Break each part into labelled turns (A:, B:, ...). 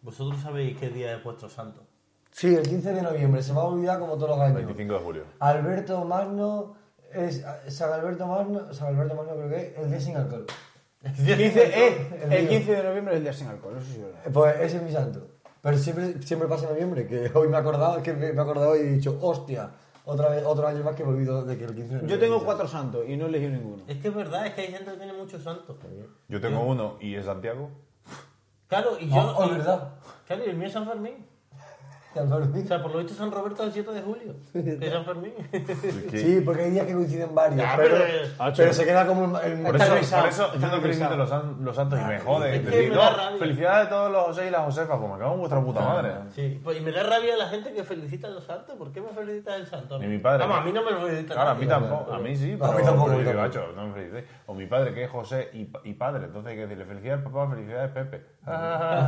A: ¿Vosotros sabéis qué día es vuestro santo?
B: Sí, el 15 de noviembre, se me ha olvidado como todos los años.
C: 25 de julio.
B: Alberto Magno, es, San Alberto Magno, San Alberto Magno creo que es el día sin alcohol.
A: El
D: 15, eh, el 15 de noviembre es el día sin alcohol, eso sí es verdad.
B: Pues ese es mi santo. Pero siempre, siempre pasa en noviembre, que hoy me he acordado, que me me he acordado y he dicho, hostia, otra vez, otro año más que me olvido de que el 15 de noviembre.
D: Yo tengo cuatro santos y no he elegido ninguno.
A: Es que es verdad, es que hay gente que tiene muchos santos.
C: Yo tengo uno y es Santiago.
A: Claro, y yo.
B: Ah, oh,
A: y-
B: verdad.
A: Claro, y el mío es San Fermín.
B: San Fermín.
A: O sea, por lo visto San Roberto es el 7 de julio. Es San Fermín.
C: que-
B: Sí, porque hay días que coinciden varios.
A: Ya,
B: pero,
A: pero-
B: pero se queda como el, el
C: Ah, Por
B: está
C: eso,
B: revisado. Ah,
C: por eso yo no felicito los, san- los santos y me jode.
A: es que
C: Decir,
A: me da
C: "No,
A: rabia".
C: felicidades a todos los José y las Josefas, pues me cago en vuestra puta
B: Ah,
C: madre.
A: Sí, pues, y me da rabia la gente que felicita a los santos. ¿Por qué me felicita el santo?
C: Ni mi padre.
A: Vamos, a mí no me lo felicita.
C: Claro, a mí
A: nadie.
C: tampoco. A mí sí,
B: A
C: pero
B: mí tampoco,
C: pero
B: a mí
C: yo,
B: tampoco.
C: "Acho, no me felicitéis". O mi padre, que es José y, pa- y padre. Entonces hay que decirle felicidades papá, felicidades Pepe.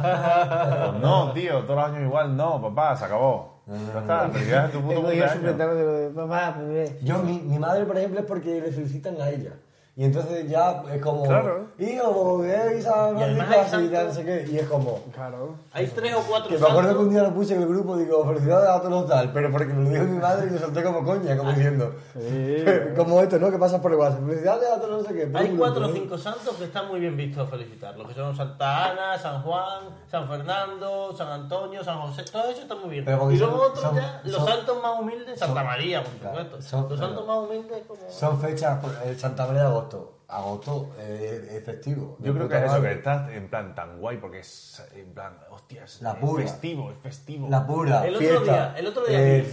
C: Pues no, tío, todos los años igual. No, papá, se acabó. Ya
B: Ah.
C: está, felicidades a tu puto
D: Tengo yo
C: cumpleaños.
D: supletar de lo de mamá, bebé.
B: Yo, mi, mi madre, por ejemplo, es porque le felicitan a ella. Y entonces ya es como...
C: Claro.
B: Hijo, ¿qué? Y San
A: Y además
B: Francisco,
A: hay
B: así, tal,
A: santo-
B: no sé qué. Y es como...
D: Claro.
A: Hay tres o cuatro
B: Que me
A: santos.
B: acuerdo que un día lo puse en el grupo, digo, felicidades a todos tal, pero porque me lo dijo mi madre y lo solté como coña, como diciendo. como esto, ¿no? Que pasas por el WhatsApp. Felicidades a todos no sé qué.
A: Hay
B: pero-
A: cuatro o cinco santos que están muy bien vistos a felicitar. Los que son Santa Ana, San Juan, San Fernando, San Antonio, San José. Todo eso está muy bien.
B: Pero porque
A: Y luego
B: son-
A: otros
B: son-
A: ya, los
B: son-
A: santos más humildes, Santa María, por
B: claro,
A: supuesto.
B: son-
A: los santos
B: pero-
A: más humildes como...
B: Son fechas, por- el Santa María de agosto. Agosto eh, es festivo. de
C: Yo creo que
B: puta
C: es eso, que
B: madre.
C: estás en plan tan guay porque es en plan, hostias,
B: La
C: es
B: pura.
C: festivo, es festivo.
B: La pura.
A: El otro
B: fiesta.
A: día, el otro día.
B: Eh,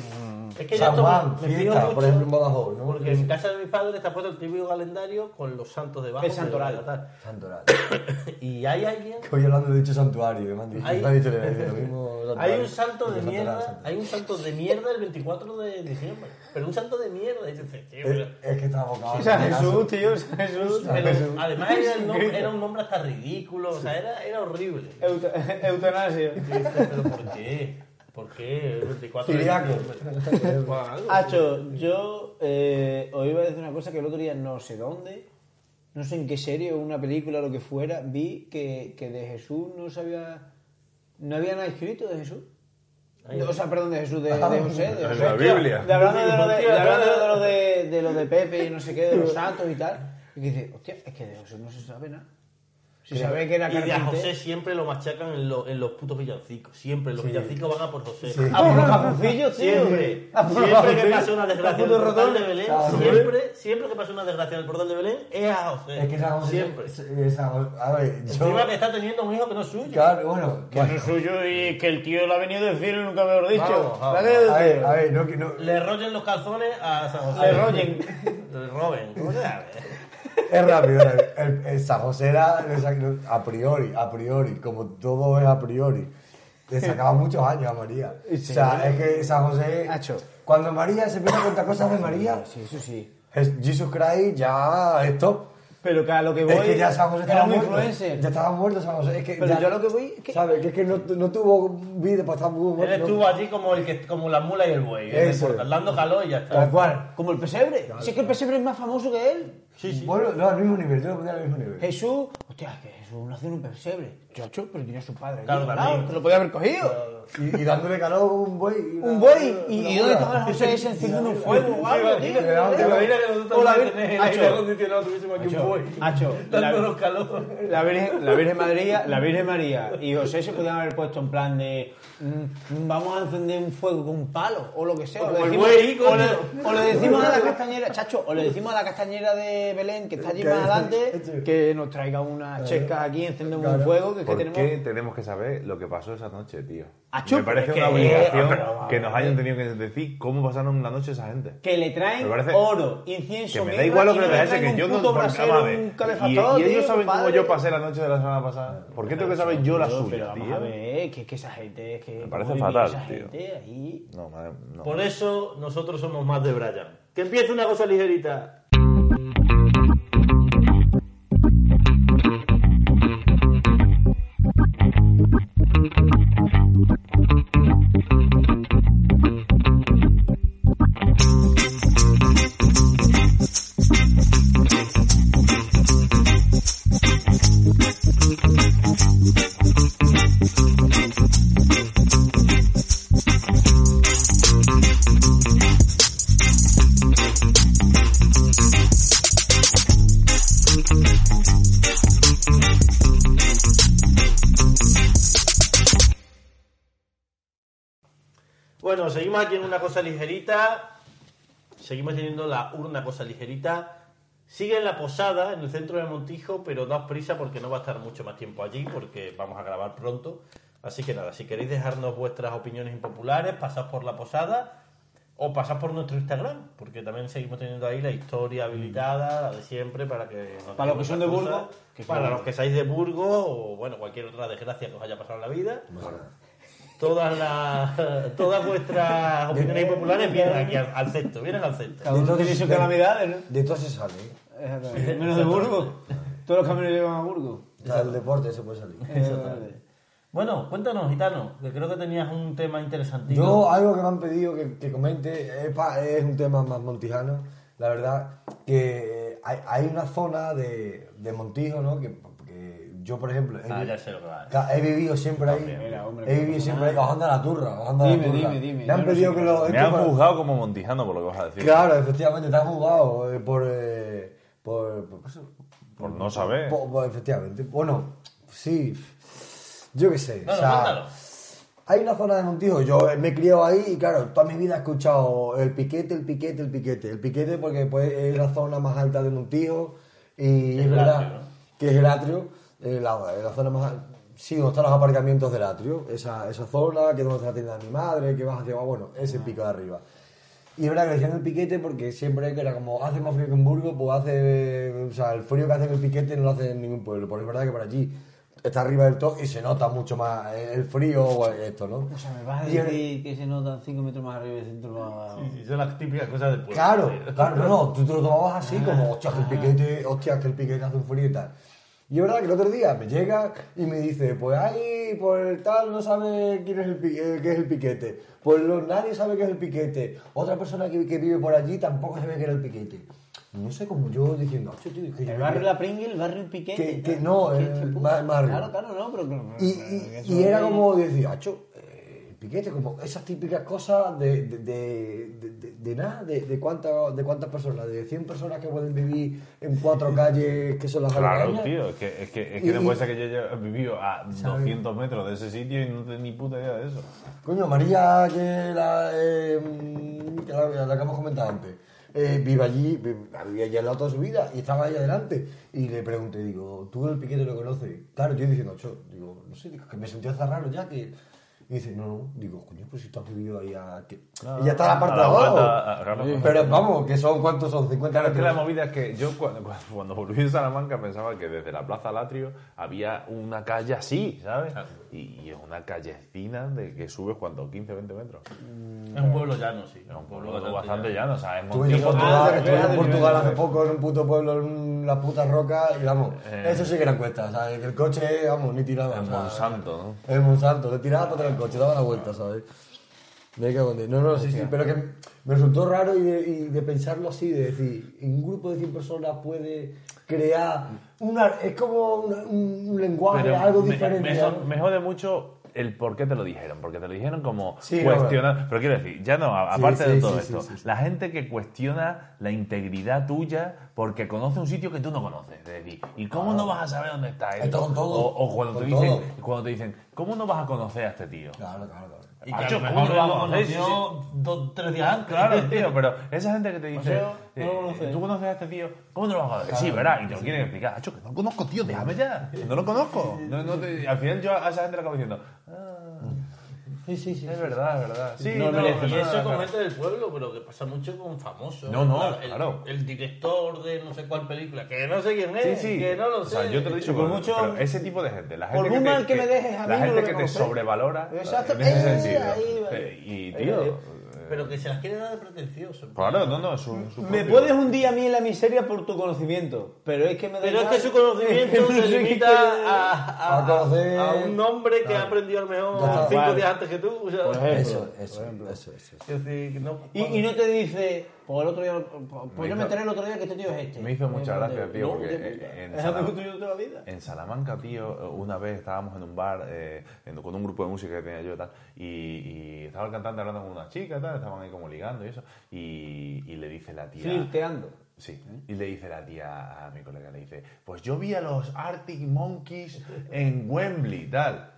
A: es que yo
B: San
A: esto
B: Juan,
A: me fijo
B: fiesta, por
A: mucho,
B: ejemplo, en Badajoz. ¿no?
A: Porque en casa de mis padres está puesto el típico calendario con los santos debajo.
D: El santoral.
A: pero tal.
B: Santoral.
A: Y hay alguien.
B: Hoy hablando de dicho santuario, que me han dicho,
A: Hay-
B: me han dicho le- le- lo mismo santuario.
A: Hay un santo de
B: Dice santoral,
A: mierda.
B: santoral.
A: Hay un santo de mierda el 24 de diciembre. Pero un santo de mierda. Y dices, tío,
B: Es, Eh, es que está abocado.
D: O sea,
B: al
D: Jesús, tío, o sea, Jesús.
A: pero-
B: Jesús.
A: además era, el nombre- era un nombre hasta ridículo. O sea, era, era horrible.
D: Euta- Eutanasia.
A: Y dices, pero ¿por qué? ¿Por qué el 24
B: Ciriaco.
A: de diciembre? Ah,
D: Hacho, yo eh, os iba a decir una cosa que el otro día no sé dónde, no sé en qué serie o una película o lo que fuera, vi que, que de Jesús no sabía. No había nada escrito de Jesús. O sea, perdón, de Jesús, de, de José. De
C: En
D: José.
C: la Biblia.
D: De hablando de lo de, de hablando de lo de, de lo de Pepe y no sé qué, de los santos y tal. Y que dice, hostia, es que de José no se sabe nada. Se sabe que era
A: Y de a
D: carpintero.
A: José siempre lo machacan en, lo- en los putos villancicos. Siempre los villancicos van a por José.
B: Sí.
A: A
D: Ah,
A: por
D: por los
A: José.
D: capucillos, tío.
A: Siempre,
D: Ah, por los
A: siempre que
D: capucillos.
A: pasa una desgracia en el
D: Caputo
A: portal
D: rotondo.
A: de Belén,
B: Claro.
A: siempre, siempre que pasa una desgracia en el portal de Belén, es a José.
B: Es que San José-
A: siempre.
B: eh, San José- a ver, yo-
A: Encima que está teniendo un hijo que no es suyo.
B: Claro, bueno,
D: Que no es suyo y que el tío lo ha venido del cielo, nunca mejor dicho.
A: Vamos, vamos.
D: Lo ha venido del
B: a ver,
D: cielo.
B: a ver, no, que no.
A: Le rollen los calzones a San José.
D: Le rollen.
A: Le roben. ¿Cómo se llama?
B: Es rápido, era- el, el San José era le sac- a priori, a priori, como todo es a priori. Le sacaba muchos años a María. O sea, es que San José.
D: Nacho.
B: Cuando María se empieza a contar cosas de María,
D: Sí, eso sí.
B: es Jesus Christ ya es top.
D: Pero que a lo que voy.
B: Es que ya San José
D: era
B: estaba
D: un
B: muerto.
D: influencer.
B: Ya estaba muerto San José. Es que
D: Pero
B: ya,
D: yo lo que voy es que-
B: ¿Sabes? Que es que no, no tuvo vida para estar muy
A: Él
B: muerto.
A: estuvo allí como, el que, como la mula y el buey. ¿eh?
B: Eso.
A: Por- Dando calor y ya
B: Tal
A: está.
B: cual.
D: Como el pesebre. Si es que el pesebre es más famoso que él.
A: Sí, sí.
B: Bueno, no, al mismo nivel, yo lo ponía al mismo nivel.
D: Jesús. Hostia, que Jesús nació en un pesebre. Chacho, pero tenía a su padre.
A: Claro,
D: Claro,
A: también.
D: claro. Te lo podía haber cogido.
B: Y, y dándole calor como un buey. y una-
D: Un buey. ¿Y,
B: una
D: y dónde
B: mula.
D: estaba el José ese encendiendo un fuego o algo, tío?
B: te imaginas- te imaginas
D: O la Vir- Nacho,
A: acondicionado tuviésemos aquí
D: Nacho, Nacho,
A: dándonos calor.
D: La Virgen, la Virgen María, la Virgen María y José se podían haber puesto en plan de mm, vamos a encender un fuego con un palo o lo que sea. O,
A: como
D: le
A: el
D: decimos,
A: buey, coño.
D: o le- o le decimos a la castañera, chacho, o le decimos a la castañera de, de Belén, que está allí
B: Que-
D: más adelante,
B: Sí.
D: que nos traiga unas checas aquí, encendemos un
B: Claro.
D: fuego, que, es que
C: ¿Por
D: tenemos...
C: qué tenemos que saber lo que pasó esa noche, tío?
D: Achú,
C: me parece
D: es
C: una
D: que-
C: obligación
D: pero-
C: que nos hayan tenido que decir cómo pasaron la noche esa gente.
D: Que le traen
C: Me parece-
D: oro, incienso,
C: Que me da
D: mirra,
C: igual lo
D: y
C: que
D: no
C: me
D: le
C: dejes,
D: traen
C: que
D: un
C: yo no
D: puto
C: por-
D: brasero,
C: vamos a ver.
D: un
C: Y,
D: calefactor,
C: y ellos
D: tío,
C: saben cómo
D: compadre.
C: yo pasé la noche de la semana pasada. ¿Por qué tengo que saber yo la
D: Pero
C: suya,
D: vamos
C: tío?
D: a ver, que, que esa gente... Es que
C: Me parece
D: ¿cómo vive
C: fatal,
D: esa
C: tío.
D: gente ahí?
C: No, madre, no.
A: Por eso nosotros somos más de Brian. Que empiece una cosa ligerita. Bueno, seguimos aquí en una cosa ligerita. Seguimos teniendo la urna cosa ligerita. Sigue en la posada, en el centro de Montijo, pero daos prisa porque no va a estar mucho más tiempo allí, porque vamos a grabar pronto. Así que nada, si queréis dejarnos vuestras opiniones impopulares, pasad por la posada o pasad por nuestro Instagram, porque también seguimos teniendo ahí la historia habilitada, la de siempre, para que... nos
D: Para los que
A: digáis
D: son de
A: vuestras
D: Burgos,
A: cosas.
D: que son
A: para
D: de
A: los que seáis de Burgos o, bueno, cualquier otra desgracia que os haya pasado en la vida todas las todas vuestras opiniones populares vienen aquí al, al centro, vienen al centro.
D: Cada uno tiene sus calamidades, ¿no?
B: De todo se sale. ¿eh?
D: Exactamente. Menos de Burgos. Todos los caminos llevan a Burgos.
B: O sea, el deporte se puede salir.
D: Eh, Exactamente.
A: Bueno, cuéntanos, gitano, que creo que tenías un tema interesantísimo.
B: Yo, algo que me han pedido que, que comente, es, pa- es un tema más montijano, la verdad, que eh, hay, hay una zona de, de Montijo, ¿no? Que, que yo, por ejemplo, he,
A: Ah,
B: vi-
A: ya sé lo que va. a decir.
B: ca- he vivido siempre ahí,
D: mira, hombre,
B: he
D: que
B: vivido
D: no
B: siempre ahí, bajando a la turra, bajando a
D: Dime,
B: la turra.
D: dime, dime,
B: Me han
D: yo no
B: pedido
D: sé
B: que
D: qué
B: lo...
C: Me
B: esto
C: han
B: para-
C: juzgado como montijano por lo que vas a decir.
B: Claro, efectivamente, te han jugado eh, por... eh, por, por-
D: Pues,
C: Por no saber.
B: po- po- efectivamente, bueno, sí, yo qué sé.
A: No,
B: o
A: no,
B: sea,
A: cuéntalo.
B: Hay una zona de Montijo, yo eh, me he criado ahí y claro, toda mi vida he escuchado el piquete, el piquete, el piquete. El piquete porque pues, es la zona más alta de Montijo y
A: Es
B: es
A: el
B: verdad
A: atrio, ¿no?
B: que es el atrio, eh, la, la zona más... al- Sí, donde están los aparcamientos del atrio, esa, esa zona, que es donde está la tienda de mi madre, que vas hacia abajo, bueno, ese pico de arriba. Y es verdad que le decían el piquete porque siempre que era como hace más frío que en Burgos, pues hace. O sea, el frío que hace en el piquete no lo hace en ningún pueblo. Porque es verdad que por allí está arriba del todo y se nota mucho más el frío o esto, ¿no?
D: O sea, me vas a
B: Y el-
D: decir que se notan 5 metros más arriba y el centro más abajo.
A: Sí, sí, son las típicas cosas del pueblo.
B: Claro,
A: Sí.
B: claro, no, no, tú te lo tomabas así como, hostia, que el piquete, hostia, que el piquete hace un frío y tal. Y es verdad que el otro día me llega y me dice, pues ahí, pues el tal no sabe quién es el, pi- eh, qué es el piquete, pues lo- nadie sabe qué es el piquete, otra persona que, que vive por allí tampoco sabe qué era el piquete. No sé cómo yo diciendo, hostia, tío, es que yo...
D: El barrio La Pringle, el barrio El Piquete.
B: Que-
D: y
B: que
D: tal.
B: no, eh,
D: Qué
B: el
D: chuputa.
B: bar- barrio.
D: Claro, claro, no, pero...
B: Y, y- y era como decir, acho, eh, el piquete, como esas típicas cosas de, de, de, de- de- de nada, de, de, cuánta- de cuántas personas, de 100 personas que pueden vivir en cuatro calles que son las
C: Claro,
B: aledañas.
C: tío, es que, es que, es que
B: Y-
C: no puede ser que yo haya vivido a 200 metros de ese sitio y no tengo ni puta idea de eso.
B: Coño, María, que la, eh, mm, que la, la que hemos comentado antes, eh, vive allí, vive- vivía allí al lado toda su vida y estaba ahí adelante. Y le pregunté, digo, ¿tú el piquete lo conoces? Claro, yo diciendo, yo, digo, no sé, digo, que me sentía hasta raro ya que. Y dice, no, no, digo, coño, pues si tú has vivido ahí a. que- y ya está la parte
C: Ah, a
B: de
C: la
B: abajo.
C: vuelta, a- claro.
B: Pero vamos, que son, ¿cuántos son? 50
C: Claro, es que la
B: metros.
C: movida es que yo cuando, cuando volví de Salamanca pensaba que desde la Plaza Latrio había una calle así, ¿sabes? Y, y es una callecina de que subes cuanto 15, 20 metros.
A: Es un pueblo llano, sí.
C: Es un pueblo bastante llano, o sea, es
B: Estuve yo en
C: Montijo.
B: Portugal,
D: Ah,
B: estuve yo en
D: espérate,
B: Portugal hace
D: espérate.
B: poco en un puto pueblo, en la puta roca, y vamos,
C: Eh.
B: eso sí que eran cuestas, ¿sabes? Que el coche, vamos, ni tiraba.
C: En
B: o sea,
C: Monsanto, ¿no?
B: En Monsanto, te tiraba para atrás el coche, daba la vuelta, ¿sabes? Me cago en Dios. No, no, sí, sí, pero que me resultó raro y de, y de pensarlo así, de decir, un grupo de 100 personas puede crear una... Es como una- un, un lenguaje,
C: Pero
B: algo
C: me-
B: diferente. ¿eh?
C: Me,
B: ¿no?
C: jode- me jode mucho el por qué te lo dijeron, porque te lo dijeron como
B: Sí,
C: cuestionar. Pero quiero decir, ya no, a-
B: Sí,
C: aparte
B: sí,
C: de todo
B: sí,
C: esto,
B: sí, sí, sí.
C: la gente que cuestiona la integridad tuya porque conoce un sitio que tú no conoces. Es decir, ¿y cómo no vas a saber dónde está él?
B: Esto con todo,
C: O, o cuando,
B: con
C: te dicen,
B: todo.
C: cuando te dicen, ¿cómo no vas a conocer a este tío?
B: Claro, claro, claro.
A: Y
C: A
A: que a
C: lo
A: lo
C: mejor
A: mejor
C: no
A: lo
C: lo conocí,
A: conoció dos, tres días antes.
C: Claro, tío, pero esa gente que te dice,
D: Maceo, no lo
C: eh,
D: conoces.
C: ¿tú conoces a este tío? ¿Cómo no lo vas a conocer? Sí, verás, y te lo quieren explicar. Hacho, que no lo conozco, tío, déjame ya. No lo conozco. No, no te- y al final yo a esa gente le acabo diciendo, ah,
D: Sí, sí, sí.
C: es verdad, es verdad. Sí,
D: No,
C: no,
D: merece.
C: no,
A: Y
C: no,
A: eso
C: no,
A: con
C: no.
A: gente del pueblo, pero que pasa mucho con famosos.
C: No, no,
A: el,
C: claro.
A: El director de no sé cuál película, que no sé quién
C: Sí,
A: es,
C: sí.
A: que no lo
C: o
A: sé.
C: sea, yo te lo he dicho,
D: Por
C: pero-
D: mucho-
C: pero ese tipo de gente, la
D: por
C: gente
D: muy
C: que, te-
D: mal que me dejes,
C: la
D: a mí no
C: gente
D: lo
C: que te
D: conoces.
C: sobrevalora
D: Exacto,
C: en ese
D: eh,
C: sentido.
D: ahí va.
C: Eh, y tío, eh,
A: Pero que se las quiere dar de pretencioso.
C: claro, no, no, es un- es un
D: Me
C: propio-
D: puedes hundir a mí en la miseria por tu conocimiento, pero es que me da
A: Pero es
D: igual.
A: que su conocimiento
D: No
A: se
D: sé qué
A: limita
D: coño-
A: a,
B: A
A: a,
B: conocer-
A: Ah, a un hombre que ha aprendido a lo mejor
B: Ya está.
A: cinco
D: Vale.
A: días antes que tú. o sea,
D: Por ejemplo.
B: Eso, eso, eso, eso.
A: es decir, no-
D: Y, y no te dice, pues el otro día, pues yo
C: hizo-
D: me enteré el otro día que este tío es este.
C: Me hizo mucha gracia, tío,
D: No,
C: porque
D: de
C: eh,
D: puta.
C: en
D: Es algo
C: Salamanca-
D: que tú y yo toda la vida.
C: En Salamanca, tío, una vez estábamos en un bar eh, en- con un grupo de música que tenía yo y tal, y, y estaba el cantante hablando con una chica y tal, estaban ahí como ligando y eso, y, y le dice la tía...
D: Flirteando.
C: Sí, ¿Eh? y le dice la tía a mi colega, le dice, pues yo vi a los Arctic Monkeys en Wembley, tal.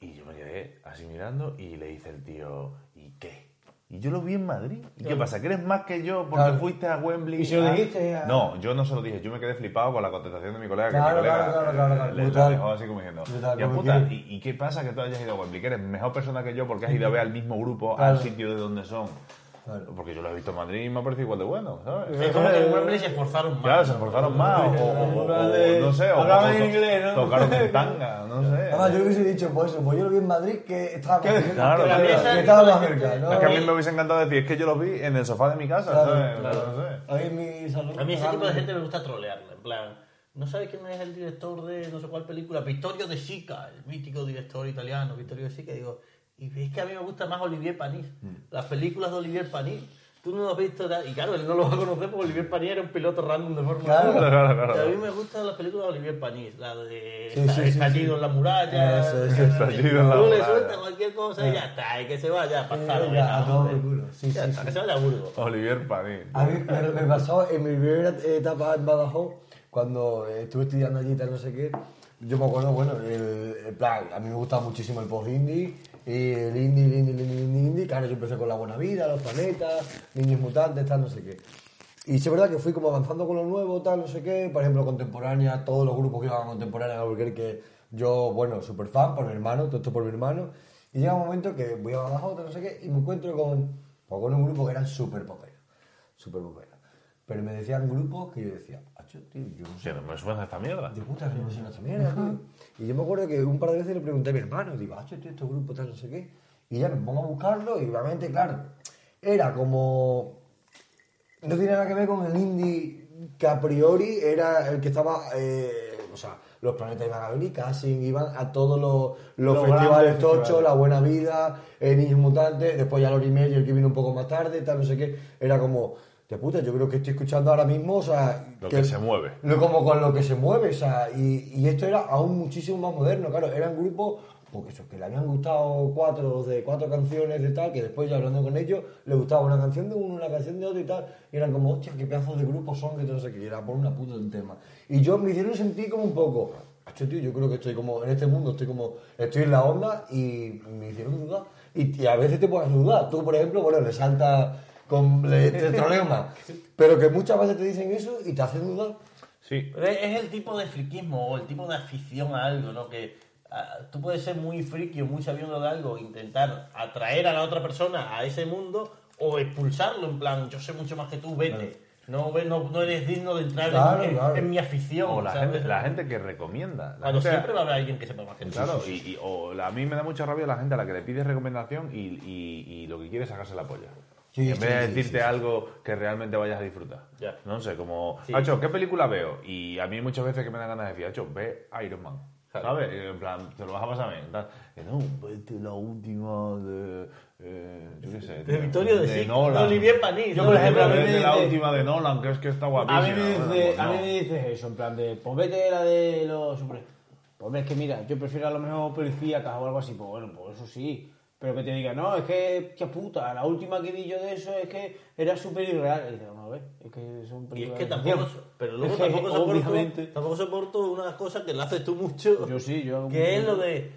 C: Y yo me quedé así mirando y le dice el tío, ¿y qué? Y yo lo vi en Madrid. ¿Y qué pasa? ¿Que eres más que yo porque
B: Claro.
C: fuiste a Wembley?
D: ¿Y se lo
C: a-
D: dijiste a-
C: No, yo no se lo dije. Yo me quedé flipado con la contestación de mi colega.
B: Claro,
C: que mi colega
B: claro, claro, claro, claro.
C: le- le
B: Brutal.
C: dejó así como diciendo,
B: Brutal,
C: "Ya,
B: como
C: puta,
B: que-
C: ¿y, y qué pasa que tú hayas ido a Wembley? Que eres mejor persona que yo porque has ido a ver al mismo grupo
B: Claro.
C: al sitio de donde son.
B: Claro.
C: Porque yo lo he visto en Madrid y me ha parecido igual de bueno, ¿sabes?
A: Es como que en Wembley se esforzaron más.
C: Claro, se esforzaron más, o, o- o- o- no sé, o,
D: Hablaban
C: o to-
D: en inglés, ¿no?
C: tocaron en tanga, no sé.
B: Además, yo hubiese dicho, pues eso, pues yo lo vi en Madrid que estaba más cerca.
C: Claro,
B: que
C: claro.
B: estaba más cerca, ¿no?
C: Es que a mí me hubiese encantado decir, es que yo los vi en el sofá de mi casa,
B: Claro,
C: ¿sabes?
B: claro.
C: No sé.
B: Ahí en mi salón.
A: A mí ese
B: Ah,
A: tipo de
B: no.
A: gente me gusta trolearla, en plan, ¿no sabes quién es el director de no sé cuál película? Vittorio De Sica, el mítico director italiano, Vittorio De Sica, y digo, y es que a mí me gusta más Olivier Panis,
B: Mm.
A: las películas de Olivier Panis. Tú no lo has visto, tal. y claro, él no lo va a conocer porque Olivier Panis era un piloto random de Fórmula
B: Claro.
A: 1.
C: Claro, claro,
A: Y a
C: claro.
A: mí me gustan las películas de Olivier Panis, la de
B: Sí, sí, sí,
A: Estallido en la muralla, la
B: Eso, eso,
A: de-
C: Estallido en la
A: Tú le
C: muralla.
A: sueltas cualquier cosa y ya está, y que se vaya, pasado.
B: Venga,
A: venga,
B: a tomar por
A: hombre.
B: culo. Sí,
A: Ya
B: sí,
A: está, que se vaya a Burgos.
C: Olivier Panín.
B: A mí me, me pasaba en mi primera etapa en Badajoz, cuando eh, estuve estudiando allí y tal, no sé qué. Yo me acuerdo, bueno, el, el plan, a mí me gusta muchísimo el post-indie, y el indie, el indie, el indie, el indie, el indie. Claro, yo empecé con La Buena Vida, Los Planetas, Niños Mutantes, tal, no sé qué. Y sí es verdad que fui como avanzando con lo nuevo, tal, no sé qué. Por ejemplo, Contemporánea, todos los grupos que iban a Contemporánea, que yo, bueno, súper fan por mi hermano, todo esto por mi hermano. Y llega un momento que voy a Badajoz, tal, no sé qué, y me encuentro con, pues, con un grupo que eran súper poperos súper buena. Pero me decían grupos que yo decía, "Acho, tío, yo no sé,
C: Que no me suena esta mierda.
B: de puta que no sé esta mierda, tío". Y yo me acuerdo que un par de veces le pregunté a mi hermano, digo, "Acho, tío, estos grupos tal, no sé qué. Y ya me pongo a buscarlo y obviamente, claro, era como... No tiene nada que ver con el indie que a priori era el que estaba... eh, o sea, los planetas iban a venir, casi iban a todos los, los
D: Los
B: festivales
D: grandes
B: tochos,
D: festivales.
B: La Buena Vida, eh, Niños Mutantes, después ya Lori Meyer que vino un poco más tarde, tal, no sé qué. Era como, de puta, yo creo que estoy escuchando ahora mismo, o sea...
C: Lo que se mueve.
B: Lo, como con lo que se mueve, o sea, y, y esto era aún muchísimo más moderno, claro, eran grupos... Porque eso, que le habían gustado cuatro de cuatro canciones de tal, que después ya hablando con ellos, le gustaba una canción de uno, una canción de otro y tal, y eran como, hostia, qué pedazos de grupos son, que no sé qué, y era por una puta un tema. Y yo me hicieron sentir como un poco, Hacho, tío, yo creo que estoy como en este mundo, estoy como, estoy en la onda y me hicieron dudar. Y, y a veces te puedes dudar. Tú, por ejemplo, bueno, le salta con le- te troleo más. Pero que muchas veces te dicen eso y te hacen dudar.
C: Sí.
A: Pero es es el tipo de friquismo o el tipo de afición a algo, ¿no? Que ah, tú puedes ser muy friki o muy sabiendo de algo, intentar atraer a la otra persona a ese mundo o expulsarlo, en plan, yo sé mucho más que tú, vete. No, ve- no, no eres digno de entrar en-
B: Claro,
A: en,
B: claro.
A: en mi afición.
C: O la
A: ¿sabes?
C: gente, la gente que recomienda. La
A: Cuando
C: gente-
A: siempre va pues, a haber alguien que sepa más que tú.
C: Claro, y, y- o la- a mí me da mucha rabia la gente a la que le pides recomendación y, y- y lo que quiere es sacarse la polla.
B: Sí,
C: en
B: sí,
C: vez de
B: sí, sí, sí.
C: decirte algo que realmente vayas a disfrutar.
A: Ya.
C: No sé, como,
A: Sí.
C: Hacho, ¿qué película veo? Y a mí muchas veces que me dan ganas de decir, Hacho, ve Iron Man.
A: Claro.
C: ¿Sabes? En plan, te lo vas a pasar bien. tal. Y no, vete la última de. eh, yo qué sé.
A: De
C: tío,
A: Vittorio de Sica,
C: Nolan.
A: de Olivier Panis.
C: Yo,
A: ¿no?
C: por
A: De
C: ejemplo,
D: Olivier
C: vete la
D: Panis.
C: última de Nolan, que es que está guapísima.
D: A mí, me
C: Bueno,
D: dice,
C: pues
D: a mí
C: no.
D: me dices eso, en plan de, pues vete la de los... super- Pues ves que mira, yo prefiero a lo mejor policíacas o algo así, pues bueno, pues eso sí. Pero que te diga, no, es que, qué puta, la última que vi yo de eso es que era súper irreal. Y dices, vamos a ver, es que son
A: Y es
D: películas
A: que
D: de
A: tampoco,
D: ficción".
A: pero luego
D: Es que,
A: tampoco soporto,
D: obviamente,
A: tampoco soporto una cosa que la haces tú mucho.
D: Yo sí, yo hago
A: Que es
D: mucho.
A: lo de eh,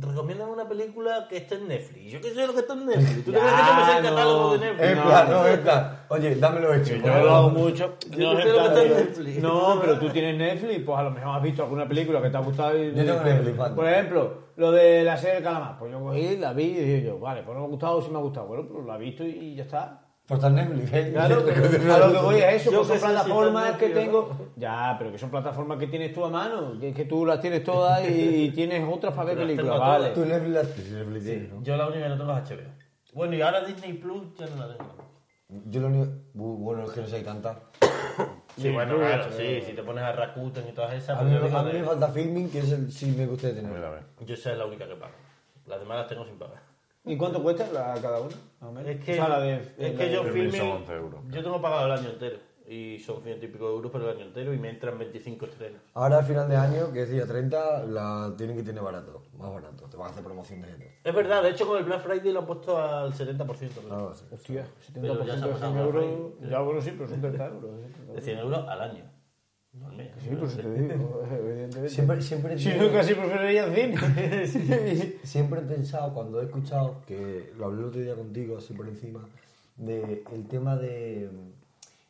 A: recomiendan una película que esté en Netflix. Yo qué sé lo que está en Netflix. ¿Tú te crees que yo me sé el
D: Ya, no.
A: catálogo de Netflix?
B: En plan, no, en plan. Oye, dámelo hecho.
D: Yo lo hago mucho.
A: Yo creo
D: No, en
A: que
D: plan,
A: está en
D: yo-
A: Netflix.
D: no, pero tú tienes Netflix, pues a lo mejor has visto alguna película que te ha gustado. Y, pues,
B: Yo tengo Netflix, vale.
D: Por ejemplo, lo de la serie del calamar. Pues yo cogí, la vi y dije yo, vale, pues no me ha gustado, sí me ha gustado. Bueno, pues la he visto y ya está.
B: Pues está en Netflix. ¿eh?
D: Claro, pero a lo que voy es eso,
A: Yo
D: que son
A: que sé si
D: plataformas
A: estás
D: que
A: Netflix,
D: tengo. Ya, pero que son plataformas que tienes tú a mano, que, que tú las tienes todas y, y tienes otras para ver
A: Las tengo
D: películas,
A: todas.
D: vale.
B: Tú Netflix la Netflix, sí, ¿no?
A: Yo la única que no tengo es HBO. Bueno, y ahora Disney Plus ya no la tengo.
B: Yo lo único. Bu- Bueno, es que no sé cantar.
A: Sí, bueno, claro, sí, si te pones a Rakuten y todas esas,
B: A
A: pues
B: mí,
A: yo digo
B: a mí
A: de-
B: me falta filming, que es el sí me gusta tener.
C: Mira, a ver.
A: Yo esa es la única que pago. Las demás las tengo sin pagar.
D: ¿Y cuánto cuesta la- cada una? más o menos?
A: Es que,
D: O sea, la de-
A: es
D: la
A: que
D: de-
A: yo
C: de
A: filming,
C: 1111 euros.
A: Yo tengo pagado el año entero. Y son ciento y pico de euros por el año entero y me entran 25 estrenos.
B: Ahora, al final de año, que es día 30, la tienen que tener barato. Más barato. Te van a hacer promoción de gente.
A: Es verdad, de hecho con el Black Friday lo han puesto al 70%. creo.
B: Claro, sí.
D: Hostia,
A: Pero ya se
D: 70%
A: ha
D: de 100
A: pasado la
D: euros. Ya, bueno, sí, pero son 30 euros. ¿eh?
A: De 100 euros al año. No al mes.
D: Sí, por eso te digo, evidentemente.
B: Siempre, siempre,
D: Si
B: he
D: no,
B: tenido-
D: casi preferiría el cine.
B: siempre he pensado, cuando he escuchado, que lo hablé el otro día contigo, así por encima, de el tema de,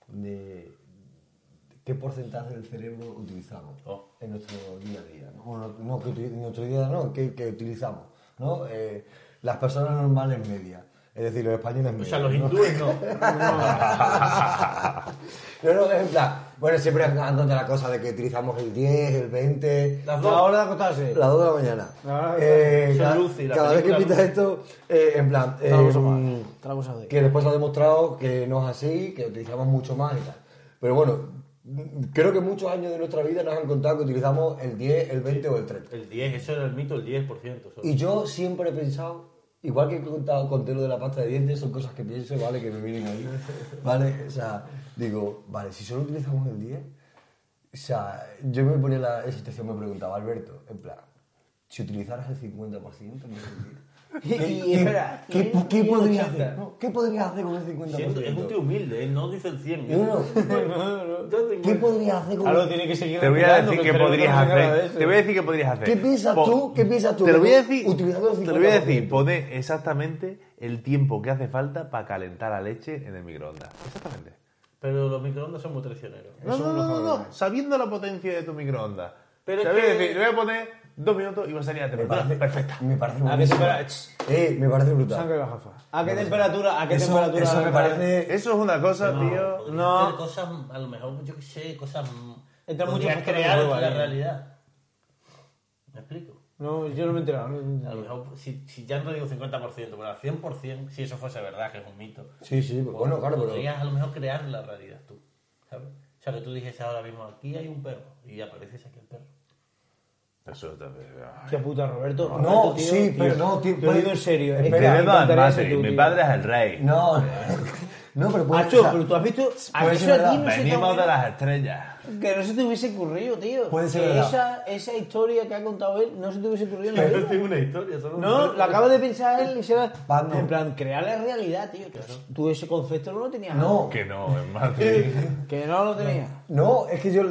B: de qué porcentaje del cerebro utilizamos
A: Oh.
B: en nuestro día a día. ¿no? Bueno, no, que uti- en nuestro día a día no, que, que utilizamos. ¿no? Eh, las personas normales medias. Es decir, los españoles
A: O
B: medias.
A: sea, los
B: ¿no?
A: hindúes no.
B: No, no, es en plan, bueno, siempre andan de la cosa de que utilizamos el 10, el 20.
D: La hora de acostarse.
B: Las 2 de la mañana.
D: Ah,
B: Eh,
A: Son
B: cada
A: Lucy, la
B: cada vez que
A: película
B: pintas
A: Lucy.
B: esto, eh, en plan,
D: Te la
B: eh,
D: uso más, te la uso más.
B: que después se ha demostrado que no es así, que utilizamos mucho más y tal. Pero bueno, mm, creo que muchos años de nuestra vida nos han contado que utilizamos el 10, el 20 o el 30.
A: El 10, eso era el mito, el 10%. solo.
B: Y yo siempre he pensado, igual que he contado con lo de la pasta de dientes, son cosas que pienso, ¿vale? Que me vienen ahí, ¿vale? O sea, digo, vale, si solo utilizamos el 10, o sea, yo me ponía la esa situación, me preguntaba, Alberto, en plan, si utilizaras el 50%, no sé
D: Y-
B: ¿Qué,
D: y
B: qué-
D: espera,
B: qué-
D: y-
B: qué
D: y el
B: podrías
D: 80.
B: hacer? no? ¿Qué podrías hacer con el 50%?
A: Sí, es, es un tío humilde, ¿eh? no dice el 100.
B: Yo no,
A: Yo tengo-
B: ¿Qué podrías hacer con
D: Claro, tiene que seguir
C: Te voy a
D: respetando,
C: decir que
D: el cerebro
C: podrías
D: no se encarga de
C: hacer.
D: eso.
C: Te voy a decir que podrías hacer.
B: ¿Qué piensas
C: Pon-
B: tú? ¿Qué piensas tú?
C: Te lo voy a decir.
B: Utilizando el
C: Te lo voy a decir.
B: 50%.
C: Poner exactamente el tiempo que hace falta para calentar la leche en el microondas. Exactamente.
A: Pero los microondas son muy traicioneros.
C: No, no, no, no, no. Sabiendo la potencia de tu microondas.
A: Pero
C: te
A: es
C: voy a
A: que-
C: decir, le voy a poner dos minutos y va a salir a
B: Me
C: temperatura
B: parece,
C: perfecta.
B: Me parece
D: A que se
B: buenísimo.
D: para- Ch,
B: Eh, me parece brutal.
D: sangre de la jafa. ¿A qué temperatura? ¿A qué
B: Eso-
D: temperatura?
B: eso me parece...
C: Eso es una cosa, tío.
A: Podría
D: no.
A: hacer cosas, a lo mejor, yo qué sé, cosas.
D: Entra mucho
A: podrías
D: factor en
A: crear
D: juego
A: la
D: ahí.
A: realidad. ¿Me explico?
D: No, yo no me he enterado. no-
A: A lo mejor, si, si ya no digo 50%, pero al 100%, si eso fuese verdad, que es un mito,
B: Sí, sí, pues, bueno, claro, pero...
A: podrías a lo mejor crear la realidad tú. ¿Sabes? O sea, que tú dijes ahora mismo, aquí hay un perro, y apareces aquí el perro.
C: Eso está.
D: Qué puta, Roberto.
B: No,
D: Roberto, tío,
B: sí, pero
D: tío,
B: no, tío,
D: Te lo
B: puede-
D: digo en serio. es
B: Espera,
D: que me
C: Te debo al
D: encantaría
C: mate,
D: ser tú,
C: Mi
D: tío.
C: padre es el rey.
B: No, no, pero puede
D: Macho,
B: o sea,
D: pero tú has visto. A
B: puede
D: que
B: ser
D: eso a ti
B: verdad.
D: no se te
C: Venimos de
D: ocurre-
C: las estrellas.
D: Que no se te hubiese ocurrido, tío.
B: Puede ser
D: que
B: verdad.
D: esa, esa historia que ha contado él no se te hubiese ocurrido en la vida.
A: tengo una historia, solo
D: No, eh, la acaba de pensar él y se la...
B: Batman.
D: En plan, crear la realidad, tío. Tú ese concepto no lo tenías.
B: No,
C: Que no, es Matrix.
D: Que no lo tenías.
B: no, es que yo...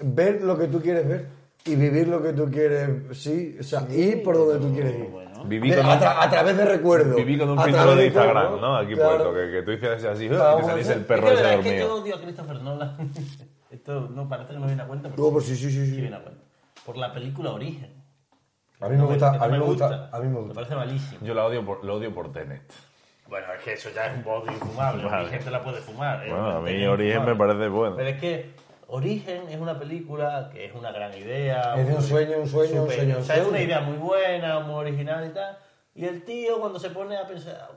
B: Ver lo que tú quieres ver y vivir lo que tú quieres, sí, o sea, ir por donde tú quieres ir.
C: Viví
B: De-
C: con
B: a,
C: un,
B: tra- a través de recuerdos.
C: viví con un
B: a
C: pintor
B: través
C: de Instagram,
B: recuerdos,
C: ¿no? Aquí
B: claro.
C: puesto, que, que tú hicieras así
B: Claro,
C: y te salís
B: bueno,
C: el
A: Es
C: perro
A: que,
C: ese
A: verdad, es que yo
C: dormido.
A: odio a Christopher Nolan. Esto no parece que no viene a cuenta. pero
B: No, pues sí, sí, sí, sí.
A: viene a cuenta. Por la película Origen.
B: A mí me
A: No
B: gusta,
A: que no
B: a mí me gusta, a mí me gusta.
A: parece malísimo.
C: Yo la odio por, lo odio por Tenet.
A: Bueno, es que eso ya es un odio infumable.
C: Vale.
A: Origen te la puede fumar. ¿eh?
C: Bueno, a mí
A: Es
C: Origen me
A: infumable.
C: parece bueno.
A: Pero es que Origen es una película que es una gran idea.
B: Es de un
A: muy-
B: sueño, un sueño, un
A: súper-
B: sueño,
A: O
B: un
A: sea, es una
B: sueño.
A: idea muy buena, muy original y tal. Y el tío cuando se pone a pensar,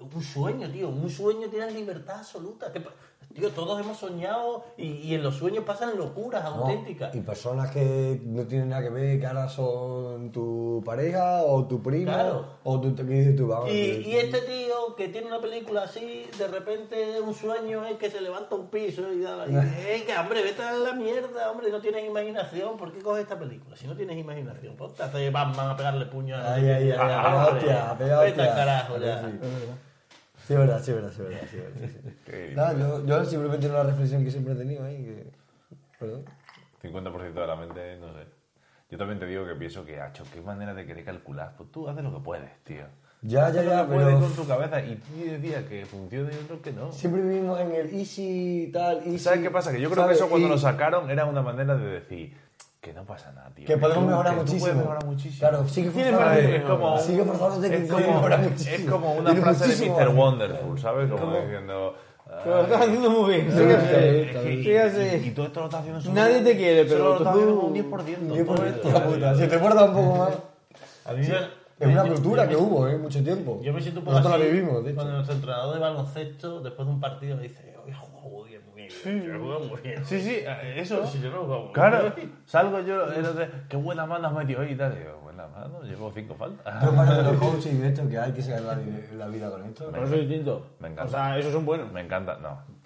A: un sueño, tío, un sueño tiene libertad absoluta. ¿Qué pa- Tío, todos hemos soñado y, y en los sueños pasan locuras
B: No,
A: auténticas.
B: Y personas que no tienen nada que ver, que ahora son tu pareja o tu prima
A: Claro.
B: o tu, que dices tú, vamos,
A: Y,
B: que-
A: y este tío que tiene una película así, de repente un sueño es que se levanta un piso y da la... y, "Venga, hombre, vete a la mierda, hombre, no tienes imaginación, ¿por qué coges esta película? Si no tienes imaginación, ponte a hacer Batman a pegarle puño a la... Ah,
B: Ay, ay, ay,
C: Ah,
B: a pegar hostia, a pegar
A: Vete al
B: hostia.
A: carajo ya.
B: Sí. Sí, es verdad, sí, es verdad, sí, es verdad, sí, es verdad, sí, sí. Nada, yo, yo simplemente una reflexión que siempre he tenido ahí, que... Perdón.
C: 50% de la mente, no sé. Yo también te digo que pienso que, hacho, qué manera de querer calcular. Pues tú haces lo que puedes, tío.
B: Ya,
C: Tú
B: ya,
C: haces
B: ya,
C: lo que puedes
B: pero-
C: con tu cabeza y tú decías que funciona y otro que no.
B: Siempre vivimos en el easy tal, easy.
C: ¿Sabes qué pasa? Que yo creo
B: ¿sabes?
C: que eso cuando
B: Y
C: lo sacaron era una manera de decir que no pasa nada, tío.
B: Que podemos
C: tú-
B: mejorar
C: que tú
B: muchísimo.
C: puedes mejorar muchísimo.
B: Claro, sigue
C: Tienes
B: forzándote.
C: más- es como
B: Sigue forzándote que
C: es
B: puedes
C: como,
B: mejorar muchísimo.
C: es como una
B: Pero
C: frase de
B: muchísimo.
C: Mr. Wonderful, ¿sabes? Como diciendo... ah,
D: Pero lo estás haciendo muy bien.
C: Sí,
D: Sigue
C: es que-
D: así.
C: y-
D: Sigue
C: Y, y
D: así.
C: todo esto lo estás haciendo
D: Nadie te quiere, pero
C: solo lo estás
D: tú-
C: haciendo con un 10%.
B: Yo por
C: todo
B: esto,
C: esto,
B: la
C: tío.
B: puta, Si te fuerzas un poco más.
A: A mí me-
B: Es una
A: yo-
B: cultura
A: yo
B: que
A: me-
B: hubo, ¿eh? Mucho tiempo.
A: Yo me siento un poco
B: Nosotros la
A: así
B: vivimos, de hecho.
A: Cuando nuestro entrenador de baloncesto, después de un partido, me dice: Hoy he jugado muy bien, muy bien. Yo he jugado muy bien.
C: Sí, sí, eh, eso.
A: Si yo no he jugado muy
C: Claro,
A: bien.
C: salgo yo, el otro día, qué buena mano has metido hoy y tal. Y digo, buena mano, llevo cinco faltas.
B: Yo para los coaches y de esto que hay que sacar la, la vida con esto.
D: Pero eso es distinto.
C: Me encanta.
D: O sea, esos son buenos.
C: Me encanta, no. no.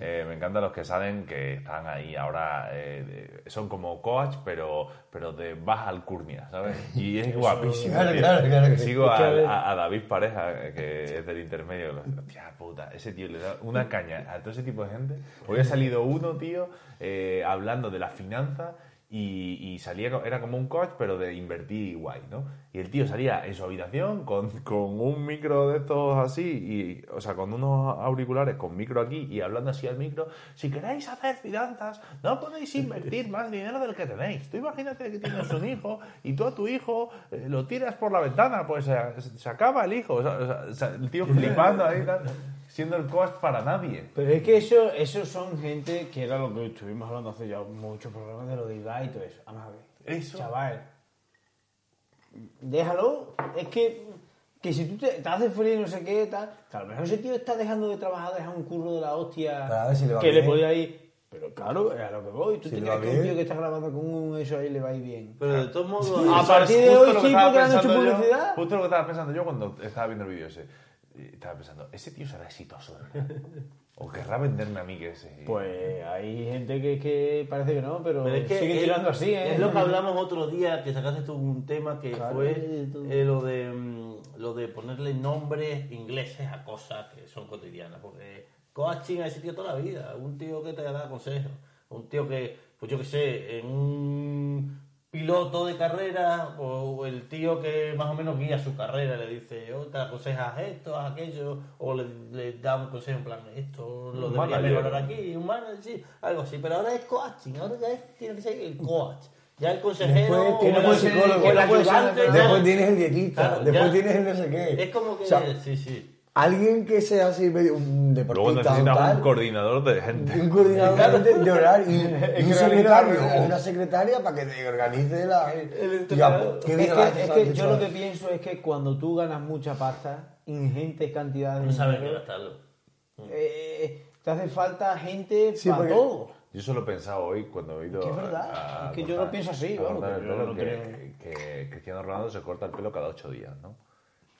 C: Eh, me encantan los que salen, que están ahí ahora, eh, de- son como coach, pero, pero de baja alcurnia, ¿sabes? Y es guapísimo.
B: Claro,
C: tío.
B: claro, claro que
C: Sigo
B: sí.
C: a,
B: Es que a ver-
C: a- a David Pareja, eh, que es del intermedio. lo- Hostia puta, ese tío le da una caña a todo ese tipo de gente. Hoy ha salido uno, tío, eh, hablando de la finanza y, y salía, co- era como un coach, pero de invertir guay, ¿no? Y el tío salía en su habitación con, con un micro de estos así, y, o sea, con unos auriculares con micro aquí y hablando así al micro. Si queréis hacer finanzas, no podéis invertir más dinero del que tenéis. Tú imagínate que tienes un hijo y tú a tu hijo eh, lo tiras por la ventana, pues eh, se, se acaba el hijo. O sea, o sea, el tío flipando ahí, tal, siendo el coach para nadie.
D: Pero es que eso, eso son gente que era lo que estuvimos hablando hace ya muchos programas de lo de Ibai y todo eso. Vamos a ver.
C: Eso.
D: Chaval. Déjalo. Es que, que si tú te, te haces feliz y no sé qué, tal. Que a lo mejor ese tío está dejando de trabajar, deja un curro de la hostia.
B: Para ver si le va
D: que
B: bien.
D: le podía ir. Pero claro, es a lo que voy. Tú
B: Si
D: te
B: le
D: crees
B: va
D: que un
B: bien.
D: tío que está grabando con un eso ahí le va a ir bien.
A: Pero de todos modos.
D: A
A: eso-
D: partir de
C: Justo
D: hoy
C: lo que
D: sí,
C: estaba
D: porque le han hecho
C: pensando yo-
D: publicidad.
C: Justo lo que estaba pensando yo cuando estaba viendo el vídeo ese. Eh, Estaba pensando, ¿ese tío será exitoso? de verdad? ¿O querrá venderme a mí que ese?
D: Pues hay gente que, que parece que no, pero,
A: Pero es que
D: sigue
A: es-
D: tirando así, ¿eh?
A: Es lo que hablamos otro día, que sacaste tú un tema que
D: Claro,
A: fue
D: eh, tú-
A: eh, lo, de, mm, lo de ponerle nombres ingleses a cosas que son cotidianas. Porque coaching ha existido toda la vida. Un tío que te da consejos. Un tío que, pues yo qué sé, en un piloto de carrera o el tío que más o menos guía su carrera le dice, oh, te aconsejas esto, haz aquello, o le, le da un consejo en plan, esto lo
C: Un
A: deberías
C: manager.
A: mejorar aquí y un manager, sí, algo así. Pero ahora es coaching, ahora ya es- tiene que ser el coach. Ya el consejero.
B: Después tienes
A: o
B: el
A: el-
B: psicólogo,
A: el
B: después
A: ayudante,
B: tienes-
A: ya.
B: después tienes el dietista,
A: Claro,
B: después
A: ya.
B: tienes el no sé qué.
A: Es como que.
B: O sea,
A: sí, sí.
B: Alguien que sea así medio un
C: Luego
B: deportista o
C: necesitas un
B: tal,
C: coordinador de gente.
B: un coordinador de, de horario y
D: que
B: un,
D: organiza
B: secretario
D: la-
B: o una secretaria para que te organice la...
D: Claro,
B: digamos,
D: es
B: diga,
D: que,
B: "Ah,
D: es
B: esto
D: que
B: está
D: yo
B: hecho".
D: lo que pienso es que cuando tú ganas mucha pasta, ingentes cantidades de
A: No saben qué
D: dinero,
A: gastarlo.
D: eh, te hace falta gente
B: Sí,
D: para
B: porque-
D: todo.
C: Yo solo he pensado hoy cuando he ido.
D: Es que es verdad, es que yo lo pienso así,
C: a
D: vamos,
C: cortar
D: que
C: el
D: yo
C: pelo,
D: no
C: que, que Cristiano Ronaldo se corta el pelo cada ocho días, ¿no?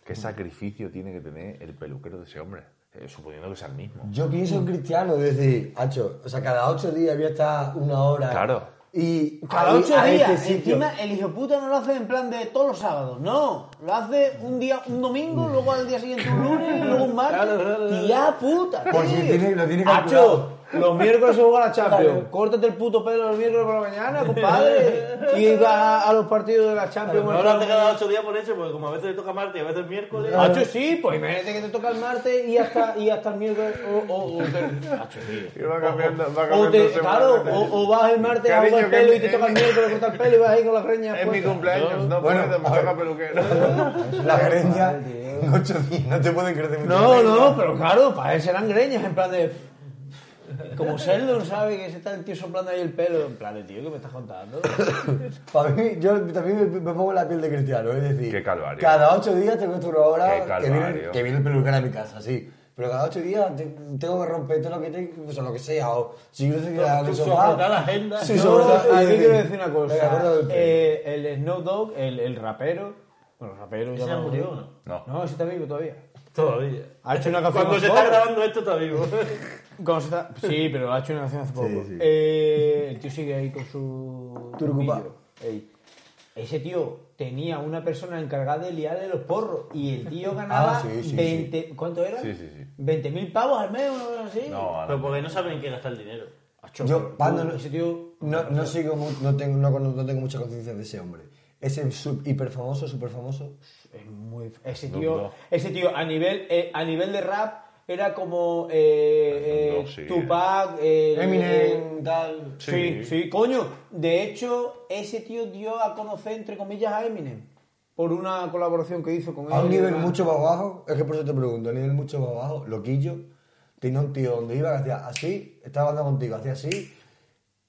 C: ¿Qué sacrificio tiene que tener el peluquero de ese hombre? Eh, suponiendo que sea el mismo.
B: Yo pienso en Cristiano, es decir, hacho, o sea, cada ocho días voy a estar una hora.
C: Claro.
B: Y
D: Cada
B: ahí,
D: ocho
B: a
D: días,
B: este sitio.
D: encima el hijo puta no lo hace en plan de todos los sábados, no. Lo hace un día, un
B: Mm.
D: domingo, luego al día siguiente un lunes, luego un martes. y ya puta,
B: Porque
D: tío.
B: tiene- lo tiene
D: Hacho,
B: calculado.
D: los miércoles se juega la Champions.
B: Claro.
D: Córtate el puto pelo los miércoles por la mañana, compadre. Y va a, a los partidos de la Champions.
A: No lo hace cada ocho días por hecho, porque como a veces le toca martes y a veces miércoles.
B: Claro.
D: Hacho, sí, pues imagínate que te toca el martes y hasta, y hasta el miércoles. O, o, o te, Hacho, sí.
C: Y va cambiando- va
D: o te-
C: cambiando
D: claro,
C: semanalmente.
D: o, o vas el martes a
C: Cariño,
D: jugar el
C: que
D: pelo y
C: es
D: te
C: mi-
D: toca el miércoles cortar el pelo y vas ahí con las greñas.
C: Es mi
D: puestas.
C: cumpleaños,
B: Bueno,
C: no puedo, me
B: a
C: toca
B: ver.
C: peluquero.
B: La gerencia en ocho días no te pueden crecer mucho.
D: No, no, pero claro, para él serán greñas, en plan de. Como Sheldon sabe que se está el tío soplando ahí el pelo, en plan de tío, ¿qué me estás contando?
B: Para mí, yo también me, me pongo en la piel de Cristiano, es decir,
C: Qué calvario.
B: cada ocho días te cuesta una
C: Qué
B: hora que
C: calvario.
B: viene, que viene el peluquero a mi casa, sí. Pero cada ocho días te- tengo que romper todo lo que te, o sea, lo que sea, o si yo sé que en el
A: tú
B: sofá.
A: soportar la agenda.
B: Sí, eh,
D: Yo
B: soportar- es
D: aquí
B: decir,
D: quiero decir una
B: me
D: cosa.
B: acuerdo del-
D: Eh, el Snow Dogg, el, el rapero. Bueno, el rapero
A: ¿Ese
D: ya
A: ya
D: me
A: murió
D: murió.
A: o no?
C: No.
D: No, ese está vivo todavía.
A: Todavía.
D: Ha hecho una canción
A: Cuando
D: con
A: se está
D: Snow.
A: grabando esto, está vivo.
D: Cuando se está- Sí, pero ha hecho una canción hace poco.
B: sí.
D: Eh, el tío sigue ahí con su.
B: Turcupá.
D: vídeo. Ey. Ese tío tenía una persona encargada de liarle los porros y el tío ganaba
B: Ah, sí, sí, sí.
D: 20. ¿Cuánto era?
C: Sí, sí, sí.
D: 20.000 pavos al mes, una cosa así.
C: No, a la-
A: Pero porque no saben en qué gastar el dinero.
D: Macho,
B: Yo, Pando, no,
D: ese tío.
B: no, no sigo, mu- no tengo, no, cono- no tengo mucha conciencia de ese hombre. Ese sub, hiper famoso, super famoso.
D: Es muy. Ese
C: Snoop
D: tío.
C: Dogg.
D: Ese tío a nivel, eh, a nivel de rap era como.
C: Snoop
D: eh, eh,
C: Dogg, sí.
D: Tupac. eh, eh,
B: Eminem, tal.
D: Sí,
C: Sí.
D: sí, coño. De hecho, ese tío dio a conocer, entre comillas, a Eminem. Por una colaboración que hizo con él.
B: A un nivel
D: Ah,
B: mucho más bajo, es que por eso te pregunto, a un nivel mucho más bajo, loquillo, tenía un tío donde iba que hacía así, estaba hablando contigo, hacía así,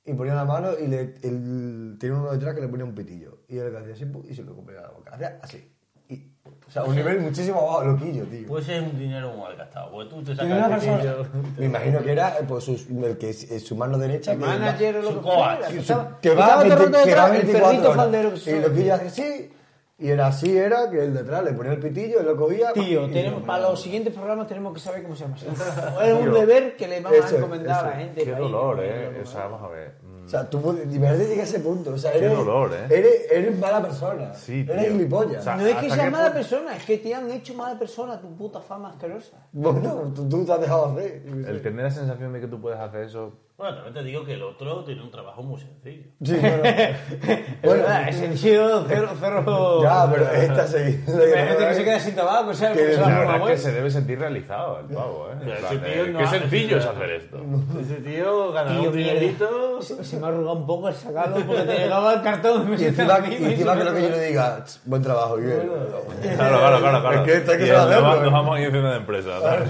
B: y ponía la mano y le, el- tenía uno detrás que le ponía un pitillo. Y él que hacía así pu, y se lo cumplía la boca, hacía así. Y- o sea, a un nivel muchísimo más bajo, loquillo, tío.
A: Pues es un dinero mal gastado, porque tú te
B: Y una
A: sacas
B: persona-
A: el pitillo.
B: me imagino que era eh, pues, sus- el que, es- su mano derecha. que-
D: Manager o lo que
A: Su coach,
D: fuera.
A: su-
D: Estaba-
B: que va,
D: estaba
B: a
D: todo el
B: 20
D: rato
B: que va
D: detrás,
B: 24
D: El perrito
B: horas.
D: faldero que se
B: Y
D: llama.
B: loquillo hace así, y era así, era que el detrás le ponía el pitillo, lo cogía.
D: Tío,
B: y-
D: tenemos,
B: y-
D: para los siguientes programas tenemos que saber cómo se llama. Es un deber que le vamos
B: eso,
D: a encomendar a la
B: eso.
D: gente.
C: Qué
D: país,
C: dolor,
D: que
C: eh.
D: lo
C: O sea,
D: coma.
C: vamos a ver. Mm,
B: O sea, tú puedes- imagínate llegar a ese punto. O sea, eres,
C: dolor, ¿eh?
B: eres, eres mala persona.
C: Sí, tío.
B: Eres gilipollas.
C: O sea,
D: No es que
C: ¿Hasta
D: sea
C: qué
D: mala
C: punto?
D: persona, es que te han hecho mala persona tu puta fama asquerosa.
B: bueno, tú, tú te has dejado hacer. yo qué sé.
C: El tener la sensación de que tú puedes hacer eso.
A: Bueno, también te digo que el otro tiene un trabajo muy sencillo.
B: Sí, bueno.
D: Es
B: Bueno, eh,
D: verdad, ese tío cero, cero.
B: ya, pero eh, esta seguida.
D: Imagínate que se queda sin tabaco, o sea, porque se la
C: La
D: fuma,
C: verdad es que
D: bueno.
C: se debe sentir realizado el pavo, ¿eh? En
A: Pero ese
C: plan de,
A: tío no
C: Qué
A: hace-
C: sencillo es hacer esto.
A: Ese tío ganará
D: Tío,
A: un
D: mierda.
A: dinerito.
D: Se, se me ha arrugado un poco el sacado porque te llegaba el cartón y me
B: Y
D: senté
B: encima,
D: aquí,
B: y
D: me
B: encima que lo que yo
D: hizo-
B: le diga, "Ch, buen trabajo, Miguel.
C: Claro, claro, claro. claro.
B: Es que esto hay que
C: Y
B: saberlo,
C: además
B: ¿eh?
C: nos vamos a ir a una de empresa. ¿sabes?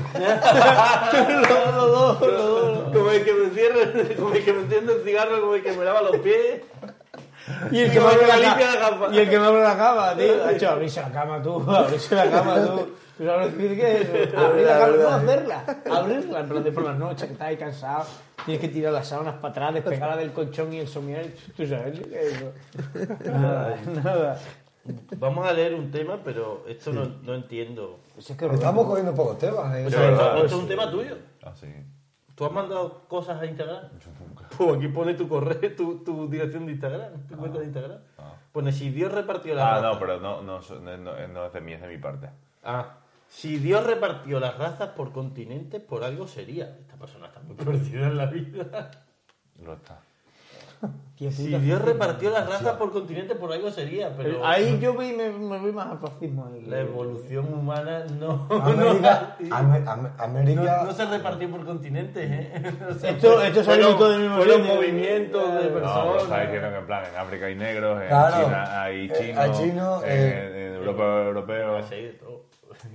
A: Como el que me encierra, como el que me enciende el cigarro, como el que me lava los pies.
D: Y el
A: Y
D: que me abre
A: me
D: la
A: limpia
D: ca-
A: la cama.
D: Y el que me abre la cama, tío. Hacho, abrirse la cama tú, abrirse la cama tú. ¿Tú sabes decir qué es eso? Abrir
B: verdad,
D: la cama, no
B: verdad.
D: hacerla. Abrirla, en plan de por las noches que estás ahí cansado. Tienes que tirar las sábanas para atrás, despegarla del colchón y el somier. ¿Tú sabes qué es eso? Nada, nada.
A: Vamos a leer un tema, pero esto no, no entiendo.
D: Pues es que
B: Estamos cogiendo pocos temas. ¿eh?
A: Pero
C: Sí,
A: esto,
C: verdad,
A: esto es un tema tuyo.
C: Ah, sí.
A: ¿Tú has mandado cosas a Instagram? Yo nunca. Pues aquí pone tu correo, tu, tu dirección de Instagram, tu cuenta de Instagram. Pone si Dios repartió la
C: Ah,
A: raza.
C: no, pero no, no, so- no, no- no es de mí, es de mi parte.
A: Ah, si Dios repartió las razas por continentes, por algo sería. Esta persona está muy perdida en la vida.
C: Lo está.
D: Tío,
A: Si
D: puta.
A: Dios repartió las razas por continentes, por algo sería, pero
D: Ahí yo vi, me, me vi más al fascismo. El,
A: la evolución humana no,
B: América,
A: no-
B: Amer- Am-
A: no-
B: América,
A: no se repartió por continentes, ¿eh? O sea,
D: Esto-
A: fue-
D: esto es
A: fueron-
D: algo del mismo
A: fueron
D: sitio.
A: movimientos de
C: No, pero está
A: personas.
C: diciendo que en plan, en África hay negros, en
B: Claro.
C: China hay
B: Eh,
C: chinos,
B: hay chinos,
C: en,
B: eh,
C: en Europa hay
D: Ah,
C: europeos.
A: Pues Sí, de todo.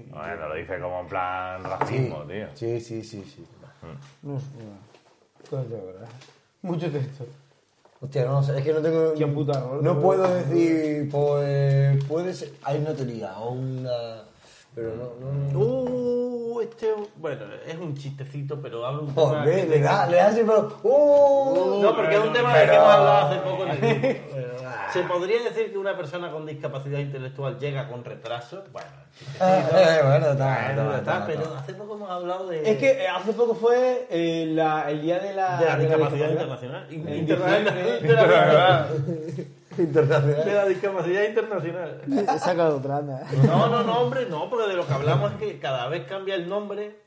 C: Bueno, lo dice como en plan
B: sí,
C: racismo, tío.
B: sí, sí, sí, sí.
D: No sé. Todo de verdad. Mucho texto.
A: Eh.
B: Hostia, no sé, es que no tengo.
D: Qué puta error,
B: No
D: tío.
B: puedo decir, pues. Puede ser. Hay una teoría o una. Pero no. no, no.
A: Uh, este, bueno, es un chistecito, pero hablo un poco.
B: Joder, le da, le da siempre. ¡Uh!
A: No, porque es un tema del que hemos hablado hace poco en el grupo. ¿Se podría decir que una persona con discapacidad intelectual llega con retraso? Bueno,
B: Eh, eh, bueno, está,
A: bueno,
B: está,
A: está,
B: está,
A: pero
B: está.
A: hace poco hemos hablado de,
D: Es que eh, hace poco fue eh, la- el día de la,
A: de la
D: de la
A: discapacidad internacional. Internacional. De la- De
B: Internacional.
A: la discapacidad internacional.
D: He sacado eh, otra, anda.
A: No, no, no, hombre, no, porque de lo que hablamos es que cada vez cambia el nombre.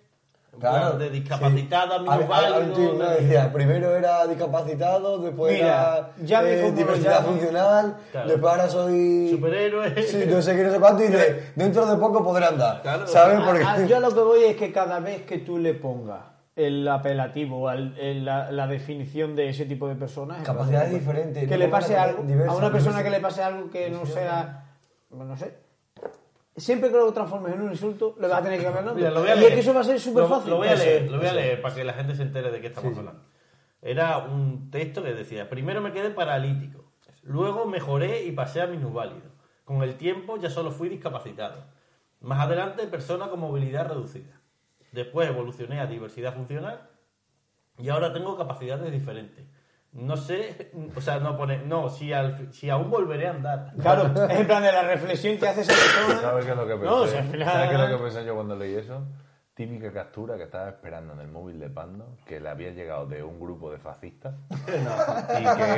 A: en plan, de discapacitada,
B: sí.
A: minusválido,
B: Había- había un tío, ¿no?
A: de-
B: decía, primero era discapacitado, después
D: Mira,
B: era
D: ya me
B: eh,
D: como
B: diversidad
D: ya-
B: funcional,
A: Claro.
B: después ahora soy
A: Superhéroe.
B: Sí, no sé qué, no sé cuánto, y dice, dentro de poco podré andar.
A: Claro.
B: ¿Sabes?
D: Ah,
B: Porque
D: ah, yo a lo que voy es que cada vez que tú le pongas el apelativo, al- el- la, la definición de ese tipo de personas,
B: Capacidades
D: entonces,
B: diferentes,
D: Que
B: no
D: le
B: van a
D: pase
B: tener
D: algo
B: diversas,
D: a una persona
B: diversas.
D: que le pase algo que no sea, bueno, no sé. Siempre que lo transformes en un insulto, le vas a tener que cambiar el nombre.
A: Mira, lo voy a
D: y
A: leer.
D: es que eso va a ser súper fácil.
A: Lo, lo voy a leer, lo voy a leer para que la gente se entere de qué estamos hablando. Era un texto que decía, primero me quedé paralítico, luego mejoré y pasé a minusválido. Con el tiempo ya solo fui discapacitado. Más adelante persona con movilidad reducida. Después evolucioné a diversidad funcional y ahora tengo capacidades diferentes. No sé, o sea, no pone, no, si, al fi- si aún volveré a andar.
D: Claro, es en plan de la reflexión que hace esa persona.
C: ¿Sabes qué es lo que pensé?
D: No, o sea, al final-
C: ¿Sabes qué es lo que pensé yo cuando leí eso? típica captura que estaba esperando en el móvil de Pando, que le había llegado de un grupo de fascistas y, que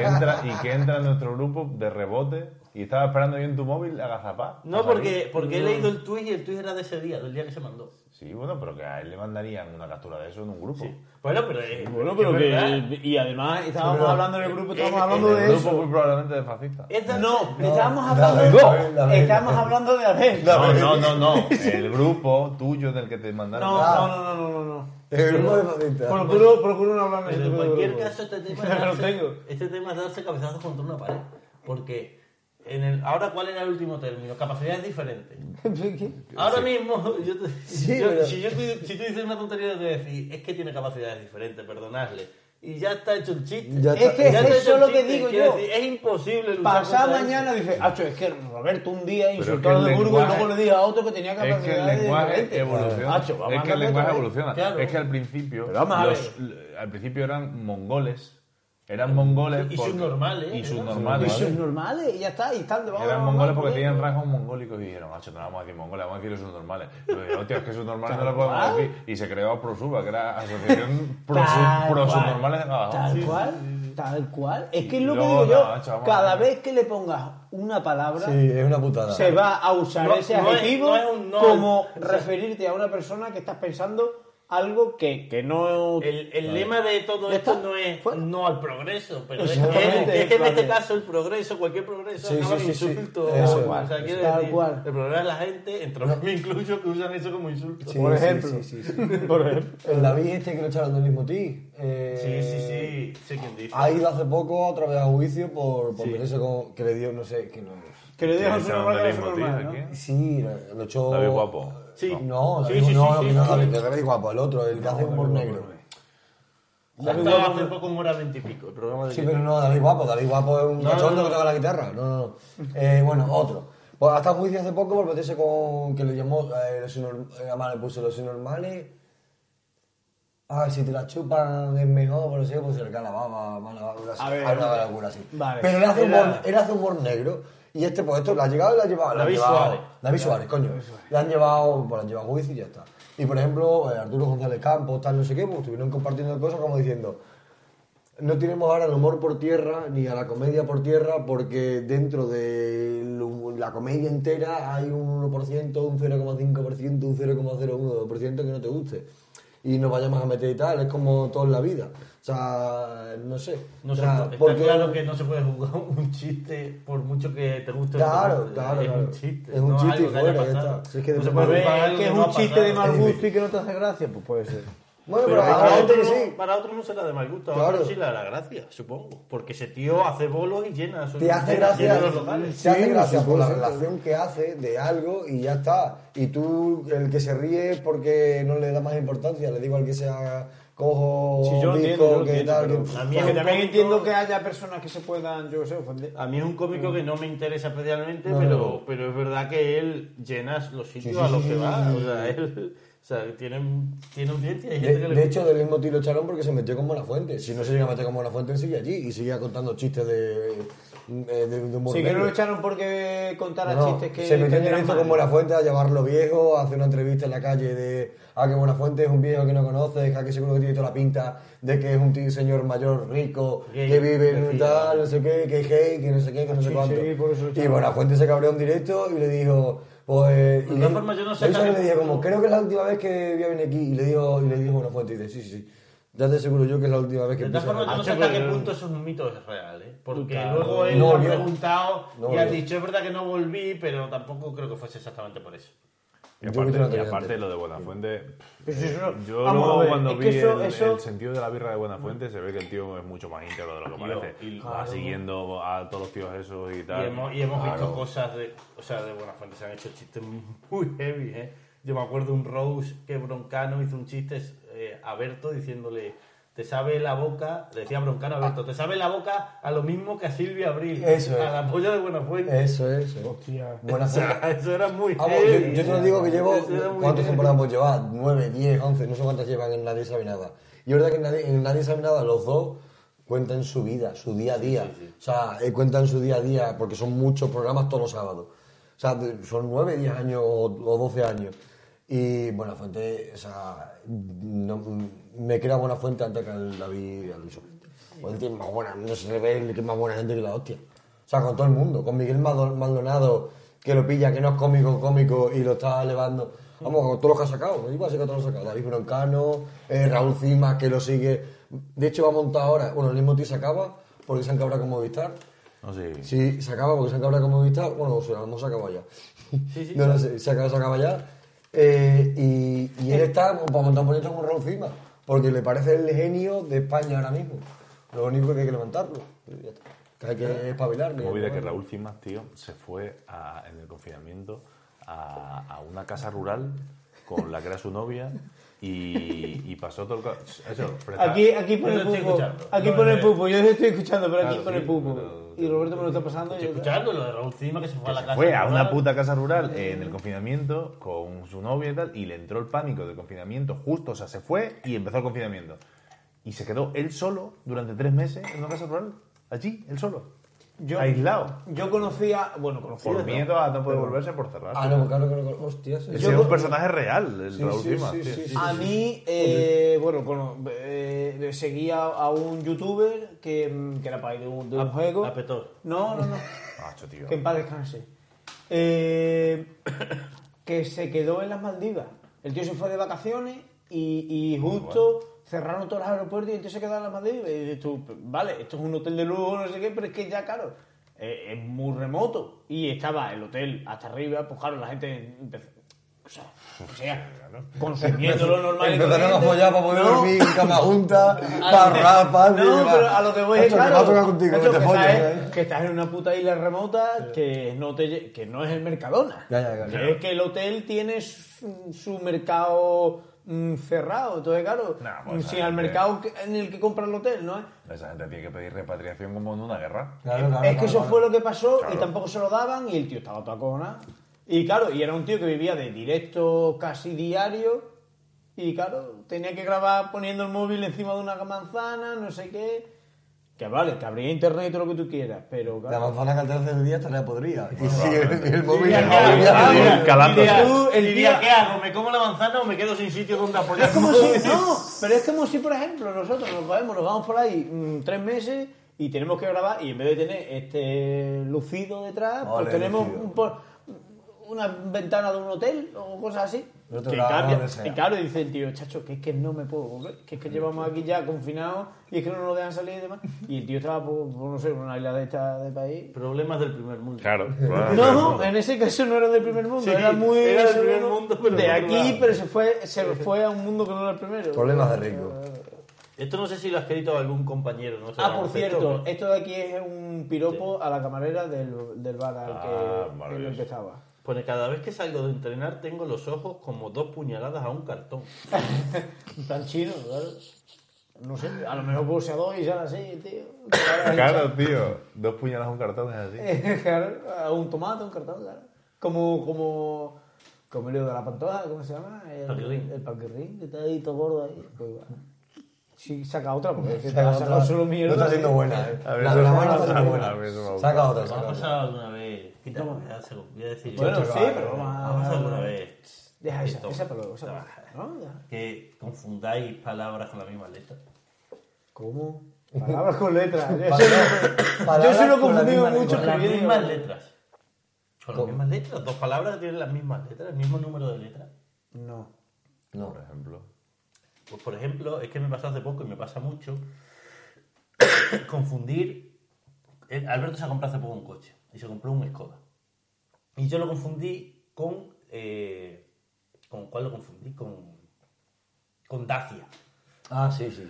C: entra, y que entra en nuestro grupo de rebote y estaba esperando yo en tu móvil agazapá.
A: No, porque, porque he leído el tweet y el tweet era de ese día, del día que se mandó.
C: Sí, bueno, pero que a él le mandarían una captura de eso en un grupo.
A: Sí. Bueno, pero. eh,
D: Bueno,
A: es
D: pero
A: verdad.
D: que. Y además, estábamos
B: Pero-
D: hablando en el grupo, estábamos
A: Eh,
D: hablando
C: En
D: de
C: el grupo
D: eso.
C: muy probablemente de fascistas.
D: Eh,
A: Es de-
D: No,
B: No,
D: estábamos
B: no,
D: hablando
B: no,
D: de
B: no, no, no,
D: Estábamos
B: no.
D: hablando de Abel.
C: No, no, no, no. El grupo tuyo del que te
D: No,
C: mandaron.
D: eh, no, no, no, no, no.
B: El grupo de fascistas.
D: Procuro, procuro no hablar de
A: Pero
D: ese
A: en
D: tipo de
A: cualquier
D: grupos.
A: caso, este tema,
D: Ya
A: es
D: lo
A: darse,
D: tengo.
A: este tema es darse cabezazos contra una pared. Porque en el, ahora, ¿cuál era el último término? Capacidades diferentes. Ahora mismo, yo te-
B: Sí,
A: yo-
B: pero-
A: si, yo, te- si tú dices una tontería, te voy a decir, es que tiene capacidades diferentes, perdonadle. Y ya está hecho el chiste.
B: Ya
D: Es
B: está-
D: que
A: Ya
D: es
A: está hecho
D: eso
A: el
D: lo que
A: chiste,
D: digo
A: quiero
D: yo.
A: decir, es imposible luchar
D: Pasado
A: contra
D: mañana
A: eso.
D: dice, Acho, es que Roberto un día
C: es
D: insultó
C: que el
D: al de Burgos y
C: lenguaje-
D: luego le dijo a otro que tenía
C: Es que el
D: capacidades
C: lenguaje
D: diferentes".
C: evoluciona.
D: Acho, vamos
C: es
D: a
C: que el
D: darle
C: lenguaje
D: otra vez.
C: evoluciona.
A: Claro.
C: Es que al principio.
D: Pero vamos a
C: los- l- al principio eran mongoles. Eran mongoles.
A: Y
C: porque-
A: subnormales,
C: Y
A: ¿eh?
C: subnormales.
D: Y normales, eh, y ya está, y están debajo
C: Eran
D: la
C: mongoles
D: mano
C: porque
D: corriendo.
C: tenían rasgos mongólicos y dijeron, macho, no vamos a decir mongoles, vamos a decir los subnormales. Y yo dije, hostia, es que subnormales no lo podemos decir. Y se creó ProSuba, que era Asociación
D: Tal
C: Prosu-
D: cual.
C: Prosubnormales de Navajo.
D: Tal
C: Sí, sí,
D: cual, tal cual. Es que es lo que
C: No,
D: digo
C: no,
D: yo.
C: macho, vamos
D: cada
C: a ver.
D: vez que le pongas una palabra,
B: Sí, es una putada.
D: se va a usar
A: No,
D: ese
A: no es-
D: adjetivo
A: no es un no.
D: como referirte a una persona que estás pensando algo que, que no...
A: El, el lema de todo
D: Ya
A: esto
D: está.
A: no es
D: Fue-
A: no al progreso, pero es,
D: Exactamente,
A: es- es que en este
D: claro.
A: caso el progreso, cualquier progreso,
B: Sí,
A: acaba
B: sí,
A: en
B: sí, sí.
A: insulto.
B: Eso,
A: o
D: cual,
A: sea, quiero
D: tal
A: decir,
D: cual.
A: El problema es la gente, entre los que incluyo, que usan eso como insulto.
B: Sí,
D: por,
B: sí,
D: ejemplo,
B: sí, sí, sí.
D: por ejemplo.
B: El David este que lo echaron del mismo ti.
A: Sí, sí,
B: eh,
A: sí, sé quién dice.
B: Ha ido hace poco otra vez a juicio por, por meterse con. que le dio, no sé, que no.
D: Que le digas
C: sí,
D: un
C: ese
D: normal que es
C: vandalismo,
D: normal,
C: tío,
D: ¿no?
C: aquí.
B: Sí, lo lo echó.
C: David Guapo.
A: Sí.
B: No,
A: Sí,
B: David-
A: sí,
B: no,
A: sí,
B: que
A: sí,
B: no,
A: sí.
B: David, que David Guapo, el otro, el que hace humor negro.
A: Ha estado hace poco en hora 20 y pico, el programa de
B: Sí,
A: que-
B: pero no, David Guapo, David Guapo es un
A: No,
B: cachondo
A: no, no.
B: que toca la guitarra. No, no, no. Eh, bueno, otro. Pues hasta juicio hace poco por meterse con. que le llamó. Eh, los inor- eh, además le puso los normales. Ah, si te la chupan es mejor, pero sí que puede la baba, mala baba,
D: A ver,
B: una
D: vale.
B: locura así.
D: Vale.
B: Pero él hace,
D: Era-
B: humor, él hace humor negro. Y este, pues esto, la ha llegado y la ha llevado. la han
A: David
B: llevado-
A: Suárez.
B: David Suárez, coño. La han llevado, bueno, la han llevado a juicio y ya está. Y por ejemplo, eh, Arturo González Campos, tal, no sé qué, pues estuvieron compartiendo cosas como diciendo, no tenemos ahora el humor por tierra ni a la comedia por tierra porque dentro de lo- la comedia entera hay un 1%, un 0,5%, un 0,01% que no te guste. Y nos vayamos a meter y tal, es como todo en la vida. O sea, no sé.
A: No
B: O
A: se,
B: sea,
A: está
B: porque-
A: claro que no se puede jugar un chiste por mucho que te guste. o no te
B: Claro,
A: guste.
B: claro,
A: Es
B: claro.
A: un chiste.
B: Es un
A: no
B: chiste
A: algo
B: y
A: que haya
B: fuera, ya
A: pasado.
B: está. Si es que
A: no se
B: depende-
A: puede
D: Pues,
A: jugar algo
D: que es
A: no ha
D: un chiste de
A: pasado.
D: mal gusto y que no te hace gracia, pues puede ser.
B: Bueno,
A: Pero
B: pero, a
A: para,
B: la gente
A: otros
B: que
A: no,
B: sí.
A: para otros no será de mal gusto, a
B: Claro.
A: otros sí le hará gracia, supongo. Porque ese tío hace bolos y llena su
B: Te hace
A: llena-
B: gracia,
A: llena los locales.
B: te hace
D: Sí,
B: gracia
D: sí,
B: por la
D: puede ser.
B: relación que hace de algo y ya está. Y tú, el que se ríe es porque no le da más importancia, le digo al que sea cojo,
D: Sí, yo
B: bico,
D: lo entiendo, yo lo
B: que
D: entiendo,
B: tal,
D: pero-
B: que-
A: a mí
D: Porque
A: es un
D: también
A: cómico-
D: entiendo que haya personas que se puedan, yo qué sé, ofender.
A: A mí es un cómico que no me interesa especialmente,
B: No,
A: pero,
B: no.
A: pero es verdad que él llena los sitios
B: sí,
A: a
B: sí,
A: los
B: sí,
A: que
B: sí,
A: va.
B: sí,
A: O
B: sí.
A: sea, él o sea, tiene, tiene audiencia y hay
B: De,
A: gente que
B: de
A: le
B: hecho, del mismo tiro echaron porque se metió con Buenafuente. Si no se llega a meter con Buenafuente, él sigue allí y seguía contando chistes de, de, de humor
D: Sí, que no
B: negro.
D: lo echaron porque contara
B: Pues No,
D: chistes que.
B: se metió en
D: que eran
B: directo con
D: malos.
B: Buenafuente a llamarlo viejo, a hacer una entrevista en la calle de ah, que Buenafuente es un viejo que no conoces, ah, que seguro que tiene toda la pinta de que es un tío- señor mayor rico,
A: Gay,
B: que vive en un
A: decía.
B: tal, no sé qué, que es gay, que no sé qué, que no sé
D: Sí,
B: cuánto.
D: sí, por eso lo
B: y
D: echaron.
B: Buenafuente se cabreó en directo y le dijo, pues...
A: De
B: y
A: todas
B: le-
A: formas, yo no sé
B: le hizo
A: qué-
B: que le dijo como, creo que es la última vez que voy a venir aquí, y le dijo, y le dijo Buenafuente, y dice, sí, sí, sí, ya te aseguro yo que es la última vez que
A: De todas
B: piso
A: formas, yo no sé
D: Macho,
A: hasta qué
D: pero-
A: punto eso es un mito es real, ¿eh? Porque
D: Puta,
A: luego él
B: no
A: lo ha
B: volvió.
A: preguntado
B: No
A: y ha
B: volvió.
A: dicho, es verdad que no volví, pero tampoco creo que fuese exactamente por eso.
C: Y
B: Yo creo que
C: aparte,
B: no
C: y
B: tenía
C: aparte
B: antes.
C: lo de Buenafuente.
D: Pero si Pues eso no-
C: Yo
D: vamos a
C: luego
D: ver,
C: cuando
D: es
C: vi
D: que eso-
C: el,
D: eso-
C: el sentido de la birra de Buenafuente se ve que el tío es mucho más íntegro de lo que parece. Y va siguiendo a todos los tíos esos y
A: Y
C: tal.
A: hemos, y hemos visto cosas de. O sea, de buena fuente se han hecho chistes muy heavy, ¿eh? Yo me acuerdo un Rose que Broncano hizo un chiste eh, a Berto diciéndole. Te sabe la boca, le decía Broncano a Berto, te sabe la boca a lo mismo que a Silvia Abril.
B: Eso es.
A: A la polla de Buenafuente.
B: Eso, eso.
D: Hostia.
B: Buenafuente.
A: Ah, Eso era muy
B: Ah, bueno,
A: heavy.
B: yo, yo te lo digo que llevo.
A: Eso era muy
B: ¿Cuántas
A: heavy.
B: temporadas hemos llevado? 9, 10, 11, no sé cuántas llevan en Nadie sabe nada. Y es verdad que en Nadie, en Nadie sabe nada los dos cuentan su vida, su día a día. O sea, eh, cuentan su día a día porque son muchos programas todos los sábados. O sea, de- son 9, 10 años o, o 12 años. Y Buenafuente, o sea, no- me crea Buenafuente antes que al David Alonso. Buenafuente es más buena, no se le ve ni que es más buena gente que la hostia. O sea, con todo el mundo, con Miguel Mado- Maldonado, que lo pilla, que no es cómico, cómico, y lo está elevando. Vamos, con todos los que ha sacado, pues igual sí que todos los ha sacado. David Broncano, eh, Raúl Cimas, que lo sigue. De hecho, va a montar ahora, bueno, el mismo tío se acaba, porque se han cabrado con Movistar.
C: No sé.
B: Sí, se acaba porque se acaba como vista. Bueno, pues, o sea, no se acaba ya. no, no, se, se acaba, se acaba ya. Eh, y, y él está pues, para montar un proyecto con Raúl Cima, porque le parece el genio de España ahora mismo. Lo único que hay que levantarlo. y ya está. Que hay que espabilar.
C: Como vida que Raúl Cimas, tío, se fue a- en el confinamiento a, a una casa rural con la que era su novia y, y pasó todo el... ca- Eso, presta-
D: Aquí, aquí pone
A: Yo
D: el
A: lo estoy
D: pupo.
A: escuchando.
D: Aquí
A: No,
D: pone
A: eh,
D: el pupo. Yo lo estoy escuchando, pero aquí
C: claro,
D: pone
C: sí,
D: el pupo.
C: pero-
D: y Roberto me lo está pasando. y
A: Estoy
D: yo-
A: escuchando lo de Raúl Cima que se fue a la casa.
C: Fue a una
A: rural.
C: puta casa rural eh, en el confinamiento con su novia y tal, y le entró el pánico del confinamiento justo, o sea, se fue y empezó el confinamiento. Y se quedó él solo durante tres meses en una casa rural, allí, él solo,
D: Yo-
C: aislado,
D: Yo conocía. Bueno, conocía.
C: por miedo a no poder volverse por cerrar.
B: Ah, no, claro, claro, claro. Hostias.
C: Ese
B: yo-
C: es un personaje real, el
B: Sí,
C: Raúl
B: sí,
C: Cimas,
B: sí,
C: tío.
B: sí, sí.
D: A mí, eh, bueno, cono- eh, le seguía a un youtuber que, mm, que era para ir de un, de un
A: A-
D: juego.
A: a Petor.
D: No, no, no.
C: Macho, tío.
D: que en paz descanse. Eh, que se quedó en las Maldivas. El tío se fue de vacaciones y, y justo cerraron todos los aeropuertos y el tío se quedó en las Maldivas. Y dices tú, vale, esto es un hotel de lujo, no sé qué, pero es que ya, claro, eh, es muy remoto. Y estaba el hotel hasta arriba, pues claro, la gente empezó- O sea, o sea, consumiendo lo normal. y
B: Empezaron a
D: corriente.
B: follar para poder
D: No,
B: dormir en cama junta,
D: a
B: para
D: lo que-
B: ahorrar, para
D: No, pero a lo que voy es
B: Esto
D: claro,
B: va a tocar contigo,
D: macho,
B: que te
D: que,
B: follas.
D: estás,
B: ¿eh?
D: en- que estás en una puta isla remota que no, te, lle- que no es el Mercadona.
B: Ya, ya, ya,
D: Que
B: claro.
D: Es que el hotel tiene su, su mercado mm, cerrado. Entonces, claro, mm,
C: Nah, pues,
D: si
C: nada,
D: al
C: que-
D: mercado que- en el que compra el hotel, ¿no es?
C: Esa gente tiene que pedir repatriación como en una guerra.
B: Claro, claro,
D: es que
B: claro,
D: eso
B: claro.
D: fue lo que pasó y
C: Claro.
D: tampoco se lo daban y el tío estaba todo acojonado. Y claro, y era un tío que vivía de directo casi diario y claro, tenía que grabar poniendo el móvil encima de una manzana, no sé qué. Que vale, que habría internet y todo lo que tú quieras, pero
B: La
D: claro...
B: manzana que al tercer día estaría podrida. Y si el, el móvil...
A: Diría,
B: el
A: ¿qué hago?
B: móvil-
A: Ah,
C: móvil
A: mira,
C: calándose.
A: diría-
D: Tú, el
A: Diría,
D: día-
A: ¿qué hago? ¿Me como la manzana o me quedo sin sitio donde apoyar?
D: Es como si, no, pero es como si, por ejemplo, nosotros nos vamos, nos vamos por ahí mm, tres meses y tenemos que grabar y en vez de tener este lucido detrás, pues
B: Ole,
D: tenemos
B: lucido.
D: un por- una ventana de un hotel o cosas así.
B: Nosotros
D: Que
B: grabamos
D: cambia.
B: donde sea.
D: Y claro, dice el tío, chacho, que es que no me puedo volver, que es que llevamos aquí ya confinados y es que no nos dejan salir y demás. Y el tío estaba, por, por, no sé, por una isla de esta de país.
A: Problemas del primer mundo.
C: Claro.
D: No, en ese caso no era del primer mundo,
A: Sí,
D: era muy
A: era del
D: ese
A: primer
D: mundo
A: mundo, pero
D: de
A: no
D: aquí,
A: claro.
D: pero se fue, se fue a un mundo que no era el primero.
B: Problemas de rico.
A: Esto no sé si lo ha escrito algún compañero. No sé,
D: Ah,
A: Francisco,
D: por cierto,
A: que-
D: esto de aquí es un piropo a la camarera del, del bar al
C: Ah,
D: que, que lo
C: maravilloso.
D: empezaba.
A: Pone, pues cada vez que salgo de entrenar tengo los ojos como dos puñaladas a un cartón.
D: Tan chino, claro. No sé, a lo mejor boxeador y ya así, tío.
C: Claro, tío. Dos puñalas a un cartón es
B: Eh.
C: así.
D: claro, a un tomate, un cartón, claro. Como, como, como el lío de la pantoja, ¿cómo se llama? El
A: Paquirrín.
D: El paquirrín, que está ahí todo gordo ahí. Pues igual. Sí, saca otra, porque es que
B: Saca
D: te ha sacado
B: otra.
D: solo mierda.
B: No está siendo
D: tío.
B: buena, eh.
C: A ver,
B: la
C: no,
B: la buena
C: no,
B: está siendo
C: no, a ver, no,
B: buena. Saca otra,
A: Nos
B: saca
A: ha
B: otra.
A: pasado alguna vez. Quita, ya se lo voy a decir yo.
D: Bueno, sí,
B: chaval,
D: pero vamos
A: Ha pasado alguna
D: a...
A: vez.
B: eh.
D: Deja esa,
A: Esto.
D: esa para luego, esa
B: Ah.
D: para luego, ¿no? Ya.
A: Que confundáis palabras con la misma letra.
D: ¿Cómo? Palabras con letras. Yo
B: Palabras-
D: se lo- yo
B: palabras
D: se lo he
B: con la
D: confundido
B: misma
D: mucho
A: Con las
D: escribiendo.
A: mismas letras. Con las
B: ¿Cómo?
A: mismas letras. Dos palabras que tienen las mismas letras, el mismo número de letras.
D: No.
B: No.
C: Por ejemplo.
A: Pues por ejemplo, es que me pasó hace poco y me pasa mucho confundir. eh, Alberto se ha comprado hace poco un coche y se compró un Skoda. Y yo lo confundí con. eh, ¿Con cuál lo confundí? Con. Con Dacia.
B: Ah, sí, sí.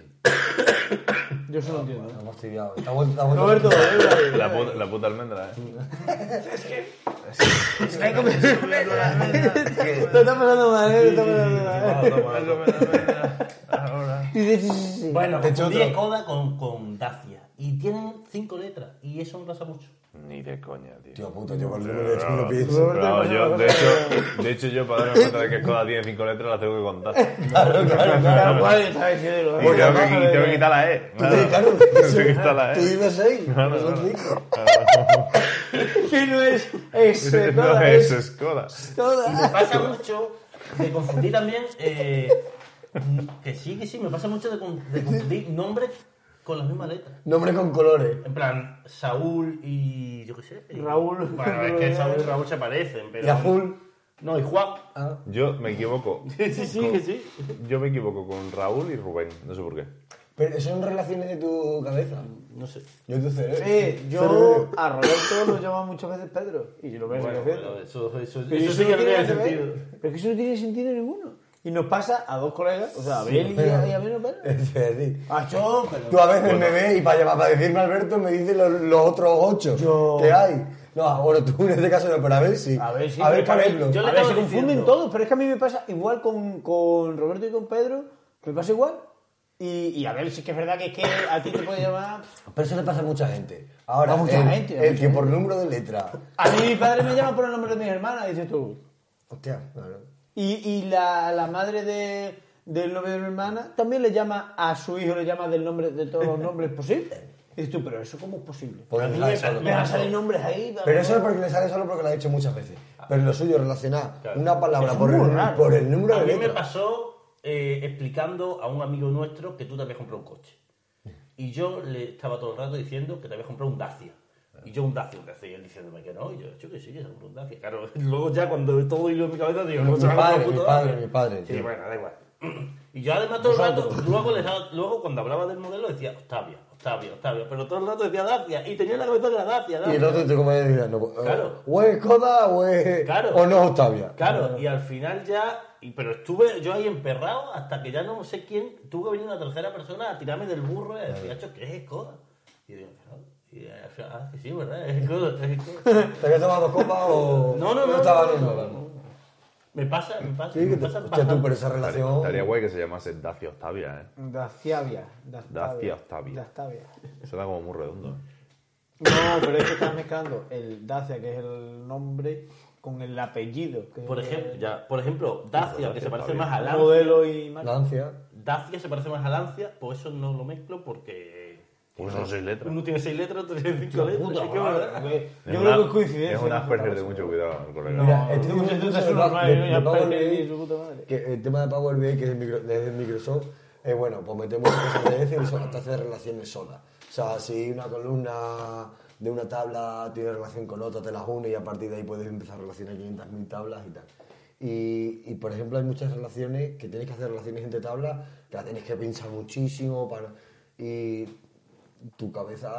D: Yo se lo entiendo.
B: Hemos fastidiado. Está buen, está buen.
D: Roberto, eh,
C: La puta, la puta almendra, ¿eh?
D: te está pasando mal, eh, te está pasando mal.
C: Ahora.
D: Sí, sí, sí, sí, sí.
A: Bueno,
B: Te echo
A: confundí
B: otro.
A: Skoda con, con Dacia. Y tienen cinco letras. Y eso me pasa mucho.
C: Ni de coña, tío.
B: Tío puta, yo con el número de hecho no pienso.
C: Pero vamos, yo, de, hecho, de hecho, yo para darme cuenta de que Skoda tiene cinco letras las tengo que contar.
B: Claro, claro, claro.
D: Tal cual, ¿sabes? Sí, lo-
C: Y tengo que, y tengo que quitar la E.
B: Sí, claro.
C: Tengo que quitar la
B: Tú
C: E.
B: dices seis.
C: Claro,
B: pero son
C: claro.
B: cinco.
D: Que no es ese,
C: No
D: toda,
C: es
D: es
C: Skoda.
D: toda.
A: Pasa mucho Me confundí también. eh, que sí, que sí, me pasa mucho de, con- de confundir nombres con las mismas letras.
B: Nombre con colores.
A: En plan, Saúl y. Yo qué sé. y-
D: Raúl.
A: Bueno, es que Saúl y Raúl se parecen, pero.
B: Y azul.
A: No, y Juan.
B: Ah,
C: Yo me equivoco.
A: Sí, sí, sí,
C: con-
A: que sí.
C: Yo me equivoco con Raúl y Rubén, no sé por qué.
B: pero son relaciones de tu cabeza.
A: No sé.
B: Yo tu cerebro.
D: Eh, yo
B: Cerebro.
D: a Roberto lo llama muchas veces Pedro. Y yo lo veo
A: Bueno,
D: así, Pedro.
A: bueno, eso, eso,
D: Pero
A: eso sí que no tiene
D: nada que ver.
A: sentido.
D: Pero es que eso no tiene sentido ninguno. Y nos pasa a dos colegas, o sea, a Beli y
B: pero-
D: a- y a mí no pasa.
B: Es decir,
D: A Eh, yo, pero...
B: tú a veces me ves y para, llamar- para decirme Alberto me dices los, los otros ocho
D: Yo-
B: que hay. No, bueno, tú en este caso no, pero a ver si.
D: A ver si-
B: A ver,
D: pero-
B: Carlos.
A: yo
D: a
A: le
D: ver,
A: acabo
D: se
A: de
D: confunden
A: decirlo.
D: todos, pero es que a mí me pasa igual con, con Roberto y con Pedro, me pasa igual. Y, y a ver, si es que es verdad que, es que a ti te puede llamar...
B: Pero eso le pasa a mucha gente. Ahora,
D: A mucha
B: el,
D: gente, a
B: el
D: mucha
B: que por número de letra.
D: A mí mi padre me llama por el nombre de mis hermanas, dices tú.
B: Hostia, claro.
D: Y, y la, la madre de, del novio de mi hermana también le llama a su hijo, le llama del nombre de todos los nombres posibles. Y dices tú, pero eso cómo es posible?
B: Por
A: mí
B: el
A: me-
B: sale solo.
D: Me van a salir nombres ahí. va-
B: Pues Pero eso es porque le sale solo porque lo ha hecho muchas veces. Pero lo suyo, relacionar
A: Claro.
B: una palabra
D: Es
B: por
D: muy
B: el,
D: raro.
B: por el número
A: A
B: de
A: mí me
B: letra.
A: pasó eh, explicando a un amigo nuestro que tú te habías comprado un coche. Y yo le estaba todo el rato diciendo que te habías comprado un Dacia. Y yo un Dacia, un Dacia. Y él diciéndome que no. Y yo, yo que sí, que se compró un Dacia. Claro, luego ya cuando todo hilo en mi cabeza digo...
B: Mi
A: "No, se va a comprar
B: padre,
A: un
B: mi
A: puto
B: padre,
A: Dacia".
B: mi padre.
A: Sí,
B: tío.
A: bueno, da igual. Y yo además todo el rato, luego, les ha- luego cuando hablaba del modelo decía Octavia, Octavia, Octavia. Pero todo el rato decía Dacia. Y tenía en la cabeza que era Dacia,
B: Y
A: Dacia.
B: el otro te como dirá, no, pues,
A: Claro.
B: o es Coda o es...
A: Claro.
B: O no es Octavia.
A: Claro, y al final ya. y- pero estuve yo ahí emperrado hasta que ya no sé quién. Tuvo que venir una tercera persona a tirarme del burro y a decir, "Acho, ¿qué es Coda? Y digo, "Claro". Y al final, ah, que sí, ¿verdad? Es Coda, es Coda.
B: ¿Te habías tomado dos copas o...?
A: No, no, no.
B: estaba
A: no, no,
B: hablando?
A: no. Me pasa, me pasa.
B: Sí,
A: me
B: que te...
A: pasa
B: Hostia, tú,
A: bastante.
B: pero esa
C: Estaría,
B: relación...
C: estaría guay que se llamase Dacia Octavia, ¿eh?
D: Daciavia.
C: Dacia Octavia.
D: Daciavia.
C: ¿eh? Suena como muy redondo. ¿eh?
D: No, pero es que estás mezclando el Dacia, que es el nombre, con el apellido. Que
A: Por
D: es
A: ejemplo, ya, por ejemplo, Dacia, que se parece más a
D: el
A: Lancia.
D: modelo y marca.
B: Lancia.
A: Dacia se parece más a Lancia, pues eso no lo mezclo porque.
C: Pues son seis letras.
A: Uno tiene seis letras, otro tiene cinco letras.
D: Puta
A: así que,
D: madre,
A: ¿verdad?
D: porque Yo
C: Es
D: creo que
C: una-
D: es coincidencia.
C: Es una
D: ¿no?
C: especie de mucho cuidado, colega.
B: Mira,
D: No,
B: estoy
D: tú-
B: muy
D: tú- tú
B: de,
D: eres un
B: de,
D: armario,
B: de
D: ya
B: Power
D: perdí
B: BI,
D: eh, su puta madre.
B: que el tema de Power BI, que es el micro- desde Microsoft, es bueno, pues metemos cosas de Excel y solo te hace relaciones solas. O sea, si una columna de una tabla tiene relación con otra, te las une y a partir de ahí puedes empezar a relacionar 500.000 tablas y tal. Y, y, por ejemplo, hay muchas relaciones que tienes que hacer relaciones entre tablas, que las tienes que pensar muchísimo para... Y tu cabeza,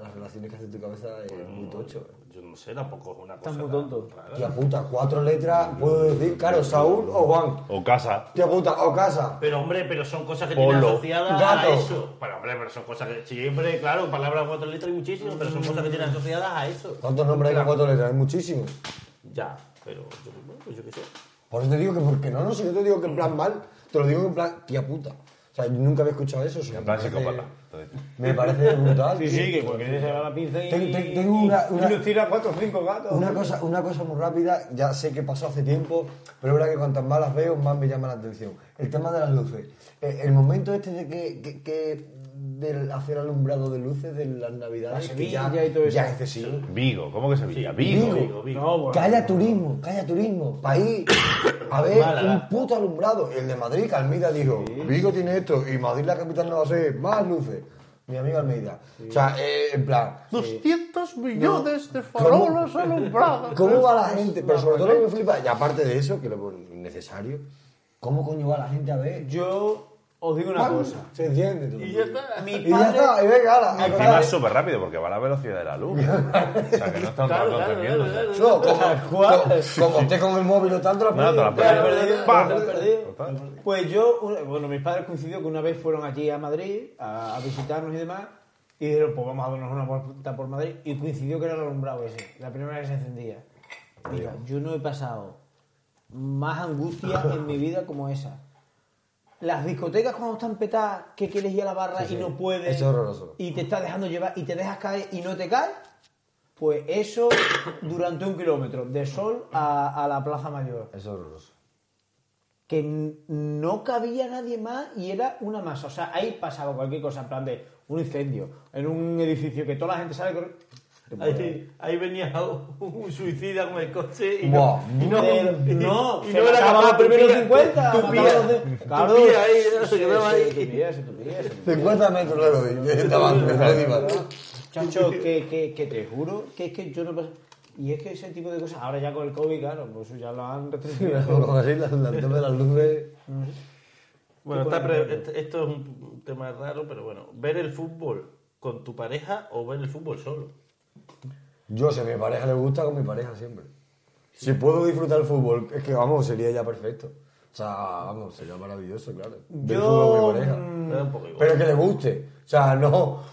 B: las relaciones que hace tu cabeza es muy tocho. ¿eh?
A: Yo no sé, tampoco es una cosa.
D: Estás muy
A: tan
D: tonto.
A: rara.
B: Tía puta, cuatro letras, puedo decir, claro, Saúl o Juan.
C: O casa.
B: Tía puta, o casa.
A: Pero hombre, pero son cosas que
C: Polo.
A: tienen asociadas a
B: Gato.
A: eso. Pero hombre, pero son cosas que siempre, claro, palabras cuatro letras y muchísimo, pero son cosas que tienen asociadas a eso.
B: ¿Cuántos nombres hay con cuatro letras? Hay muchísimos.
A: Ya, pero yo, bueno, pues yo qué sé.
B: Por eso te digo que, porque no, no, si no te digo que en plan mal, te lo digo en plan, tía puta. O sea, yo nunca había escuchado eso. eso
C: En
B: me
C: plan
B: parece-
C: psicópata. Entonces,
B: Me parece brutal.
D: Sí,
B: tío.
D: sí, que porque se va la pinza y,
B: Ten- ten- tengo una-
D: y
B: una-
D: nos tira cuatro o cinco gatos.
B: Una cosa, una cosa muy rápida, ya sé que pasó hace tiempo, pero es verdad que cuantas más las veo, más me llama la atención. El tema de las luces. Eh, El momento este de que, que- que- del hacer alumbrado de luces de las navidades,
D: La
B: que
D: Sevilla y todo eso.
B: ya es excesivo.
C: Vigo, ¿cómo que se Sevilla?
A: Vigo,
C: Vigo.
A: Vigo.
D: No, bueno.
B: Que haya turismo, que haya turismo. País, a ver,
A: Málaga.
B: un puto alumbrado. El de Madrid, que Almeida dijo, Vigo tiene esto y Madrid la capital no va a ser, más luces. Mi amigo Almeida. O sea, eh, en plan,
C: 200 millones de
B: farolas
C: alumbrados.
B: ¿cómo va la gente? Pero sobre todo lo que me flipa, y aparte de eso, que lo necesario, ¿cómo coño va la gente a ver?
D: Yo os digo una cosa.
B: Se enciende tú. Y ya está.
D: Mi
B: Y ya está, y venga, ala, a
C: Encima
B: cortar.
C: es súper rápido porque va a la velocidad de la luz. o sea que no
A: Claro,
C: están tan
A: claro,
C: concebiendo.
A: claro, claro.
B: No, como,
D: Tal cual.
B: como- como usted con el móvil o tanto, la
C: Nada, te la
D: Claro,
C: Perdido.
D: perdido,
C: ¡Pam!
D: total perdido.
C: Total.
D: Pues yo, un- bueno, mis padres coincidió que una vez fueron allí a Madrid a, a visitarnos y demás, y dijeron, pues vamos a darnos una vuelta por Madrid, y coincidió que era el alumbrado ese, la primera vez que se encendía. Mira, yo no he pasado más angustia en mi vida como esa. Las discotecas cuando están petadas, que quieres ir a la barra
B: Sí, sí.
D: y no puedes,
B: Eso es horroroso.
D: y te estás dejando llevar y te dejas caer y no te caes, pues eso durante un kilómetro, de sol a, a la Plaza Mayor
B: Es horroroso.
D: que n- no cabía nadie más y era una masa. O sea, ahí pasaba cualquier cosa, en plan de un incendio, en un edificio que toda la gente sabe correr.
A: Ahí, ahí venía un suicida con el coche y
B: Buah,
A: no, y no,
D: pero-
A: y-
D: no,
A: y
D: se
A: no era
D: mataba
A: capaz
D: los primeros
A: tupía,
D: 50,
A: tupía,
D: mataba los de-
A: tupía
D: claro.
A: ahí, se quedaba ahí.
D: Tupía, se tupía, se tupía.
B: 50 metros luego de de esta banda, de arriba.
D: Chacho, que, que, que te juro que es que yo no paso. Y es que ese tipo de cosas, ahora ya con el COVID, claro, pues eso ya lo han restringido.
B: Como así, la- la- el tema de las luces.
A: Bueno,
D: ¿Qué
A: está
D: ponen?
A: pre- este- esto es un tema raro, pero bueno, ver el fútbol con tu pareja o ver el fútbol solo.
B: Yo, si a mi pareja le gusta, con mi pareja siempre. Si puedo disfrutar el fútbol, es que vamos, sería ya perfecto. O sea, vamos, sería maravilloso, claro. Ver
D: Yo,
B: fútbol con mi pareja.
A: Me da un poco igual.
B: Pero que le guste. O sea, no.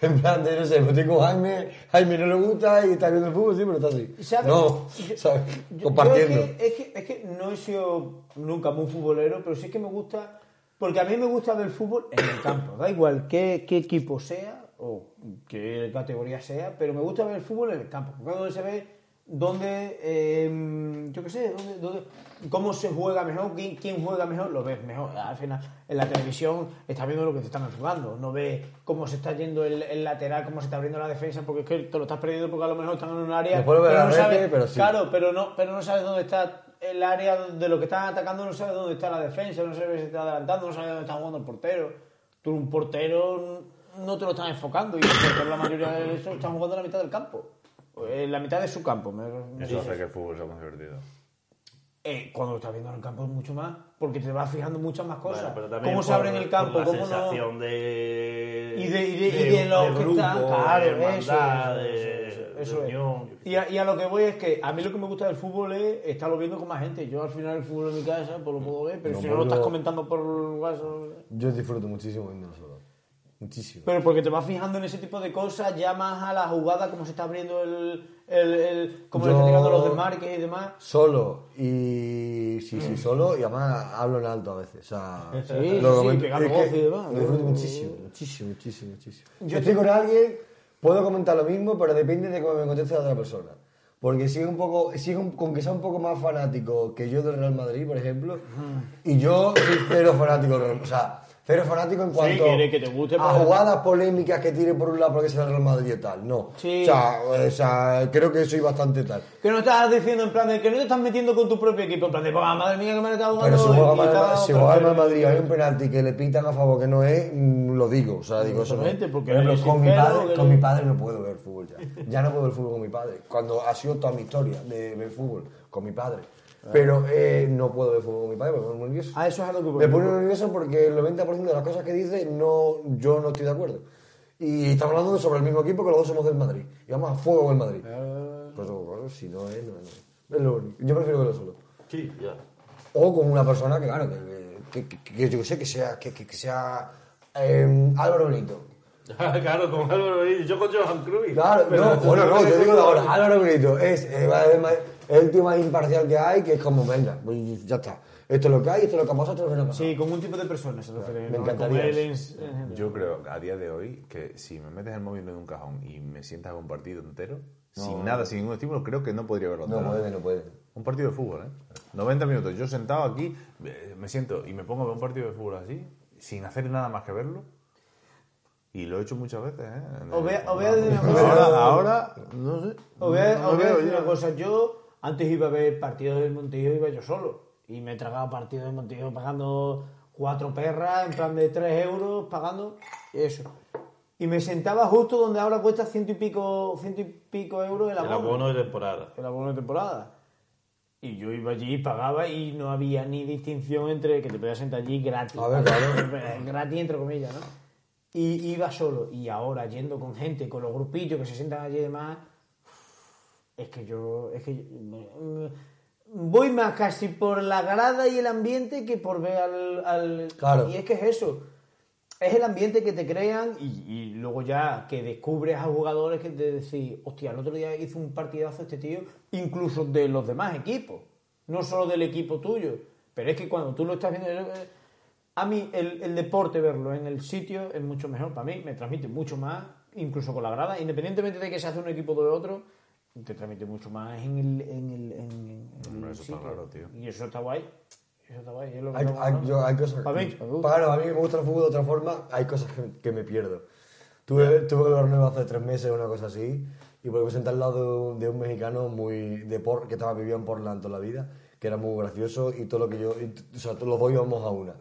B: En plan de, no sé, me estoy con Jaime, Jaime no le gusta y está viendo el fútbol, sí, pero está así.
D: ¿Sabes?
B: No,
D: Yo-
B: ¿sabes?
D: Yo- yo
B: Compartiendo.
D: es, que, es, que, es que no he sido nunca muy futbolero, pero sí que me gusta. Porque a mí me gusta ver fútbol en el campo. Da igual qué, qué equipo sea o qué categoría sea, pero me gusta ver el fútbol en el campo. Porque es donde se ve dónde. eh, yo qué sé, dónde, dónde- cómo se juega mejor, quién, quién juega mejor, lo ves mejor. Al final, en la televisión estás viendo lo que te están enfocando. No ves cómo se está yendo el, el lateral, cómo se está abriendo la defensa, porque es que te lo estás perdiendo porque a lo mejor están en un área.
B: Después lo ves
D: pero
B: la
D: no
B: rete,
D: sabes-
B: pero sí.
D: Claro, pero no, pero no sabes dónde está el área de lo que están atacando, no sabes dónde está la defensa, no sabes si está adelantando, no sabes dónde está jugando el portero. Tú un portero no te lo están enfocando y el portero la mayoría de eso están jugando en la mitad del campo. En la mitad de su campo. me- me
C: Eso hace
D: dice.
C: que el fútbol sea muy divertido.
D: Eh, cuando lo estás viendo en el campo es mucho más, porque te vas fijando muchas más cosas.
A: Bueno, pero también
D: cómo se
A: por-
D: abre en el campo,
A: por
D: cómo
A: la sensación
D: no.
A: de...
D: Y de, y de, y de los que
A: grupo,
D: están.
A: de
D: Claro, eso,
A: hermandad,
D: eso,
A: de-
D: eso,
A: de
D: eso es.
A: unión.
D: Y a, y a lo que voy es que a mí lo que me gusta del fútbol es estarlo viendo con más gente. Yo al final el fútbol en mi casa, pues lo puedo ver, pero
B: No,
D: si no
B: pues
D: lo
B: yo-
D: estás comentando por WhatsApp.
B: Yo disfruto muchísimo viendo solo. Muchísimo.
D: Pero porque te vas fijando en ese tipo de cosas, ya más a la jugada, cómo se está abriendo el. el, el cómo le
B: Yo-
D: están tirando los desmarques y demás.
B: Solo y sí, sí, solo y además hablo en alto a veces. O sea,
D: Mm. Sí, sí,
B: comento-
D: pegando
B: es
D: voces
B: que
D: y demás.
B: Lo disfruto muchísimo, muchísimo, muchísimo, muchísimo. Yo estoy con alguien, puedo comentar lo mismo, pero depende de cómo me conteste la otra persona. Porque si es un poco, si es un- con que sea un poco más fanático que yo del Real Madrid, por ejemplo, y yo soy cero fanático del Real- o sea, cero fanático en cuanto
D: quiere que te guste,
B: a
D: pero-
B: jugadas polémicas que tire por un lado porque sea el Real Madrid y tal, no.
D: Sí.
B: O, sea, o sea, creo que soy bastante tal.
D: Que no estás diciendo en plan de que no te estás metiendo con tu propio equipo, en plan de, "Buah, madre mía, que me han estado
B: Pero
D: jugando.
B: si
D: y
B: juega, mal,
D: estaba
B: si
D: otro".
B: juega mal Madrid hay un penalti que le pitan a favor que no es, mm, lo digo. O sea, digo eso. no es.
D: Exactamente, porque
B: Por ejemplo,
D: eres
B: con, mi
D: sincero,
B: padre,
D: que
B: con
D: no-
B: mi padre no puedo ver fútbol ya. Ya no puedo ver fútbol con mi padre. Cuando ha sido toda mi historia de ver fútbol con mi padre. Pero eh, no puedo ver fútbol con mi padre, me pongo nervioso.
D: Ah, eso es algo que
B: Me pone nervioso porque el 90% de las cosas que dice no, yo no estoy de acuerdo. Y estamos hablando de sobre el mismo equipo que los dos somos del Madrid. Y vamos a fuego con el Madrid.
D: Ah.
B: Pues bueno, si no es, no es. no es. Es lo único. Yo prefiero verlo solo.
A: Sí, ya.
B: O con una persona que, claro, que, que, que- que yo sé, que sea, que, que- que sea eh, Álvaro Benito.
A: claro, con Álvaro Benito. Yo con Johan Cruyff.
B: Claro,
A: Pero
B: no,
A: tú
B: bueno, no,
A: sabes
B: te
A: que
B: digo de
A: tú-
B: ahora, Álvaro Benito es, eh, va- es ma- es el tío más imparcial que hay, que es como, venga, pues ya está. Esto es lo que hay, esto es lo que pasa, esto es lo que no pasa.
D: Sí, con un tipo de personas se refiere.
B: Me
D: ¿no?
B: encantaría
D: Con él
B: eso.
D: en- en-
C: Yo creo a día de hoy que si me metes el móvil en un cajón y me sientas a un partido entero, sin nada, sin ningún estímulo, creo que no podría verlo.
B: eh. No
C: entero.
B: puede, no puede.
C: Un partido de fútbol, ¿eh? 90 minutos. Yo sentado aquí, eh, me siento y me pongo a ver un partido de fútbol así, sin hacer nada más que verlo. Y lo he hecho muchas veces, ¿eh? En
D: Os voy
C: el-
D: a- os voy a decir una cosa.
C: ahora, ahora, no sé.
D: Os voy a,
C: no
D: os voy a
C: veo
D: decir
C: yo.
D: una cosa. Yo antes iba a ver partidos del Montillo, iba yo solo. Y me tragaba partidos del Montillo pagando cuatro perras, en plan de tres euros, pagando y eso. Y me sentaba justo donde ahora cuesta ciento y pico, ciento y pico euros el
A: El
D: abono.
A: abono de temporada.
D: el abono de temporada. Y yo iba allí, pagaba y no había ni distinción entre que te podías sentar allí gratis.
B: A ver, claro.
D: Eh, Gratis, entre comillas, ¿no? Y iba solo. Y ahora, yendo con gente, con los grupillos que se sientan allí y demás, es que yo. Es que yo- mm, voy más casi por la grada y el ambiente que por ver al. al-
B: Claro.
D: Y es que es eso. Es el ambiente que te crean y, y luego ya que descubres a jugadores que te decís, hostia, el otro día hizo un partidazo este tío, incluso de los demás equipos, no solo del equipo tuyo. Pero es que cuando tú lo estás viendo, eh, a mí el, el deporte, verlo en el sitio, es mucho mejor para mí, me transmite mucho más, incluso con la grada, independientemente de que se hace un equipo de otro, te transmite mucho más en el, en el, en- en el
C: Hombre, eso está claro, tío.
D: Y eso está guay. Eso está guay. es lo que
B: Hay,
D: estamos
B: hay-
D: hablando.
B: yo- hay cosas
D: Pa' mí,
B: que-
D: pa' mí.
B: Claro, a mí me gusta el fútbol de otra forma, hay cosas que, que me pierdo. Tuve, tuve que ver nueva hace tres meses, una cosa así, y porque me senté al lado de un, de un mexicano muy de por, que estaba viviendo en Portland toda la vida, que era muy gracioso y todo lo que yo, y t- o sea, todos los dos íbamos a una.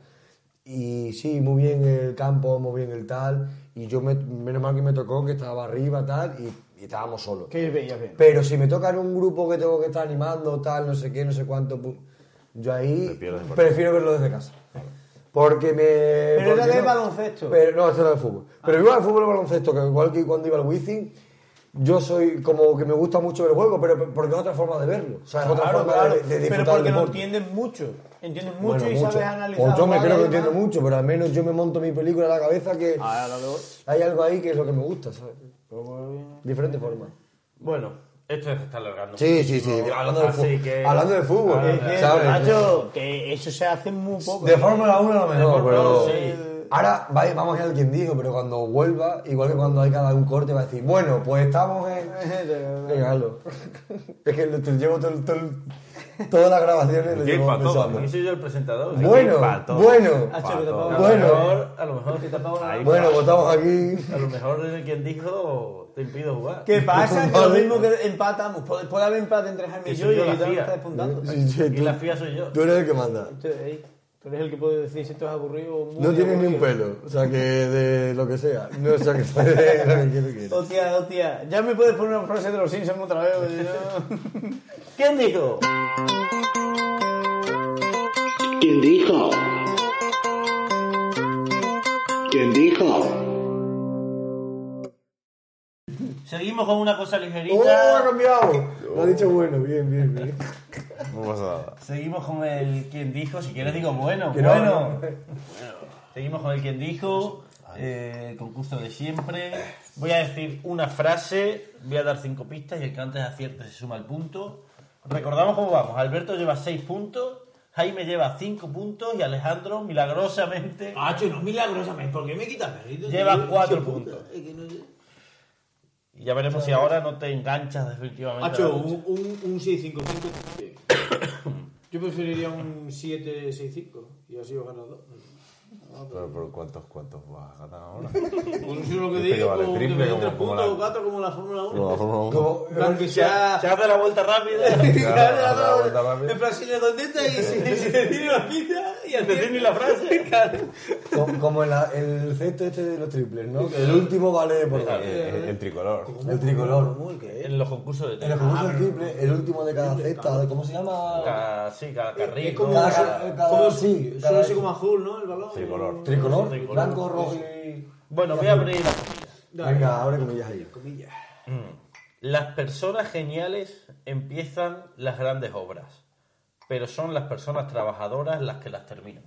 B: Y sí, muy bien el campo, muy bien el tal, y yo me- menos mal que me tocó que estaba arriba tal y, y estábamos solos.
D: Que veías bien.
B: Pero si me toca en un grupo que tengo que estar animando, tal, no sé qué, no sé cuánto, pu- yo ahí
C: Prefiero desde
B: prefiero verlo desde casa. Porque me. Pero
D: era de baloncesto.
B: Pero, no, esto era de fútbol. Pero igual el fútbol y el baloncesto, que igual que cuando iba al Wizzing, yo soy como que me gusta mucho ver el juego, pero porque es otra forma de verlo. O sea, es otra
D: Claro,
B: forma
D: claro.
B: de, de disfrutar
D: pero porque
B: del
D: lo
B: deporte.
D: entiendes mucho. Entiendes mucho
B: Bueno,
D: y sabes analizar.
B: O yo me creo
D: jugadas
B: que
D: y
B: entiendo
D: demás.
B: mucho, Ah, pero al menos yo me monto mi película en la cabeza que
D: Ahora lo veo.
B: hay algo ahí que es lo que me gusta, ¿sabes?
D: Luego,
B: Diferentes formas.
A: Bueno, esto se está alargando.
B: Sí, sí, sí.
A: muchísimo.
B: Hablando de
A: Así
B: fútbol.
A: que- Ah,
B: Hablando de fútbol,
A: Hablando
D: eh,
A: de-
B: ¿sabes?
D: macho, que eso se hace muy poco.
B: De Fórmula 1 a lo mejor,
A: Fórmula
B: pero...
A: 1, sí.
B: Ahora va- vamos a ir al quien dijo, pero cuando vuelva, igual que cuando hay cada un corte, va a decir, bueno, pues estamos en... Venga, hazlo. es que lo- te llevo todo, el- todo el- todas las grabaciones, lo
C: Qué
B: llevo
C: pa' todo,
B: pensando.
A: Aquí soy yo el presentador.
B: Bueno,
C: pa' todo.
B: bueno,
D: Ah,
C: Pa'
D: chico,
C: todo.
D: tampoco-
A: A lo
B: bueno.
A: mejor, a lo mejor,
C: Ahí
B: bueno, votamos aquí.
A: a lo mejor es quien dijo te impido jugar.
D: ¿Qué pasa? Que lo
B: Vale.
D: mismo que empatamos. Puede, puede haber empate entre Jaime y
A: Que
D: yo y
A: soy yo la
D: el
A: fía.
D: está despuntando.
B: Sí, sí,
A: Y
B: tú,
A: la FIA soy yo.
B: tú eres el que manda.
D: Tú, ey, tú eres el que puede decir si esto es aburrido o muy
B: No tienes ni un
D: aburrido.
B: pelo, o sea que de lo que sea. No, o sea que de lo que quieres, quieres.
D: Hostia, hostia. Ya me puedes poner una frase de los Simpsons otra vez. porque yo-
A: ¿Quién dijo?
E: ¿Quién dijo? ¿Quién dijo?
A: Seguimos con una cosa
B: ¡Oh, ha
A: ligerita.
B: cambiado! Lo ha dicho bueno, bien, bien, bien.
C: No pasa nada.
A: Seguimos con el quien dijo. Si quieres digo bueno,
B: Que no,
A: bueno. Seguimos con el quien dijo. eh, concurso de siempre. Voy a decir una frase. Voy a dar cinco pistas y el que antes acierte se suma el punto. Recordamos cómo vamos. Alberto lleva seis puntos. Jaime lleva cinco puntos y Alejandro milagrosamente
F: Macho, no milagrosamente, ¿por qué me quitas mérito?
A: Lleva
F: Tío,
A: cuatro
F: hijo puta,
A: puntos.
F: es que no sé.
A: Y ya veremos si ahora no te enganchas definitivamente. a la
F: Macho,
A: lucha.
F: un, un, un 655. tío. Yo preferiría un 765 y así yo ganado.
C: Pero, pero ¿cuántos, cuántos vas a ganar ahora?
F: Pues eso es lo que
C: Este que
F: digo,
C: vale
F: como que
C: triple,
F: me den
C: como-
F: tres
C: como
F: puntos
C: la-
F: o cuatro como la Fórmula 1.
C: Como la Fórmula 1.
B: Como-
F: Plan que sea...
A: Se hace la vuelta
D: Eh.
A: rápida.
F: Claro,
C: Claro,
F: claro,
C: la vuelta rápida.
F: En plan, si le contesta y si si le tiene la pita y al ni la frase.
B: Como, como en la- el cesto este de los triples, ¿no? Que el último vale por
C: El,
B: nada.
C: el- el eh, tricolor.
B: El
F: Ah,
B: tricolor.
A: en los concursos de
B: En el
A: tele.
B: concurso del triple, el último de cada cesta, ¿cómo se llama?
A: Cada, sí, cada carril.
F: Es como,
A: ¿no?
B: Cada-
F: como-
B: cada- sí,
F: solo
B: cada-
F: ese como azul, ¿no? El balón.
C: Tricolor.
B: Tricolor,
A: Tricolor.
B: blanco, rojo y...
A: Bueno, voy a abrir la-
F: Dale.
B: Venga, abre comillas ahí.
F: Comillas.
A: Las personas geniales empiezan las grandes obras, pero son las personas trabajadoras las que las terminan.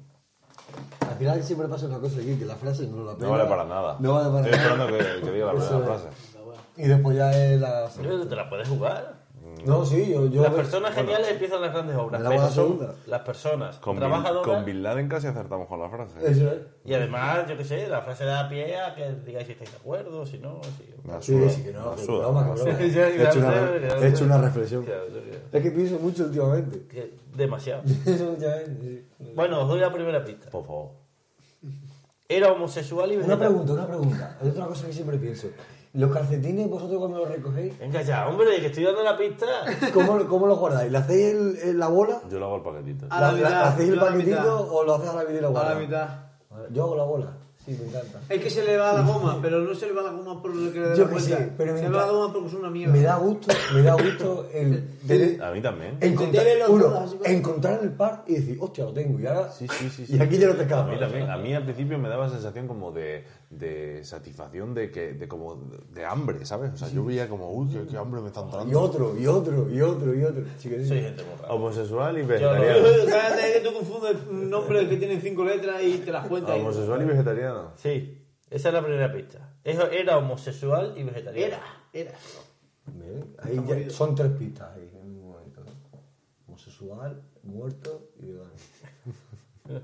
B: Al final siempre pasa una cosa aquí, que la frase no la pega.
C: No vale para nada.
B: No vale para
C: Estoy
B: nada.
C: esperando que, que diga la
B: Eso
C: primera
B: es.
C: frase.
B: Y después ya es la...
A: Yo, ¿Te la puedes jugar?
C: Mm.
B: No, sí, yo... yo
A: Las personas geniales empiezan las grandes obras,
B: me la voy a
A: pero son
B: segunda.
A: las personas
C: Con, Bin- con
A: trabajadoras.
C: Bin Laden casi acertamos con la frase.
B: Eso es.
A: Y además, yo qué sé, la frase da pie a que digáis si estáis de acuerdo, si no, si...
C: Me la
B: Sí,
C: suda,
B: sí, que no,
C: me la
B: que
C: suda,
B: broma,
C: me la
B: que
A: Ya,
B: broma. He
C: suda.
B: hecho una
A: ya, ya,
B: re- he hecho una reflexión.
A: Ya, ya, ya.
B: Es que pienso mucho últimamente.
A: Que- Demasiado.
B: Pienso últimamente, sí.
A: Bueno, os doy la primera pista.
C: Por favor.
A: Era homosexual y
B: Una
A: vegetariano.
B: pregunta, una pregunta. Hay otra cosa que siempre pienso. ¿Los calcetines vosotros cuando los recogéis,
A: Venga ya, hombre, que estoy dando la pista.
B: cómo, cómo los guardáis? ¿Le hacéis el- el- la bola?
C: Yo lo hago el paquetito.
F: A la
B: ¿La- la-
F: mitad,
B: ¿Hacéis el
F: yo a la
B: paquetito
F: mitad.
B: o lo haces a la mitad y lo
F: A la
B: guardas?
F: mitad.
B: Yo hago la bola. Sí, me encanta.
F: Es que se le va la goma, pero no se le va la goma por lo que le da
B: Yo
F: la
B: qué
F: vuelta.
B: sé, pero me
F: se le va la
B: encanta.
F: goma porque es una mierda.
B: Me da gusto, me da gusto el... tener-
C: A mí también.
B: encontrar,
F: Tener los
B: uno,
F: dos, así como-
B: encontrar el par y decir, hostia, lo tengo. Y ahora...
C: Sí, sí, sí. sí.
B: Y aquí ya no te
C: A
B: escapas.
C: mí también. A mí al principio me daba sensación como de, de satisfacción, de que de como de hambre, ¿sabes? O sea, yo veía como, uy, qué, qué hambre me están
B: Y
C: dando.
B: otro, y otro, y otro, y otro. Sí, que sí.
A: Soy gente muy rara.
C: Homosexual y
A: lo-
C: vegetariano.
F: Cállate que tú confundes nombres que tienen cinco letras y te las cuentas. ahí.
C: Homosexual y vegetariano.
A: Sí, esa es la primera pista. Eso Era homosexual y vegetariano.
F: Era, era.
B: Bien, ahí ya- son tres pistas ahí en un momento. ¿no? Homosexual, muerto y vegano.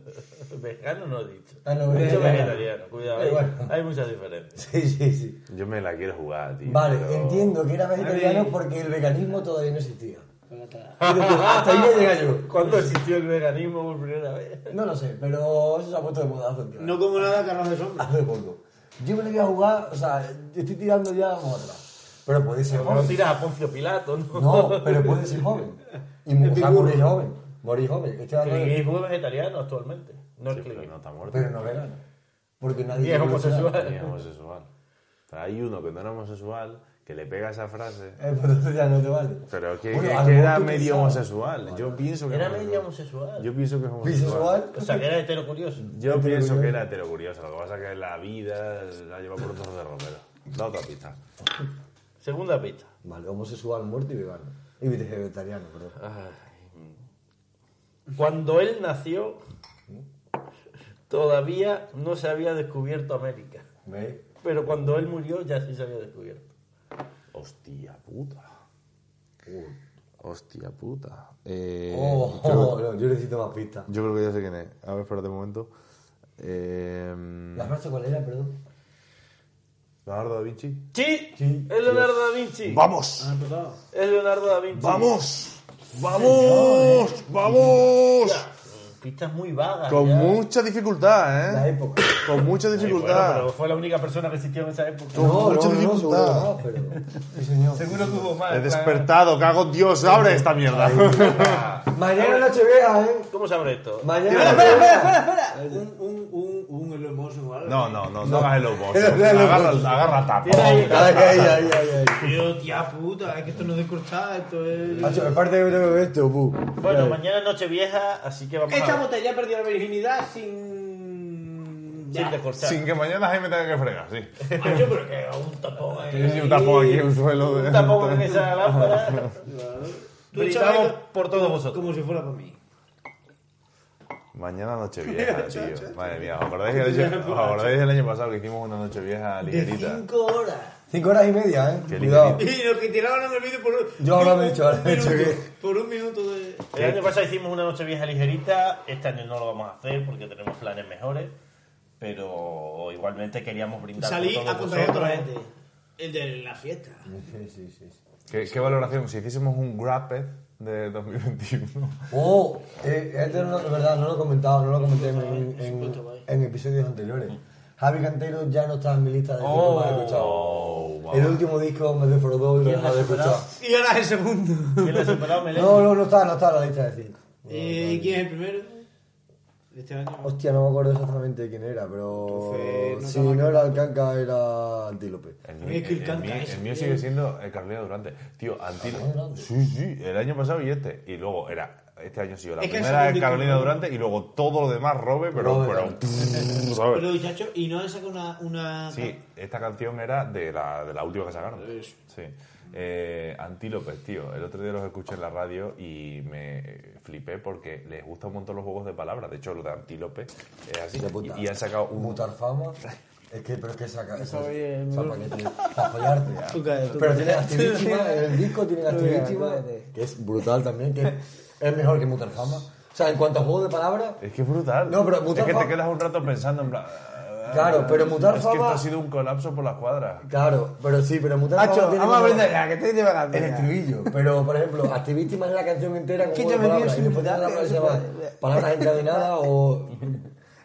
A: Vegano no he dicho.
B: Ah, no,
A: he dicho
B: vegano.
A: vegetariano. Cuidado,
B: Eh,
A: hay,
B: bueno.
A: hay muchas diferencias.
B: Sí, sí, sí.
C: Yo me la quiero jugar, tío.
B: Vale,
C: pero-
B: entiendo que era vegetariano porque el veganismo todavía no existía. ah, Hasta ahí no llega yo.
A: ¿Cuándo existió el veganismo por primera vez?
B: No lo sé, pero eso se ha puesto de moda hace un tiempo.
F: No como nada carros de sombra.
B: Hace poco. Yo me lo voy a jugar, o sea, estoy tirando ya vamos atrás. Pero puede ser
A: Vamos a
B: joven.
A: tirar a Poncio Pilato, ¿no?
B: No, pero puede ser joven. Y o sea, morir joven. Morir joven. Este año-
A: Que es vegetariano actualmente. No es
C: Sí, pero
A: clickbait.
C: no está muerto.
B: pero no vegano. Porque nadie.
A: Y es
B: quiere
A: homosexual.
B: evolucionar.
C: Ni homosexual. Hay uno que no era homosexual que le pega esa frase.
B: Eh, pues entonces ya no te vale.
C: Pero que,
B: Bueno,
C: que-
B: a lo
C: que
B: mejor
C: era
B: tú
C: medio
B: pensabas.
C: homosexual. Yo pienso que
A: Era
C: es
A: medio homosexual.
C: Yo pienso que es homosexual.
B: Bisexual.
A: O sea, que era hetero curioso.
C: Yo pienso que era heterocurioso. Lo que pasa es que la vida la lleva por un trozo de romero. Da otra pista.
A: Segunda pista.
B: Vale, homosexual, muerto y vegano. Y vegetariano, perdón.
A: Cuando él nació, todavía no se había descubierto América.
B: ¿Veis?
A: Pero cuando él murió, ya sí se había descubierto.
C: Hostia puta.
B: Uh.
C: Hostia puta. Eh,
B: Oh,
C: creo-
B: no, yo necesito más pistas.
C: Yo creo que ya sé quién es. A ver, espérate un momento. Eh,
B: ¿La frase cuál era, perdón?
C: Leonardo da Vinci.
A: ¡Sí!
B: Sí.
A: Es Leonardo da Vinci.
C: ¡Vamos!
B: Ah,
F: ¿Has empezado?
A: Es Leonardo da Vinci.
C: ¡Vamos!
B: eh.
C: ¡Vamos! ¡Vamos!
A: Mm, Pistas muy vagas.
C: Con
A: ya.
C: mucha dificultad,
B: La
C: ¿eh?
B: época.
C: Con mucha
A: Sí, bueno,
C: dificultad.
A: pero fue la única persona que existió en esa época.
C: Con mucha
B: seguro
C: dificultad.
B: que no, pero... Sí, señor.
A: Seguro que hubo más.
C: He despertado, cago en Dios, abre esta mierda.
B: Mañana noche vea, ¿eh?
A: ¿Cómo se abre esto?
B: Mañana noche
D: Espera, espera,
B: vea.
D: espera, espera.
F: Un, un, un, un Elon Musk o algo.
C: No, no, no, no hagas el oboso.
B: Era- era el
C: Agarra,
B: oboso.
C: agarra
A: Tira
C: tapón.
A: ahí.
B: Ay, ay, ay, ay, ay.
F: Tío, tía puta, es que esto no es de cortada, esto es...
B: Macho, me parte que tengo que ver esto, bu.
A: Bueno, mañana es noche vieja, así que vamos
F: Esta
A: a...
F: botella perdió la virginidad sin...
A: Sin
F: Ya.
A: descorchar.
C: Sin que mañana Jaime tenga que fregar, sí.
F: Macho, pero que un tapón eh. ahí.
C: Yo un tapón aquí en el suelo.
A: Un tapón en esa lámpara.
F: Tú
A: Gritamos
F: échame co-
A: por todos
F: como-
A: vosotros.
F: Como si fuera para mí.
C: Mañana noche vieja, tío. Madre mía, ¿os acordáis, el año, ¿os acordáis del año pasado que hicimos una noche vieja
F: De
C: ligerita?
F: cinco horas.
B: Cinco horas y media, ¿eh?
C: Qué
B: Cuidado.
F: Y los que tiraban en el vídeo por un...
B: Yo ahora
F: un-
B: me he hecho, ahora
F: un
B: me he hecho
F: minuto,
B: bien.
F: Por un minuto de...
A: El año pasado hicimos una noche vieja ligerita, este año no lo vamos a hacer porque tenemos planes mejores, pero igualmente queríamos brindar por Mm.
F: Salí
A: todos
F: a contra otra
A: vosotros.
F: gente. El de la fiesta.
B: Sí, sí, sí. sí.
C: ¿Qué, qué valoración? Si hiciésemos un Grapped de 2021.
B: Oh, eh, este no, de verdad, no lo he comentado, no lo comenté en, en, en- en episodios anteriores. Javi Cantero ya no está en mi lista de que no me has escuchado.
C: Oh, wow.
B: El último disco me defraudó y lo dejé de escuchar.
F: Y ahora es el segundo.
A: ¿Quién lo ha superado, Melén?
B: No, no, no está, no está en la lista de cinco.
F: Eh, ¿Quién es el primero? De este año.
B: Hostia, no me acuerdo exactamente de quién era, pero
F: Entonces, no
B: si
F: estaba
B: no era Alcanca era Antílope.
C: El,
F: Oye, que
C: el- el
F: canta
C: mío,
F: ese,
C: el mío
F: tío.
C: sigue siendo el Carolina Durante. Tío, Antilo.
B: Carolina Durante.
C: Sí, sí, el año pasado y este. Y luego era. Este año sí, la
F: Es que
C: primera
F: es
C: es
F: un
C: Carolina
F: disco-
C: Durante y luego todo lo demás Robe, pero.
B: Robe,
C: pero
B: claro.
C: pff, ¿sabes?
F: Pero, chacho, y no han sacado una. una...
C: Sí, esta canción era de la, de la última que sacaron.
F: Eso.
C: Sí. Eh, Antílopes, tío. El otro día los escuché en la radio y me eh, flipé porque les gustan un montón los juegos de palabras. De hecho, lo de Antílope es así.
B: De puta.
C: Y, y han sacado un.
B: Mutar fama. Es que, pero es que saca. Eso
D: oye,
B: o sea,
D: me-
B: para que te- para follarte.
D: Tú cállate, tú
B: Pero tiene
D: cállate.
B: activísima, el disco tiene
D: Tú cállate,
B: activísima,
D: cállate.
B: que es brutal también, que es mejor que Mutar fama. O sea, en cuanto a juego de palabras,
C: Es que es brutal.
B: No, pero
C: es
B: Mutar
C: que te
B: Fama-
C: quedas un rato pensando en plan.
B: Claro, pero Mutar
C: Ah, es que
B: Fama-
C: esto ha sido un colapso por las cuadras.
B: claro, pero sí, pero Mutar fama.
D: Macho,
B: tiene
D: vamos a
B: como
D: aprender ya, que estoy divagando.
B: El
D: ya.
B: estribillo, pero por ejemplo, activísima es la canción entera con
D: Que
B: juego de
D: yo me
B: palabras,
D: dio
B: y después tiene la frase
D: sin-
B: más, palabras encadenadas o.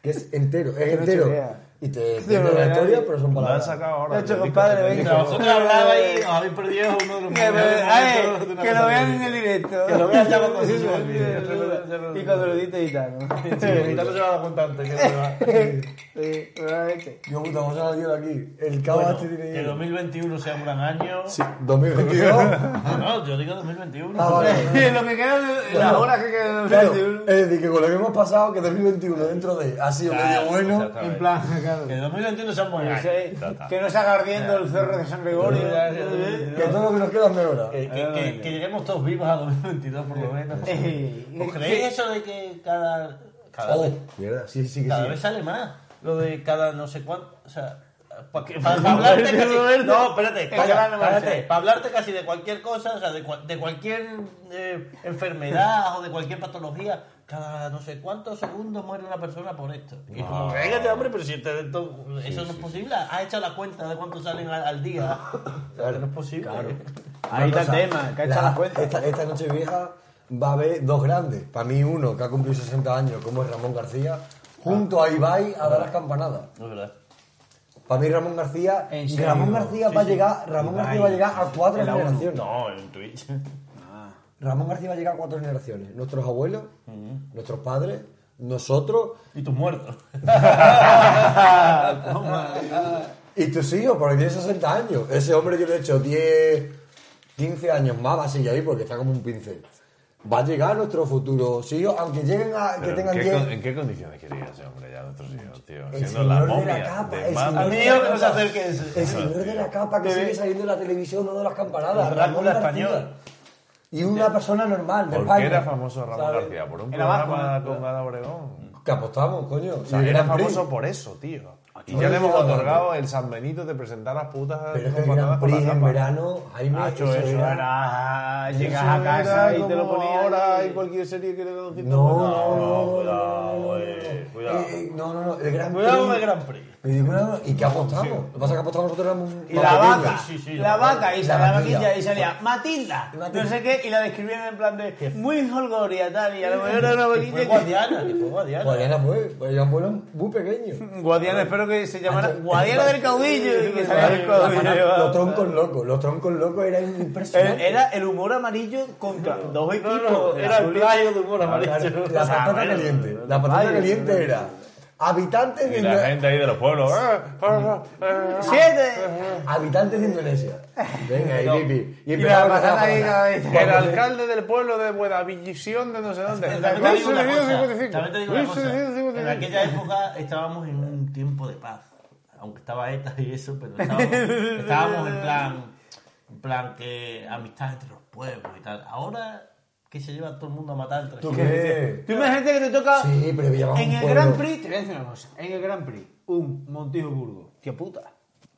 B: que es entero, es
D: Que no
B: entero.
D: chulea.
B: Y te
D: Sí,
B: cuentan la
D: verdad.
B: historia, pero son
C: Lo han
B: palabras.
C: sacado ahora.
D: De hecho,
C: del disco
D: compadre,
C: también.
D: venga.
A: Vosotros hablabais, os habéis perdido uno de los
D: Que,
A: mejores
D: me- a ver,
A: momentos de una
D: que lo
A: cosa
D: vean en
A: ligerita.
D: el directo.
A: Que lo vean ya cuando se
D: Sí,
A: suba el
D: sí,
A: vídeo.
D: sí, sí. Y cuando lo edite y tal.
A: Sí, el gitano se va a dar cuenta antes que no va.
D: Sí, probablemente.
B: Yo, puta, vamos a salir de aquí. El cabo
A: Bueno,
B: este tiene.
A: que 2021 sea un gran año.
B: Sí, 2022. ah,
A: No, no, yo digo 2021.
B: vale.
D: Lo que queda de las horas que quedan en el
B: Claro,
D: 21.
B: es decir, que con lo que hemos pasado, que 2021 dentro de ha sido medio bueno.
A: Exactamente.
D: claro.
A: Que 2021 sea un buen
D: Que
A: año.
D: se-
C: Tata.
D: Que no se haga ardiendo el cerro de San Gregorio.
B: Que todo lo que nos queda es mejora.
A: Que, que- que- que lleguemos todos vivos a 2022 por lo menos.
D: Ey.
A: ¿Os
D: eh,
A: creéis eso de que cada, cada,
B: Oh,
A: vez,
B: mierda, sí, sí, que
A: cada
B: sí.
A: vez sale más? Lo de cada no sé cuánto... O sea, para hablarte casi... No, espérate,
D: El que va a enamorarse.
A: Para hablarte casi de cualquier cosa, o sea, de, cua- de cualquier eh, enfermedad o de cualquier patología, cada no sé cuántos segundos muere una persona por esto. Y como, véngate, hombre, pero si te- esto- eso no es posible. Has hecho la cuenta de cuántos salen al, al día. O sea, que no es posible.
D: Ahí está el tema, que ha hecho
B: La-
D: las cuentas.
B: Esta, esta noche vieja va a haber dos grandes. Para mí, uno que ha cumplido 60 años, como es Ramón García, junto a Ibai a dar las campanadas.
A: No es verdad.
B: Para mí Ramón García,
D: En serio.
B: Ramón García va a llegar, Ramón García va a llegar a cuatro
A: En la ONU.
B: generaciones.
A: No, en Twitch.
B: Ramón García va a llegar a cuatro generaciones. Nuestros abuelos, nuestros padres, nosotros
A: Y tus muertos.
B: y tus hijos, porque tiene 60 años. Ese hombre yo le he hecho 10, 15 años más, va a seguir ahí porque está como un pincel. Va a llegar nuestro futuro, sí, aunque lleguen a que
C: Pero
B: tengan
C: ¿en,
B: 10...
C: qué, con- en qué condiciones quería ese hombre ya nuestros hijos, tío?
B: El
C: Siendo la
B: señor de
C: momia
B: la capa,
C: de
B: el
C: Batman.
B: señor de
A: Amigo,
B: la
A: que no se
B: capa.
A: acerques.
B: El señor de la capa que
A: Te ve.
B: sigue saliendo en la televisión, uno de las campanadas.
A: El Drácula
B: Ramón García.
A: español.
B: Y una persona normal, de
C: ¿Por qué
B: España.
C: era famoso Ramón
B: ¿sabes?
C: García? Por un
F: Era
C: programa
F: vasco, ¿no?
C: con Ada Obregón.
B: Que apostamos, coño.
C: O sea,
B: Y el
C: era
B: Gran Prix.
C: famoso por eso, tío. Y
B: no
C: ya
B: le
C: le hemos
B: llegaba
C: otorgado el San Benito de presentar las putas
B: Pero es que el Gran
C: contratadas por la
B: Prix en
C: capa.
B: verano, Jaime,
C: Nacho,
B: eso
C: eso
B: era-
D: era, Ah, llegas
C: Eso
D: a casa
C: era
D: y te lo
C: como
D: ponías.
C: Ahora
D: y-
C: hay cualquier serie que le da un
B: No,
C: cierto
B: no, no, no,
A: cuidado,
B: no, no,
A: eh,
B: no.
A: cuidado.
B: Eh, eh, No, no, no, el Gran
A: Cuidado con
B: Prix.
A: el Gran Prix.
B: Película, ¿Y qué apostamos? Lo que pasa es que apostamos nosotros éramos un-
D: Y
B: más
D: la
B: pequeños.
D: vaca,
A: Sí, sí,
D: la
A: la
D: vaca, y
B: vaca. La
D: salía la vaquilla
B: vaquilla.
D: y salía Matilda,
B: Matilda.
D: no sé qué, y la describieron en plan de muy holgoria tal, y a lo mejor era una
A: Que fue
D: vaquilla que...
A: Guadiana, que fue Guadiana.
B: Guadiana fue, Guadiana fue muy pequeño.
D: Guadiana, espero que se llamara Guadiana del Caudillo, y que salía el
B: Los
D: caudillo.
B: troncos locos, los troncos locos eran
D: El-
B: impresionantes.
D: Era el humor amarillo contra dos
A: No,
D: equipos.
A: no, era el playo de humor amarillo.
B: La patata
A: bueno,
B: caliente, la patata caliente era habitantes de
C: Y la
B: Indone-
C: gente ahí de los pueblos. "Ah, ah, ah".
D: ¡Siete!
B: habitantes de Indonesia. Venga, ahí, pipi.
C: Y la
B: empezaba
C: patata
B: a
C: ahí cada vez.
B: Cuando
C: El
B: le-
C: alcalde del pueblo de Buenavisión de no sé dónde.
A: También te digo una cosa,
C: 1755.
A: también te digo una cosa,
C: 1755.
A: En aquella época estábamos en un tiempo de paz. Aunque estaba ETA y eso, pero estábamos, estábamos en plan. En plan que amistad entre los pueblos y tal. Ahora que se lleva todo el mundo a matar entre
B: ¿Tú
A: sí.
B: qué?
D: Tú imagínate que te toca
B: Sí, pero llevaba
D: en
B: un
D: el
B: pueblo.
D: Gran Prix, te voy a decir una cosa, en el Gran Prix, un Montijo Burgo. ¡Qué puta!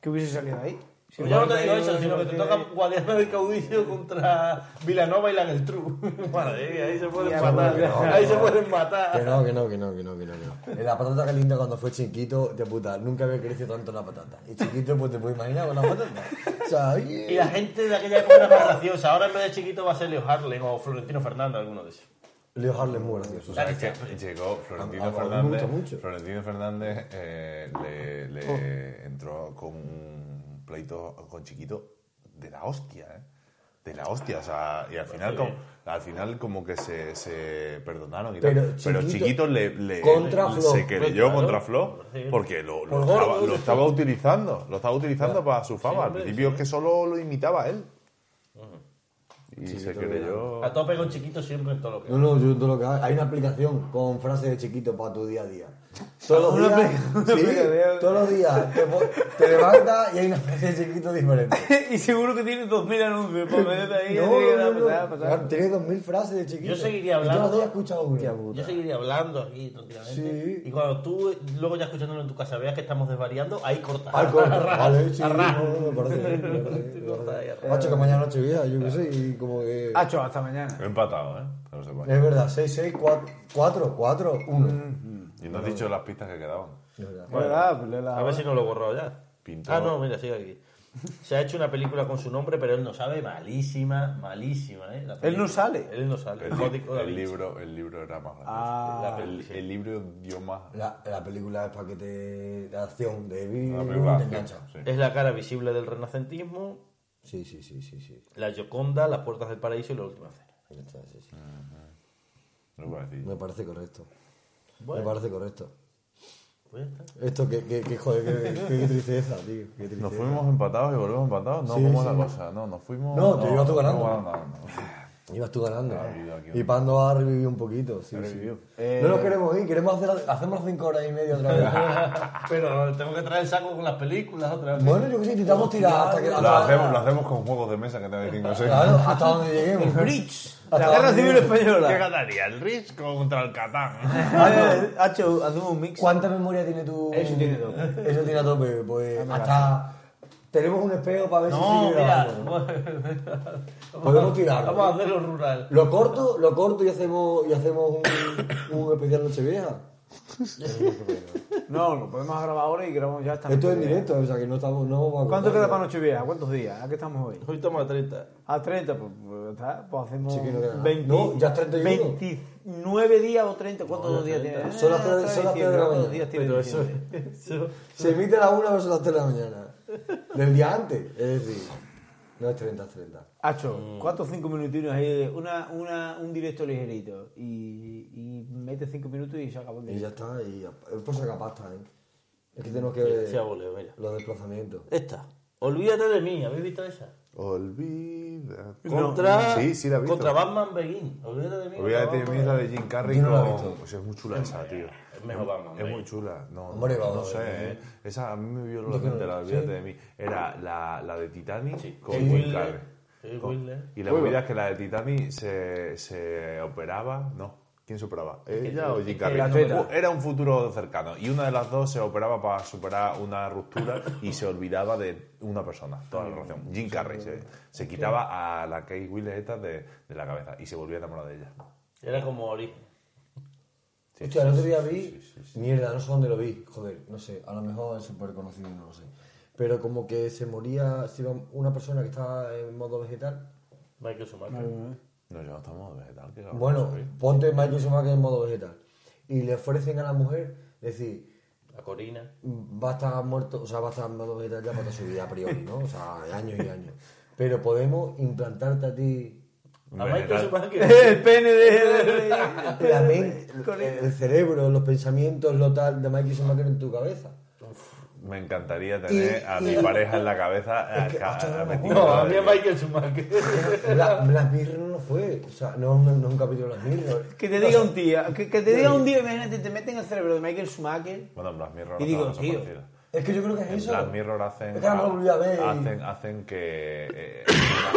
D: ¿Qué hubiese salido ahí? Si
A: Pues yo no te digo
D: hubiera
A: eso,
D: ido
A: sino que te toca Guadiana del Caudillo contra Vilanova y la Geltrú. Madre mía, ahí se pueden matar. Ahí se pueden
B: Que
A: matar.
B: no, que no, que no, que no, que no, que no. La patata caliente cuando fue chiquito, de puta, nunca había crecido tanto la patata. Y chiquito, pues te puedes imaginar con la patata. O sea, ahí-
A: Y la gente de aquella época era más graciosa. Ahora en vez de chiquito va a ser Leo Harlem o Florentino Fernández, alguno de esos.
B: Leo Harlem muy gracioso. o sea,
C: Es que llegó Florentino
B: A- a- a mí me
C: Fernández.
B: gusta mucho.
C: Florentino Fernández eh, le, le
B: Oh.
C: entró con un pleito con Chiquito de la hostia, ¿eh? De la hostia, o sea, y al final, como, al final como que se, se perdonaron y tal.
B: Pero
C: Pero Chiquito,
B: Chiquito
C: le, le-
B: contra
C: le-
B: Flo.
C: se querelló
A: Claro.
C: contra Flo porque lo, lo
B: Por gordo,
C: estaba, lo
B: dices
C: estaba utilizando, lo estaba utilizando para su fama. Al principio es que solo lo imitaba él. Y se querelló.
A: A tope con chiquito siempre en todo lo que.
B: No, no, yo todo lo que haga- Hay una aplicación con frases de chiquito para tu día a día. Todos los
D: Una
B: días,
D: aplica- una
B: sí,
D: aplicación.
B: todos los días te, pon- te levantas y hay una frase de chiquito diferente.
D: y seguro que tiene 2.000 anuncios para meterte ahí.
B: No,
D: así
B: no,
D: que da,
B: no,
D: pasada,
B: no.
D: pasada.
B: Tienes dos mil frases de chiquito.
A: Yo seguiría
B: Y todos
A: hablando.
B: los días escuchas una.
A: Yo seguiría hablando aquí tranquilamente.
B: Sí.
A: Y cuando tú, luego ya escuchándolo en tu casa, veas que estamos desvariando, ahí corta.
B: Al corte,
A: Arras,
B: vale, sí,
A: arras.
B: no, me parece bien, me parece bien, me parece bien. Macho, que mañana noche vieja, yo qué sé, y como que...
D: Hacho, hasta mañana.
C: He empatado, ¿eh? Que lo sepáis.
B: Es verdad, 6, 6, 4, 4, 1.
C: Y no has dicho las pistas que quedaban.
D: ¿Verdad? Pues le la-
A: A ver si no lo he borrado ya.
C: Pintó.
A: Ah, no, mira, sigue aquí. Se ha hecho una película con su nombre, pero él no sabe. Malísima, malísima, ¿eh? La película.
D: no sale.
A: Él no sale.
C: El,
A: El
C: li-
A: código da
C: el
A: Vinci.
C: libro, el libro era más gracioso.
D: Ah.
C: el, el libro dio más.
B: La, la película es para que te... de acción, de
C: Una
B: vivir,
C: película
B: te
C: de
B: engancha.
C: acción, sí.
A: Es la cara visible del renacentismo,
B: Sí, sí, sí, sí, sí.
A: la Gioconda, las puertas del paraíso y la última cena.
B: Ahí está, sí, sí.
C: No puedo decir.
B: Me parece correcto.
A: Bueno.
B: Me parece correcto.
A: Pues ya está.
B: Esto, que, que, que joder, que, que- que tristeza, tío. Qué tristeza.
C: Nos fuimos empatados y volvemos empatados. No,
B: Sí,
C: ¿cómo es
B: sí.
C: la cosa? No, nos fuimos.
B: No, te ibas tú
C: no,
B: ganando.
C: no, no, no.
B: Ibas tú ganando. ¿eh?
C: Ha habido aquí un-
B: Y Pando ha revivido un poquito. Sí, sí. No nos queremos ir, queremos hacer, hacemos las 5 horas y media otra vez.
A: Pero tengo que traer el saco con las películas otra vez.
B: bueno, yo que sé, intentamos tirar hasta que.
C: Lo
B: hasta-
C: hacemos, lo hacemos con juegos de mesa que te cinco o 6.
B: Claro, hasta donde lleguemos.
D: Bridge.
B: Hasta
D: La guerra
B: donde
D: civil
B: lleguemos.
C: ¿Qué
D: española.
C: ganaría? ¿El Rich contra el Catán?
D: Hacho, Hacho, hacemos un mix.
B: ¿Cuánta memoria tiene tu.?
D: Eso tiene Ah, tope.
B: Eso tiene a tope. Pues hasta. Tenemos un espejo para ver si
A: No,
B: sigue
A: mira.
B: grabando. Podemos
A: Podemos
B: tirarlo.
A: Vamos a hacerlo rural.
B: Lo corto, lo corto y hacemos, y hacemos un, un especial Nochevieja.
D: No, lo podemos grabar ahora y grabamos ya esta
B: Esto es en
D: noche.
B: directo, o sea que no estamos. No vamos a
D: ¿Cuánto
B: cortar,
D: queda
B: ¿no?
D: para Nochevieja? ¿Cuántos días? ¿A qué estamos hoy?
A: Hoy estamos a 30.
D: A 30, pues, pues, ya está, pues hacemos
B: Sí que no queda nada.
D: 20
B: No, ya es 31.
D: 29 días o 30, ¿cuántos
A: No, ya
D: días
A: 30.
D: tiene?
B: Son las tres-
D: Ah,
B: son las tres de la
D: ¿cuántos
B: mañana.
D: días tiene
A: Pero eso,
D: diciembre?
A: eso-
B: Se emite a la 1 versus las 3 de la mañana. Del día antes. Es decir, no es 30, es 30. Mm.
D: Hacho, 4 o 5 minutinos ahí, de una, una, un directo ligerito. Y, y mete 5 minutos y se acabó el
B: Y ya
D: directo.
B: está, y por sacar pasta, ¿eh? Es que tenemos que ver
A: Sí, abuelo, mira.
B: los desplazamientos.
A: Esta. Olvídate de mí, ¿habéis visto esa?
C: Olvida.
A: Contra,
C: Sí, sí la he visto.
A: contra Batman Begin. Olvídate de mí.
C: Olvídate de
A: contra
C: mí es la
A: Batman
C: de Jim Carrey
B: Yo no la he
C: con-
B: visto.
C: Pues es muy chula esa, tío.
A: Es mejor Batman,
C: Es
A: ¿eh?
C: muy chula. No,
B: Hombre,
C: no,
B: vamos
C: no
B: a
C: sé,
B: ver,
C: ¿eh? Esa a mí me vio la mente, la olvídate de mí. Era la, la de Titanic
A: Sí.
C: con
A: Sí.
C: Jim Carrey.
A: Sí,
C: Con-
A: Will, ¿eh?
C: Y la movida es que la de Titanic se, se operaba, no. ¿Quién se operaba? ¿Ella o Jim Carrey?
A: la
C: Uh, Era un futuro cercano. Y una de las dos se operaba para superar una ruptura y se olvidaba de una persona, toda la relación. Jim Carrey se, se quitaba a la Kate Winslet esta de, de la cabeza y se volvía a enamorar de ella.
A: Begin. Era como origen.
C: Sí,
B: Hostia, el otro día vi.
C: sí, sí,
B: Mierda, no sé dónde lo vi. Joder, no sé. A lo mejor es súper conocido, no lo sé. Pero como que se moría. Se iba una persona que estaba en modo vegetal.
A: Michael Schumacher.
C: No, yo no estamos vegetal, que cabrón
B: Bueno,
C: soy.
B: ponte Michael Schumacher en modo vegetal. Y le ofrecen a la mujer decir.
A: La Corina.
B: va a estar muerto, o sea, va a estar en modo vegetal ya para toda su vida a priori, ¿no? O sea, años y años. Pero podemos implantarte a ti
C: Un
A: A Michael
C: vegetal.
A: Schumacher.
D: pene de...
B: la mente, eh, el, el cerebro, los pensamientos, lo tal de Mikey Schumacher en tu cabeza.
C: Me encantaría tener
B: Y-
C: a
B: y-
C: mi pareja en la cabeza.
B: Es que,
C: a- a-
B: hostia, no
C: a-
B: me
C: metida
B: acuerdo.
A: No, a
C: en
A: mí
C: la
A: a
C: cabeza.
A: Michael Schumacher.
B: La, las birras no fue, o sea, no, no, no es un capítulo de las birras.
D: Que te diga un día, que, que te diga un día, imagínate, te meten el cerebro de Michael Schumacher.
C: Bueno, en Black Mirror
D: Y
C: no
D: digo,
C: son
D: tío,
C: parecidas.
B: Es que yo creo que es
C: En
B: eso.
C: Black Mirror hacen,
B: Es que ahora me lo volví a ver.
C: hacen, hacen que eh,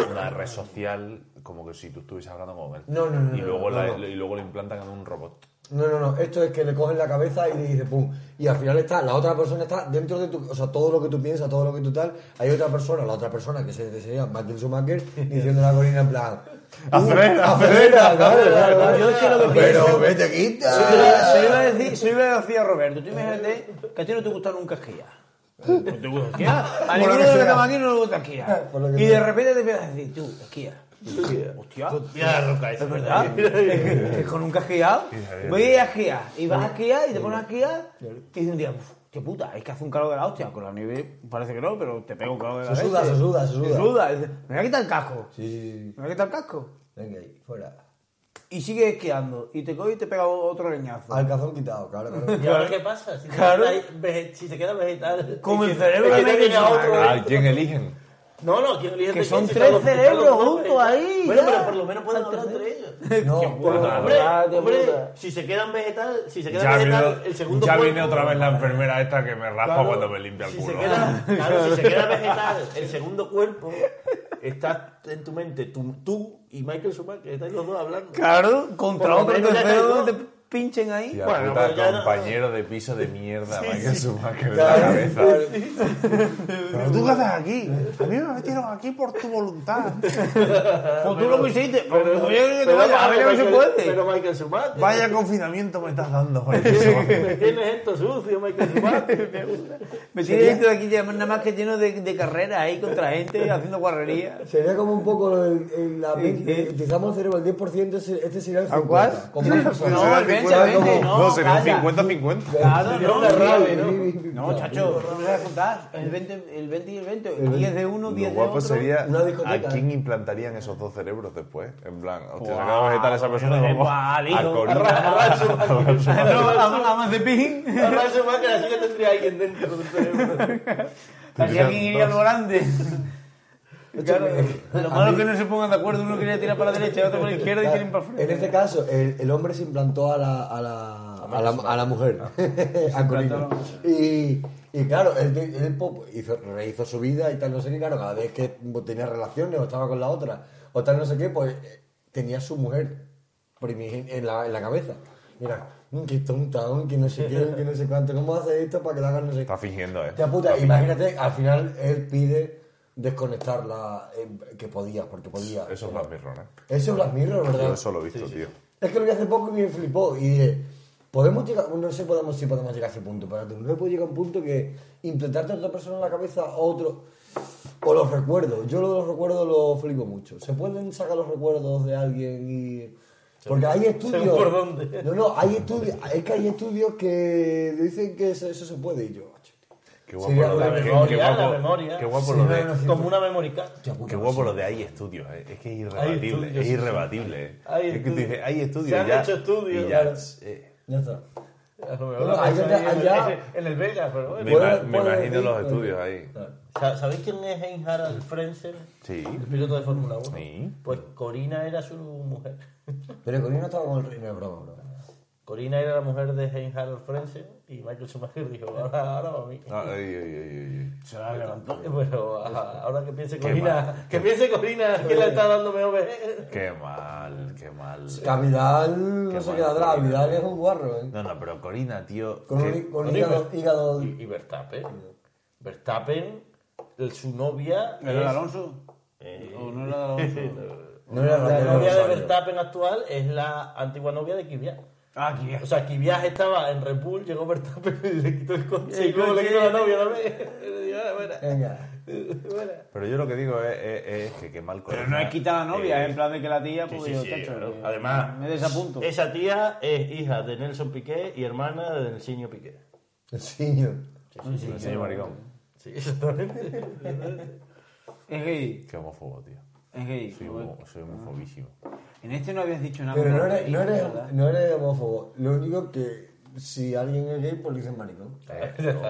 C: una, una red social como que si tú estuvieses hablando con él.
B: No, no, no,
C: y
B: no,
C: luego
B: no,
C: la,
B: no.
C: y luego lo implantan en un robot.
B: No, no, no, esto es que le cogen la cabeza y le dice pum. Y al final está, la otra persona está dentro de tu. O sea, todo lo que tú piensas, todo lo que tú tal. Hay otra persona, la otra persona que se sería Michael Schumacher, diciendo a la colina en plan. "Uh, acelera,
C: Acelera, acelera,
B: claro, claro, claro.
D: Yo es que lo que
B: Pero
D: pienso-
B: vete, quita.
D: Se
B: Ah.
D: lo- Se lo iba a decir, se lo iba a decir a Roberto. Tú imagínate que a ti no te gusta nunca Kia. No te gusta Kia. A
B: Por lo que
D: ninguno de los que
B: sea.
D: estamos aquí no le gusta Kia.
B: Por lo que
D: Y de
B: sea.
D: repente te empiezas a decir, tú, Kia. Hostia.
A: Mira la roca esa.
D: Es verdad. Es que con un casqueado. Voy a esquiar. Y vas a esquiar y te pones a esquiar. Y dices un día, "Uf, qué puta, es que hace un calor de la hostia. Con la nieve parece que no, pero te pega un calor de la
B: Se suda,
D: leche.
B: se suda, se
D: Se
B: suda.
D: suda. Y dices, Me voy a quitar el casco.
B: Sí, sí, sí.
D: Me voy a quitar el casco.
B: Venga ahí, fuera.
D: Y sigues esquiando. Y te coge y te pega otro leñazo.
B: Al cazón quitado, claro, claro.
A: ¿Y ahora qué pasa? Si, te
D: Claro.
A: queda ahí vege- si se queda vegetal.
D: Como
A: es
D: el
A: que-
D: cerebro
A: es que
D: de
A: te
D: Michael
A: queda otro
D: Schumacher.
C: ¿A
A: ahí.
C: quién eligen?
A: No, no, quiero decir
D: Que
A: que
D: son
A: si
D: tres
A: están los- están
D: cerebros
A: los dos
D: juntos ahí,
A: Bueno,
D: ya.
A: pero por lo menos pueden
D: Al
A: hablar entre
D: tercero.
A: ellos.
B: No,
D: Bueno,
B: pero-
A: Hombre,
D: Ah, tío,
A: hombre,
D: puta.
A: si se quedan vegetal, si se
C: Ya,
A: quedan vegetal,
C: vino-
A: el segundo
C: ya
A: cuerpo-
C: viene otra vez la enfermera esta que me raspa
A: Claro,
C: cuando me limpia el
A: si
C: culo.
A: Se queda, claro, si se queda vegetal, el segundo cuerpo está en tu mente, tú, tú y Michael Schumacher, estáis los dos hablando.
D: Claro,
A: Por
D: contra
A: lo
D: otro
A: menos ya
D: tercero que
A: te-
D: te pinchen ahí.
C: Tía
A: Bueno,
C: puta,
A: pues ya no-
C: compañero de piso de mierda, Michael Schumacher en la
B: Claro,
C: cabeza.
B: claro.
C: ¿Pero tú qué haces aquí? A mí me metieron aquí por tu voluntad.
D: Pues tú lo que hiciste. Pues, oye, que te
A: Pero
D: vaya, a ver
A: Michael-
D: que se puede.
A: Pero Michael Schumacher.
C: Vaya confinamiento me estás dando, Michael Schumacher.
A: Me tienes esto sucio, Michael Schumacher.
D: Me tiene esto de aquí ya nada más que lleno de, de carreras ahí contra gente haciendo guarrería.
B: Sería como un poco lo del- el- la- utilizamos el cerebro al 10%, ese- este sería el 50%.
D: cuál?
B: Como una persona.
D: No, el 20, no,
C: no, sería
D: calla.
C: 50-50.
D: Claro,
B: Sería
D: no,
B: una
D: no,
B: rave,
D: no.
B: ¿no?
D: No, chacho, no me vas a contar. El 20, el 20 y el 20.
B: El
D: 10 de uno, 10
C: Lo
D: de otro.
C: guapo sería
B: una discoteca.
C: a quién implantarían esos dos cerebros después. En plan, hostia, se
D: Guau,
C: acaba de vegetar a esa persona y
D: qué
C: vamos
D: guay,
C: a
D: hijo.
C: Corina.
D: Ah, No, a, a Mazepin.
A: Michael Schumacher, así que tendría alguien dentro del cerebro.
D: Así alguien iría
C: dos.
D: lo grande. Claro,
B: eh,
D: lo malo es que no se pongan de acuerdo. Uno quería tirar para la derecha, otro para la izquierda y quieren para el
B: En
D: frente.
B: este caso, el, el hombre se implantó a la, a la, a la, a la mujer. A Corina.
D: implantó a la
B: Y, y claro, él, él po- hizo, rehizo su vida y tal, no sé qué. Claro, cada vez que tenía relaciones o estaba con la otra o tal, no sé qué, pues eh, tenía su mujer primigen- en la, en la cabeza. Mira, mm, qué tonta, mm, que no sé qué, mm, que no sé cuánto. ¿Cómo hace esto para que la hagan no sé qué?
C: Está fingiendo, eh.
B: Hostia puta, imagínate, al final él pide desconectarla eh, que podía, porque podía.
C: Eso es Black Mirror, eh.
B: Eso es Black Mirror, ¿verdad?
C: Yo eso lo he visto, tío.
B: Es que lo vi hace poco y me flipó. Y dije, Podemos llegar, no sé podemos, si podemos llegar a ese punto, pero no puede llegar a un punto que implantarte a otra persona en la cabeza a otro. O los recuerdos. Yo lo de los recuerdos lo flipo mucho. Se pueden sacar los recuerdos de alguien y. Porque hay estudios.
A: según por dónde.
B: No, no, hay estudios. Es que hay estudios que dicen que eso, eso se puede y yo. macho,
C: Qué guapo
B: Sería
C: lo
B: la
C: de- qué-
A: memoria,
C: qué guapo-
A: la memoria.
C: Qué guapo
B: Sí,
C: lo
B: no,
C: de.
B: no,
A: Como una memoria.
B: tío, puta
C: Qué guapo
B: macho.
C: lo de hay estudios, eh. es que es
A: Hay
C: irrebatible,
A: estudios,
C: es
A: sí, sí.
C: irrebatible. eh.
A: Hay
C: es que tú
A: estudios.
C: dices, hay estudios.
A: Se han
C: ya,
A: hecho estudios,
C: y ya,
B: claro.
C: eh,
B: Ya está.
A: A lo mejor
B: No,
A: la
B: hay
A: pasa
B: gente
A: ahí en el-
B: allá-
A: En el Vega, pero
C: me,
A: bueno.
B: Puede-
C: ima- me
B: puede
C: imagino
B: decir,
C: los
B: puede
C: estudios ahí.
A: Sa- ¿Sabéis quién es Einhard Frenzel?
C: Sí.
A: El piloto de Fórmula 1.
C: Sí.
A: Pues Corina era su mujer.
B: Pero Corina estaba con el reino de broma, bro.
A: Corina era la mujer de Einhard Frenzel y Michael Schumacher dijo, ahora, ahora va a mí.
C: Ah, ay, ay, ay, ay,
B: Se la levantó.
A: Bueno, ajá, ahora que piense
C: Qué
A: Corina,
C: mal.
A: que piense Corina que le está dando mejor.
C: ay. Qué mal, qué mal.
B: Cavidal
C: Qué
B: no se
C: bueno,
B: queda atrás.
C: Corina.
B: Vidal es un guarro, ¿eh?
C: No, no, pero Corina, tío.
B: Con
C: qué-
B: un, con un hígado, hígado-
A: Y, y Verstappen. Verstappen, el- su novia.
D: ¿Era de
A: es-
D: Alonso? ¿O no era de Alonso?
B: No era
A: La
B: Raquel
A: novia de
B: Rosario.
A: Verstappen actual es la antigua novia de Kvyat.
D: Ah, aquí
A: O sea, Kvyat estaba en Red Bull, llegó Verstappen y le quitó el coche y luego le quitó la novia también. Y le digo, "Ah, buena".
B: Venga.
C: Pero yo lo que digo es, es- es que qué mal Corina.
D: Pero no es quitar a la novia,
C: eh,
D: en plan de que la tía, pues
A: sí,
D: yo,
A: sí,
D: tacho,
A: claro.
D: que
A: Además,
D: Me desapunto.
A: Esa tía es hija de Nelson Piqué y hermana de Nelsinho Piqué.
B: El señor.
C: sí, sí, sí, maricón.
A: Sí, exactamente.
D: Es gay,
C: Qué homófobo, tío.
D: es gay.
C: Soy,
D: joder.
C: homo- soy homofobísimo.
D: En este no habías dicho nada.
B: Pero no
D: pero
B: eres, no,
D: gay,
B: eres,
D: ¿verdad?
B: no eres homófobo. Lo único que si alguien es gay, pues le dicen maricón.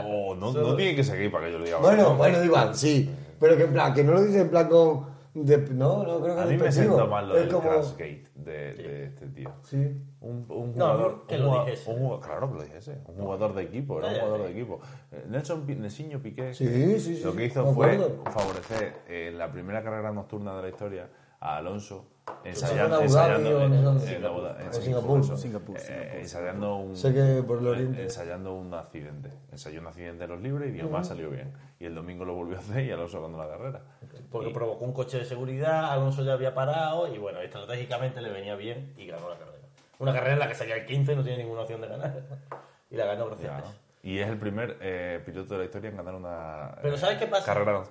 C: Oh, no, no tiene que ser gay para que yo lo diga.
B: Bueno, bueno, igual, sí. Pero que en plan, que no lo dicen en plan con. de- no, no creo que
C: A
B: es
C: mí me
B: despectivo.
C: sentó mal lo
B: Es
C: del
B: como-
C: Crashgate de, de este tío.
B: Sí.
C: Un, un
A: No,
C: jugador.
A: que
C: un
A: lo
C: jugador-
A: dijese.
C: un jugador- claro que lo dijese. Un jugador de equipo, era un
A: Ya, ya,
C: jugador
A: ya.
C: de equipo. Eh, Nelson Pi- Nelsinho Piqué.
B: Sí,
C: que
B: sí, sí,
C: Lo que
B: sí,
C: hizo
B: me
C: fue
B: acuerdo.
C: favorecer en la primera carrera nocturna de la historia a Alonso.
B: en
C: Ensayando,
B: Abu
C: ensayando,
B: Dhabi o
C: en-
B: no sé dónde.
C: en Abu Dhabi, en
B: O
C: Singapur,
B: Singapur,
C: eso.
B: Singapur,
C: Eh, ensayando un
B: Sé que por el
C: eh,
B: Oriente.
C: ensayando un accidente ensayó un accidente en los libres y Dios más salió bien y el domingo lo volvió a hacer y Alonso ganó la carrera
A: Porque provocó un coche de seguridad, Alonso ya había parado y bueno, estratégicamente le venía bien y ganó la carrera. Una carrera en la que salía el 15 y no tiene ninguna opción de ganar. Y la ganó gracias a
C: Ya, ¿no?
A: eso.
C: Y es el primer eh, piloto de la historia en ganar una
A: Pero
C: eh,
A: ¿sabes qué pasa?
C: carrera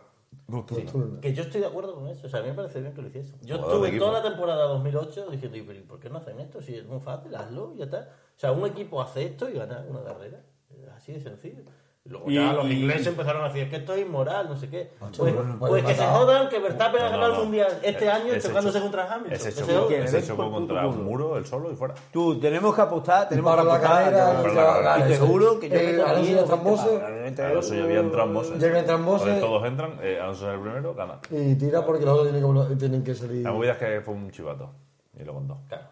C: nocturna.
A: Que yo estoy de acuerdo con eso, o sea, a mí me parece bien que lo hiciesen. Yo
C: Jugador de
A: estuve
C: equipo.
A: toda la temporada 2008 diciendo, "¿Y pero ¿y por qué no hacen esto? Si es muy fácil, hazlo y ya está. O sea, un equipo hace esto y gana una carrera. Es Así de sencillo. Y Luego ya
D: Y-
A: los
D: y-
A: ingleses empezaron a decir, es que esto es inmoral, no sé qué.
B: Macho,
A: Pues,
B: no, no
A: pues
B: puede
A: que se
B: matar.
A: jodan que Verstappen ha
C: No, no,
A: ganado
C: no.
A: el Mundial este
C: Eh,
A: año
C: ese
A: chocándose
C: chocó-
A: contra Hamilton.
C: Ese
A: Que se
C: chocó,
A: jodan.
C: ese
D: jodan.
C: chocó contra un muro, el solo y fuera.
D: Tú, tenemos que apostar, tenemos que
B: Para la
D: apostar.
B: carrera,
D: yo-
C: para
B: y
C: la
B: ya-
C: carrera,
B: vale,
D: Te
B: sí.
D: juro que yo
B: Eh,
D: meto
B: Alonso
D: aquí
B: ya
D: los
B: famoso,
D: veinte palos.
C: Alonso ya había entran voces.
B: Llegan entran voces.
C: Entonces todos entran, eh, Alonso es el primero, gana.
B: Y tira porque los otros tienen que, vol- tienen que salir.
C: La movida es que fue un chivato. Y lo contó.
A: Claro.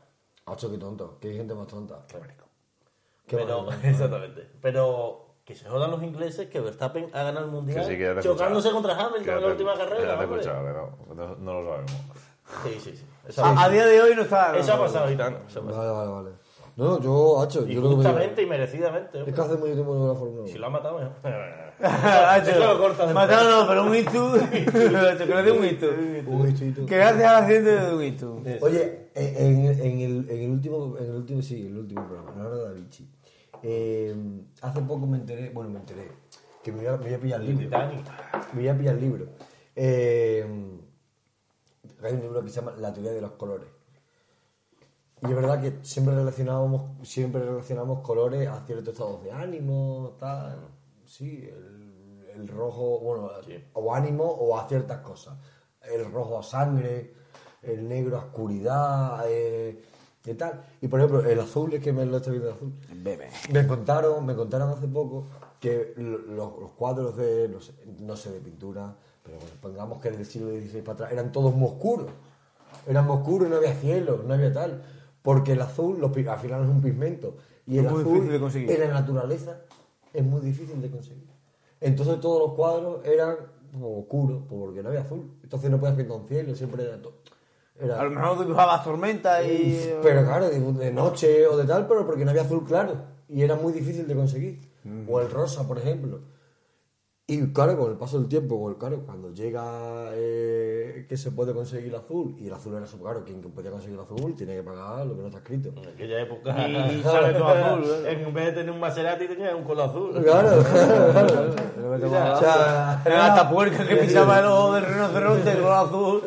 B: Ocho, qué tonto. Qué gente más tonta. Qué
A: Pero,
B: barbaridad.
A: exactamente. Pero que se jodan los ingleses que Verstappen ha ganado el
C: Que
A: Mundial
C: sí, que ya te he
A: chocándose
C: escuchado.
A: contra Hamilton
C: Que ya
A: en la
C: te-
A: última
C: que ya
A: carrera.
C: te he
A: hombre.
C: escuchado, pero no, no lo sabemos.
A: Sí, sí, sí. Eso ha
D: A, a
A: pasado.
D: día de hoy no está. no
A: Eso ha
D: está.
A: pasado, Gitano. Eso ha pasado.
B: Vale, vale, vale. No, yo, hacho,
A: Y
B: yo lo que me digo-
A: justamente y merecidamente.
B: Es
A: hombre.
B: que hace mucho tiempo no veo la Fórmula 1.
A: Si lo ha matado, mejor.
D: Nacho,
A: Eso lo cortas después.
D: Matado no, pero un hito. Nacho, que no es de un hito.
B: Un bichito.
D: Que gracias al accidente de un hito.
B: Oye, en, en el, en el último, en el último, sí, el último programa, la hora de Da Vinci. Eh, hace poco me enteré, bueno, me enteré, que me voy a, me voy a pillar el libro.
A: Titanic.
B: Me voy a pillar el libro. Eh, hay un libro que se llama La teoría de los colores. Y es verdad que siempre relacionábamos, siempre relacionamos colores a ciertos estados de ánimo, tal. Sí, el, el rojo, bueno, o ánimo o a ciertas cosas. El rojo a sangre, el negro a oscuridad, eh, y tal. Y por ejemplo, el azul, es que me lo estoy viendo el azul.
D: Bebe.
B: Me contaron, me contaron hace poco que lo- lo- los cuadros de, no sé, no sé, de pintura, pero bueno, pongamos que del siglo XVI para atrás, eran todos muy oscuros. Eran muy oscuros, no había cielo, no había tal. Porque el azul, los pi- al final es un pigmento. Y el
D: Es muy
B: azul
D: difícil de conseguir.
B: en la naturaleza es muy difícil de conseguir. Entonces todos los cuadros eran como oscuros, porque no había azul. Entonces no podías pintar un cielo, siempre era todo. Era...
D: A lo mejor dibujabas tormenta y.
B: Pero claro, de, de noche o de tal, pero porque no había azul claro. Y era muy difícil de conseguir. O el rosa, por ejemplo. Y claro, con el paso del tiempo, con el- claro, cuando llega eh, que se puede conseguir el azul, y el azul era eso, claro, quien podía conseguir el azul tiene que pagar lo que no está escrito.
A: En aquella época.
D: Y sale todo azul, ¿eh?
A: En vez de tener un Maserati tenía un color azul.
B: Claro, claro, claro.
D: O
B: O
D: sea,
B: sea,
D: era hasta puerca que pisaba el ojo del rinoceronte en color azul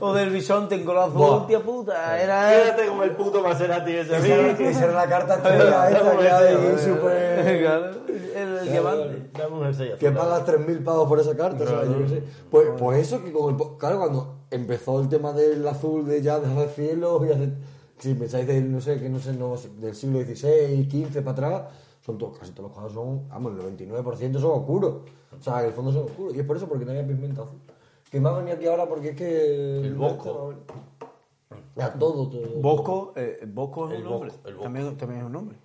D: o del bisonte en color azul,
B: Buah.
D: hostia puta, era...
A: Quédate con el puto Maserati ese.
B: Esa era,
A: mira.
B: esa era la carta estrella esta que hay, súper-
D: Claro, el diamante.
A: Dame un jersey azul.
B: que pagas 3.000 pavos por esa carta, ¿sabes? Yo qué sé. Pues, pues eso, que con el po- claro, cuando empezó el tema del azul de ya de cielo, y hace, si pensáis del, no sé, que no sé, no sé, del siglo XVI, XV para atrás, son todos, casi todos los cuadros son, vamos, el 99% son oscuros. O sea, que el fondo son oscuros. Y es por eso, porque no había pigmento azul. Que me ha venido aquí ahora porque es que...
A: El Bosco.
B: Ya, todo, todo.
D: Bosco, eh, Bosco es
A: El
D: un nombre.
A: Bosco, el Bosco.
D: También, también es un nombre.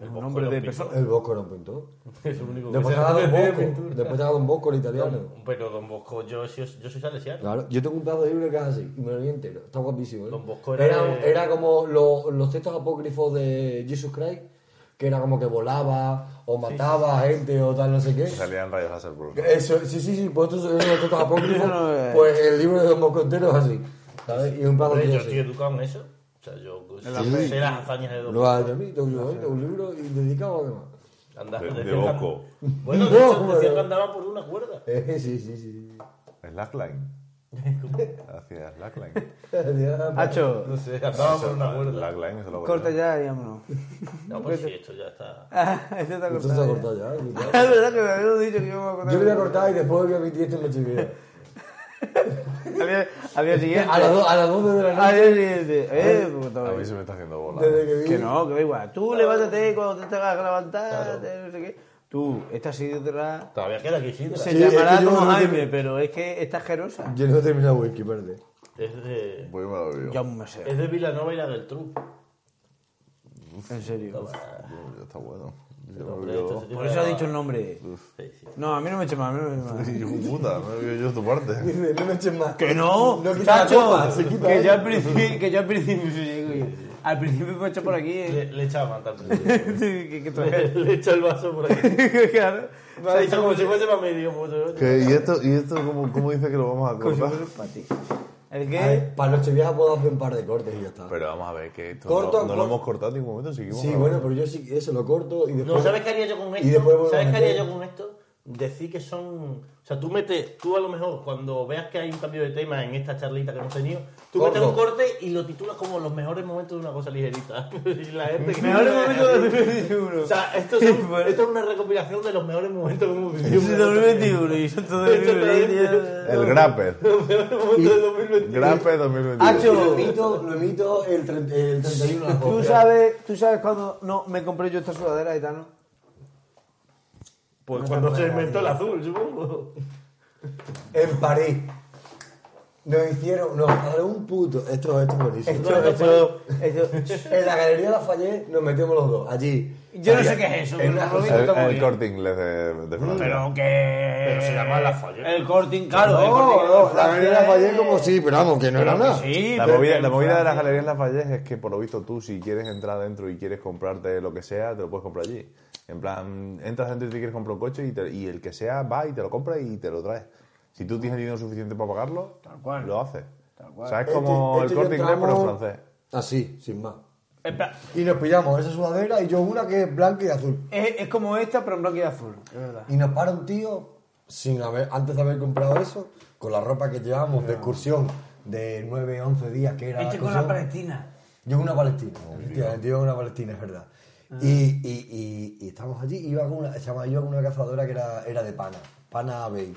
D: Es un
A: Bosco
D: nombre
A: era
D: de
A: un pintor.
D: persona.
B: El Bosco era un pintor.
A: Es lo único que
B: Después
A: sé.
B: ha dado un
A: De
B: Bosco.
A: pintura.
B: Después ha dado un Bosco el italiano.
A: Pero Don Bosco, yo, yo, yo soy salesiano.
B: Claro, yo tengo un pedazo de libro que es así, y me lo leí entero, está guapísimo. ¿eh?
A: Don Bosco era-
B: era, era como lo- los textos apócrifos de Jesus Christ, que era como que volaba o mataba a gente o tal, no sé qué.
C: Salían rayos láser por un lado.
B: Eso, sí, sí, sí, pues estos son los textos apócrifos,
D: Eso no es.
B: pues el libro de Don Bosco entero es así, ¿sabes? Y un pedazo
A: Hombre,
B: de
A: yo
B: así.
A: estoy educado en eso. O sea, yo
D: la
A: sé sé las hazañas de Don
B: Lo ha yo tengo un libro y dedicado a demás.
A: Andaba-
C: De- de
A: decían-
C: Bosco.
A: Bueno, de hecho,
B: No,
A: decían
B: bueno.
A: que andaba por una cuerda.
B: Eh, sí, sí, sí.
C: Slackline. Hacia Slackline.
D: Hacho,
A: No sé, andaba por una cuerda.
C: Slackline es lo
D: corta ya y vámonos.
A: No, pues sí, esto ya está.
D: Ah, Este está
B: Esto se ha
D: cortado. ya.
B: cortado ya. cuidado.
D: Es verdad que me habían dicho que íbamos a cortar.
B: Yo lo voy a cortar y después voy a emitir esto en la chivera.
D: Al día- al día siguiente.
B: A las do- a las 12 de la noche.
D: Al día siguiente. Eh, puta
C: A
D: madre.
C: mí se me está haciendo bola.
B: Desde que vi-
D: Que no, que da igual. Tú levántate cuando te tengas que levantar, no sé qué. Tú, esta sidra
A: Todavía queda aquí sidra.
D: se
B: Sí, es
D: llamará
B: que yo
D: como
B: no sé-
D: Jaime, pero es que está asquerosa.
B: Yo no he terminado whisky, verde.
A: Es de,
C: Voy y me lo veo.
D: Ya un mes.
A: es de Vilanova y la del Tru.
D: En serio.
C: Ya está bueno. Ya me
A: Hombre, esto
C: veo.
A: se
D: Por
A: lleva-
D: eso ha dicho el nombre.
A: Sí, sí.
D: No, a mí no me eche más, a mí no me eche más.
C: Hijo puta, me veo yo de tu parte.
B: Dice, no me eches más.
D: Que no,
B: No quita la
D: chacho,
B: copa, se quita,
D: que,
B: ¿eh?
D: yo al principio, que yo al principio, sí, sí, al principio me he hecho por aquí, eh.
A: Le, le echaban tanto.
D: Sí, que, que todavía-
A: le echa el vaso por aquí.
D: claro,
A: Se ha hecho como si fuese para medio. pues,
C: ¿Qué? ¿Y esto, y esto cómo, cómo dice que lo vamos a
D: como si
C: cortar?
D: fuese para ti. El
B: A
D: que,
B: ver, Para Nochevieja puedo hacer un par de cortes y ya está.
C: Pero vamos a ver que esto
B: Corto,
C: no, no lo
B: corto.
C: hemos cortado en ningún momento, seguimos.
B: Sí,
C: grabando.
B: bueno, pero yo sí eso lo corto y después.
A: No, ¿sabes qué haría yo con
B: Pues, y
A: esto?
B: después vuelvo
A: ¿Sabes
B: a
A: qué haría
B: meter.
A: yo con esto? Decir que son... O sea, tú metes, tú a lo mejor cuando veas que hay un cambio de tema en esta charlita que hemos tenido, tú
B: Corto.
A: metes un corte y lo titulas como los mejores momentos de una cosa ligerita. y la gente que-
D: mejor momento de 2021.
A: O sea, esto es, un-
D: Bueno.
A: esto es una recopilación de los mejores momentos que hemos vivido.
D: Es el 2021 y son todos
A: Esto también-
D: 2021.
C: El Grapper.
A: Momentos del 2021.
C: Grapper 2021.
D: Hacho.
B: Lo emito, lo emito el, tre- el 31 de
D: ¿Tú
B: agosto.
D: sabes, tú sabes cuando no me compré yo esta sudadera gitano.
A: Pues cuando se inventó el azul, supongo.
B: En París. Nos hicieron, nos pagaron un puto. Esto, esto es buenísimo.
D: Esto, esto, esto.
B: En la galería Lafayette nos metemos los dos, allí.
D: Yo no sé qué es eso,
B: En
D: pero
B: una
D: lo vi.
B: cosa-
C: El, el corte inglés de, de Francia.
D: Pero que.
A: Pero se llama Lafayette.
D: El corting, claro. el corting-
B: No, no, la galería Lafayette como sí, pero vamos, que no era nada.
D: Sí,
C: La
D: pero-
C: movida, la movida de las galerías Lafayette es que, por lo visto, tú, si quieres entrar dentro y quieres comprarte lo que sea, te lo puedes comprar allí. En plan, entras dentro y te quieres comprar un coche y, te- y el que sea va y te lo compra y te lo trae. Si tú tienes dinero suficiente para pagarlo,
D: cual.
C: lo haces. O sea, es
B: Este-
C: como
B: este
C: el
B: y
C: corte inglés, pero en
B: entramos
C: francés.
B: Así, sin más.
D: En plan,
B: Y nos pillamos esa sudadera y yo una que es blanca y azul.
D: Es, es como esta, pero en blanco y azul. Es verdad.
B: Y nos para un tío, sin haber, antes de haber comprado eso, con la ropa que llevamos de excursión de 9, 11 días, que era
D: Este con
B: excursión.
D: la palestina.
B: Yo con una palestina,
C: Oh,
B: efectivamente, yo con una palestina, es verdad.
D: Ah.
B: Y, y, y, y estábamos allí, iba con una, estaba yo con una cazadora que era, era de pana, pana Bay.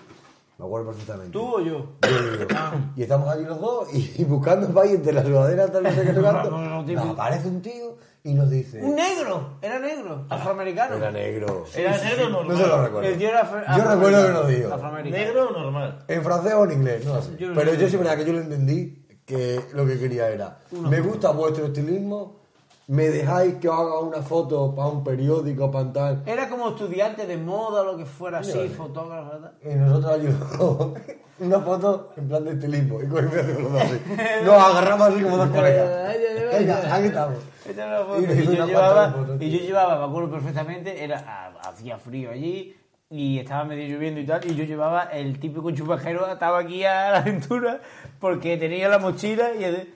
B: Me acuerdo perfectamente.
D: ¿Tú o yo?
B: Yo le digo, y estamos allí los dos y, y buscando el entre la sudadera, tal, no sé qué, no sé cuánto.
D: No, no, no, tío.
B: Nos aparece un tío y nos dice...
D: ¡Un negro! Era negro, afroamericano.
B: Era negro.
A: ¿Era negro o normal?
B: No se lo recuerdo.
D: El tío era afro-
B: yo
D: afroamericano.
B: recuerdo que nos dijo.
D: Afroamericano.
A: ¿Negro o normal?
B: En francés o en inglés, no sé.
D: Yo no
B: Pero
D: sé.
B: yo sí, verdad que yo lo entendí que lo que quería era, me gusta vuestro estilismo, me dejáis que os haga una foto para un periódico, para tal.
D: Era como estudiante de moda, lo que fuera así, fotógrafo. ¿verdad?
B: Y nosotros ayudamos una foto en plan de estilismo. Y cogimos y hacíamos así. Nos agarramos así como dos colegas. Venga, aquí estamos.
D: Esta Este era la
B: Y
D: foto.
B: le hice
D: Y yo
B: una cuanta de
D: llevaba,
B: fotos,
D: y yo
B: tío.
D: llevaba, me acuerdo perfectamente, era, ha- hacía frío allí, y estaba medio lloviendo y tal, y yo llevaba el típico chupajero atado aquí a la cintura porque tenía la mochila y... el-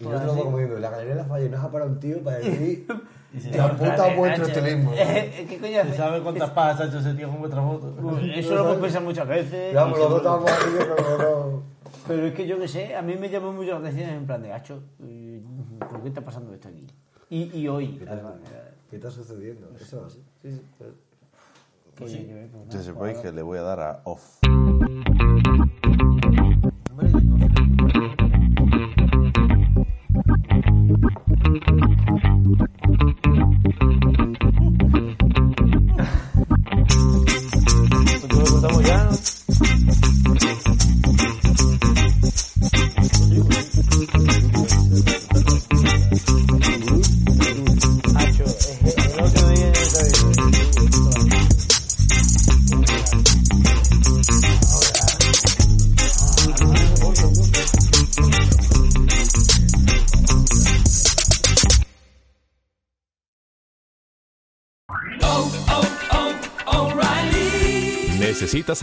B: Y yo
D: Pues
B: te lo
D: así.
B: pongo como diciendo, la galería de las fallenas para un tío para decir
A: llama
B: la puta vuestro teléfono.
D: ¿Qué coño
A: ¿Se
D: hace?
A: sabe cuántas pajas ha hecho ese tío con vuestra foto?
D: Eso pues, lo hemos pensado muchas veces.
B: Y Vamos, pues, los dos estábamos aquí, pero no.
D: Pero es que yo qué sé, a mí me llamó mucho la atención en plan de gacho, eh, ¿por qué está pasando esto aquí? Y, y hoy, además. eh,
B: ¿Qué está sucediendo? Eso no sé.
D: que yo- yo-
C: Que sepáis que le voy a dar a off.
G: ¿Necesitas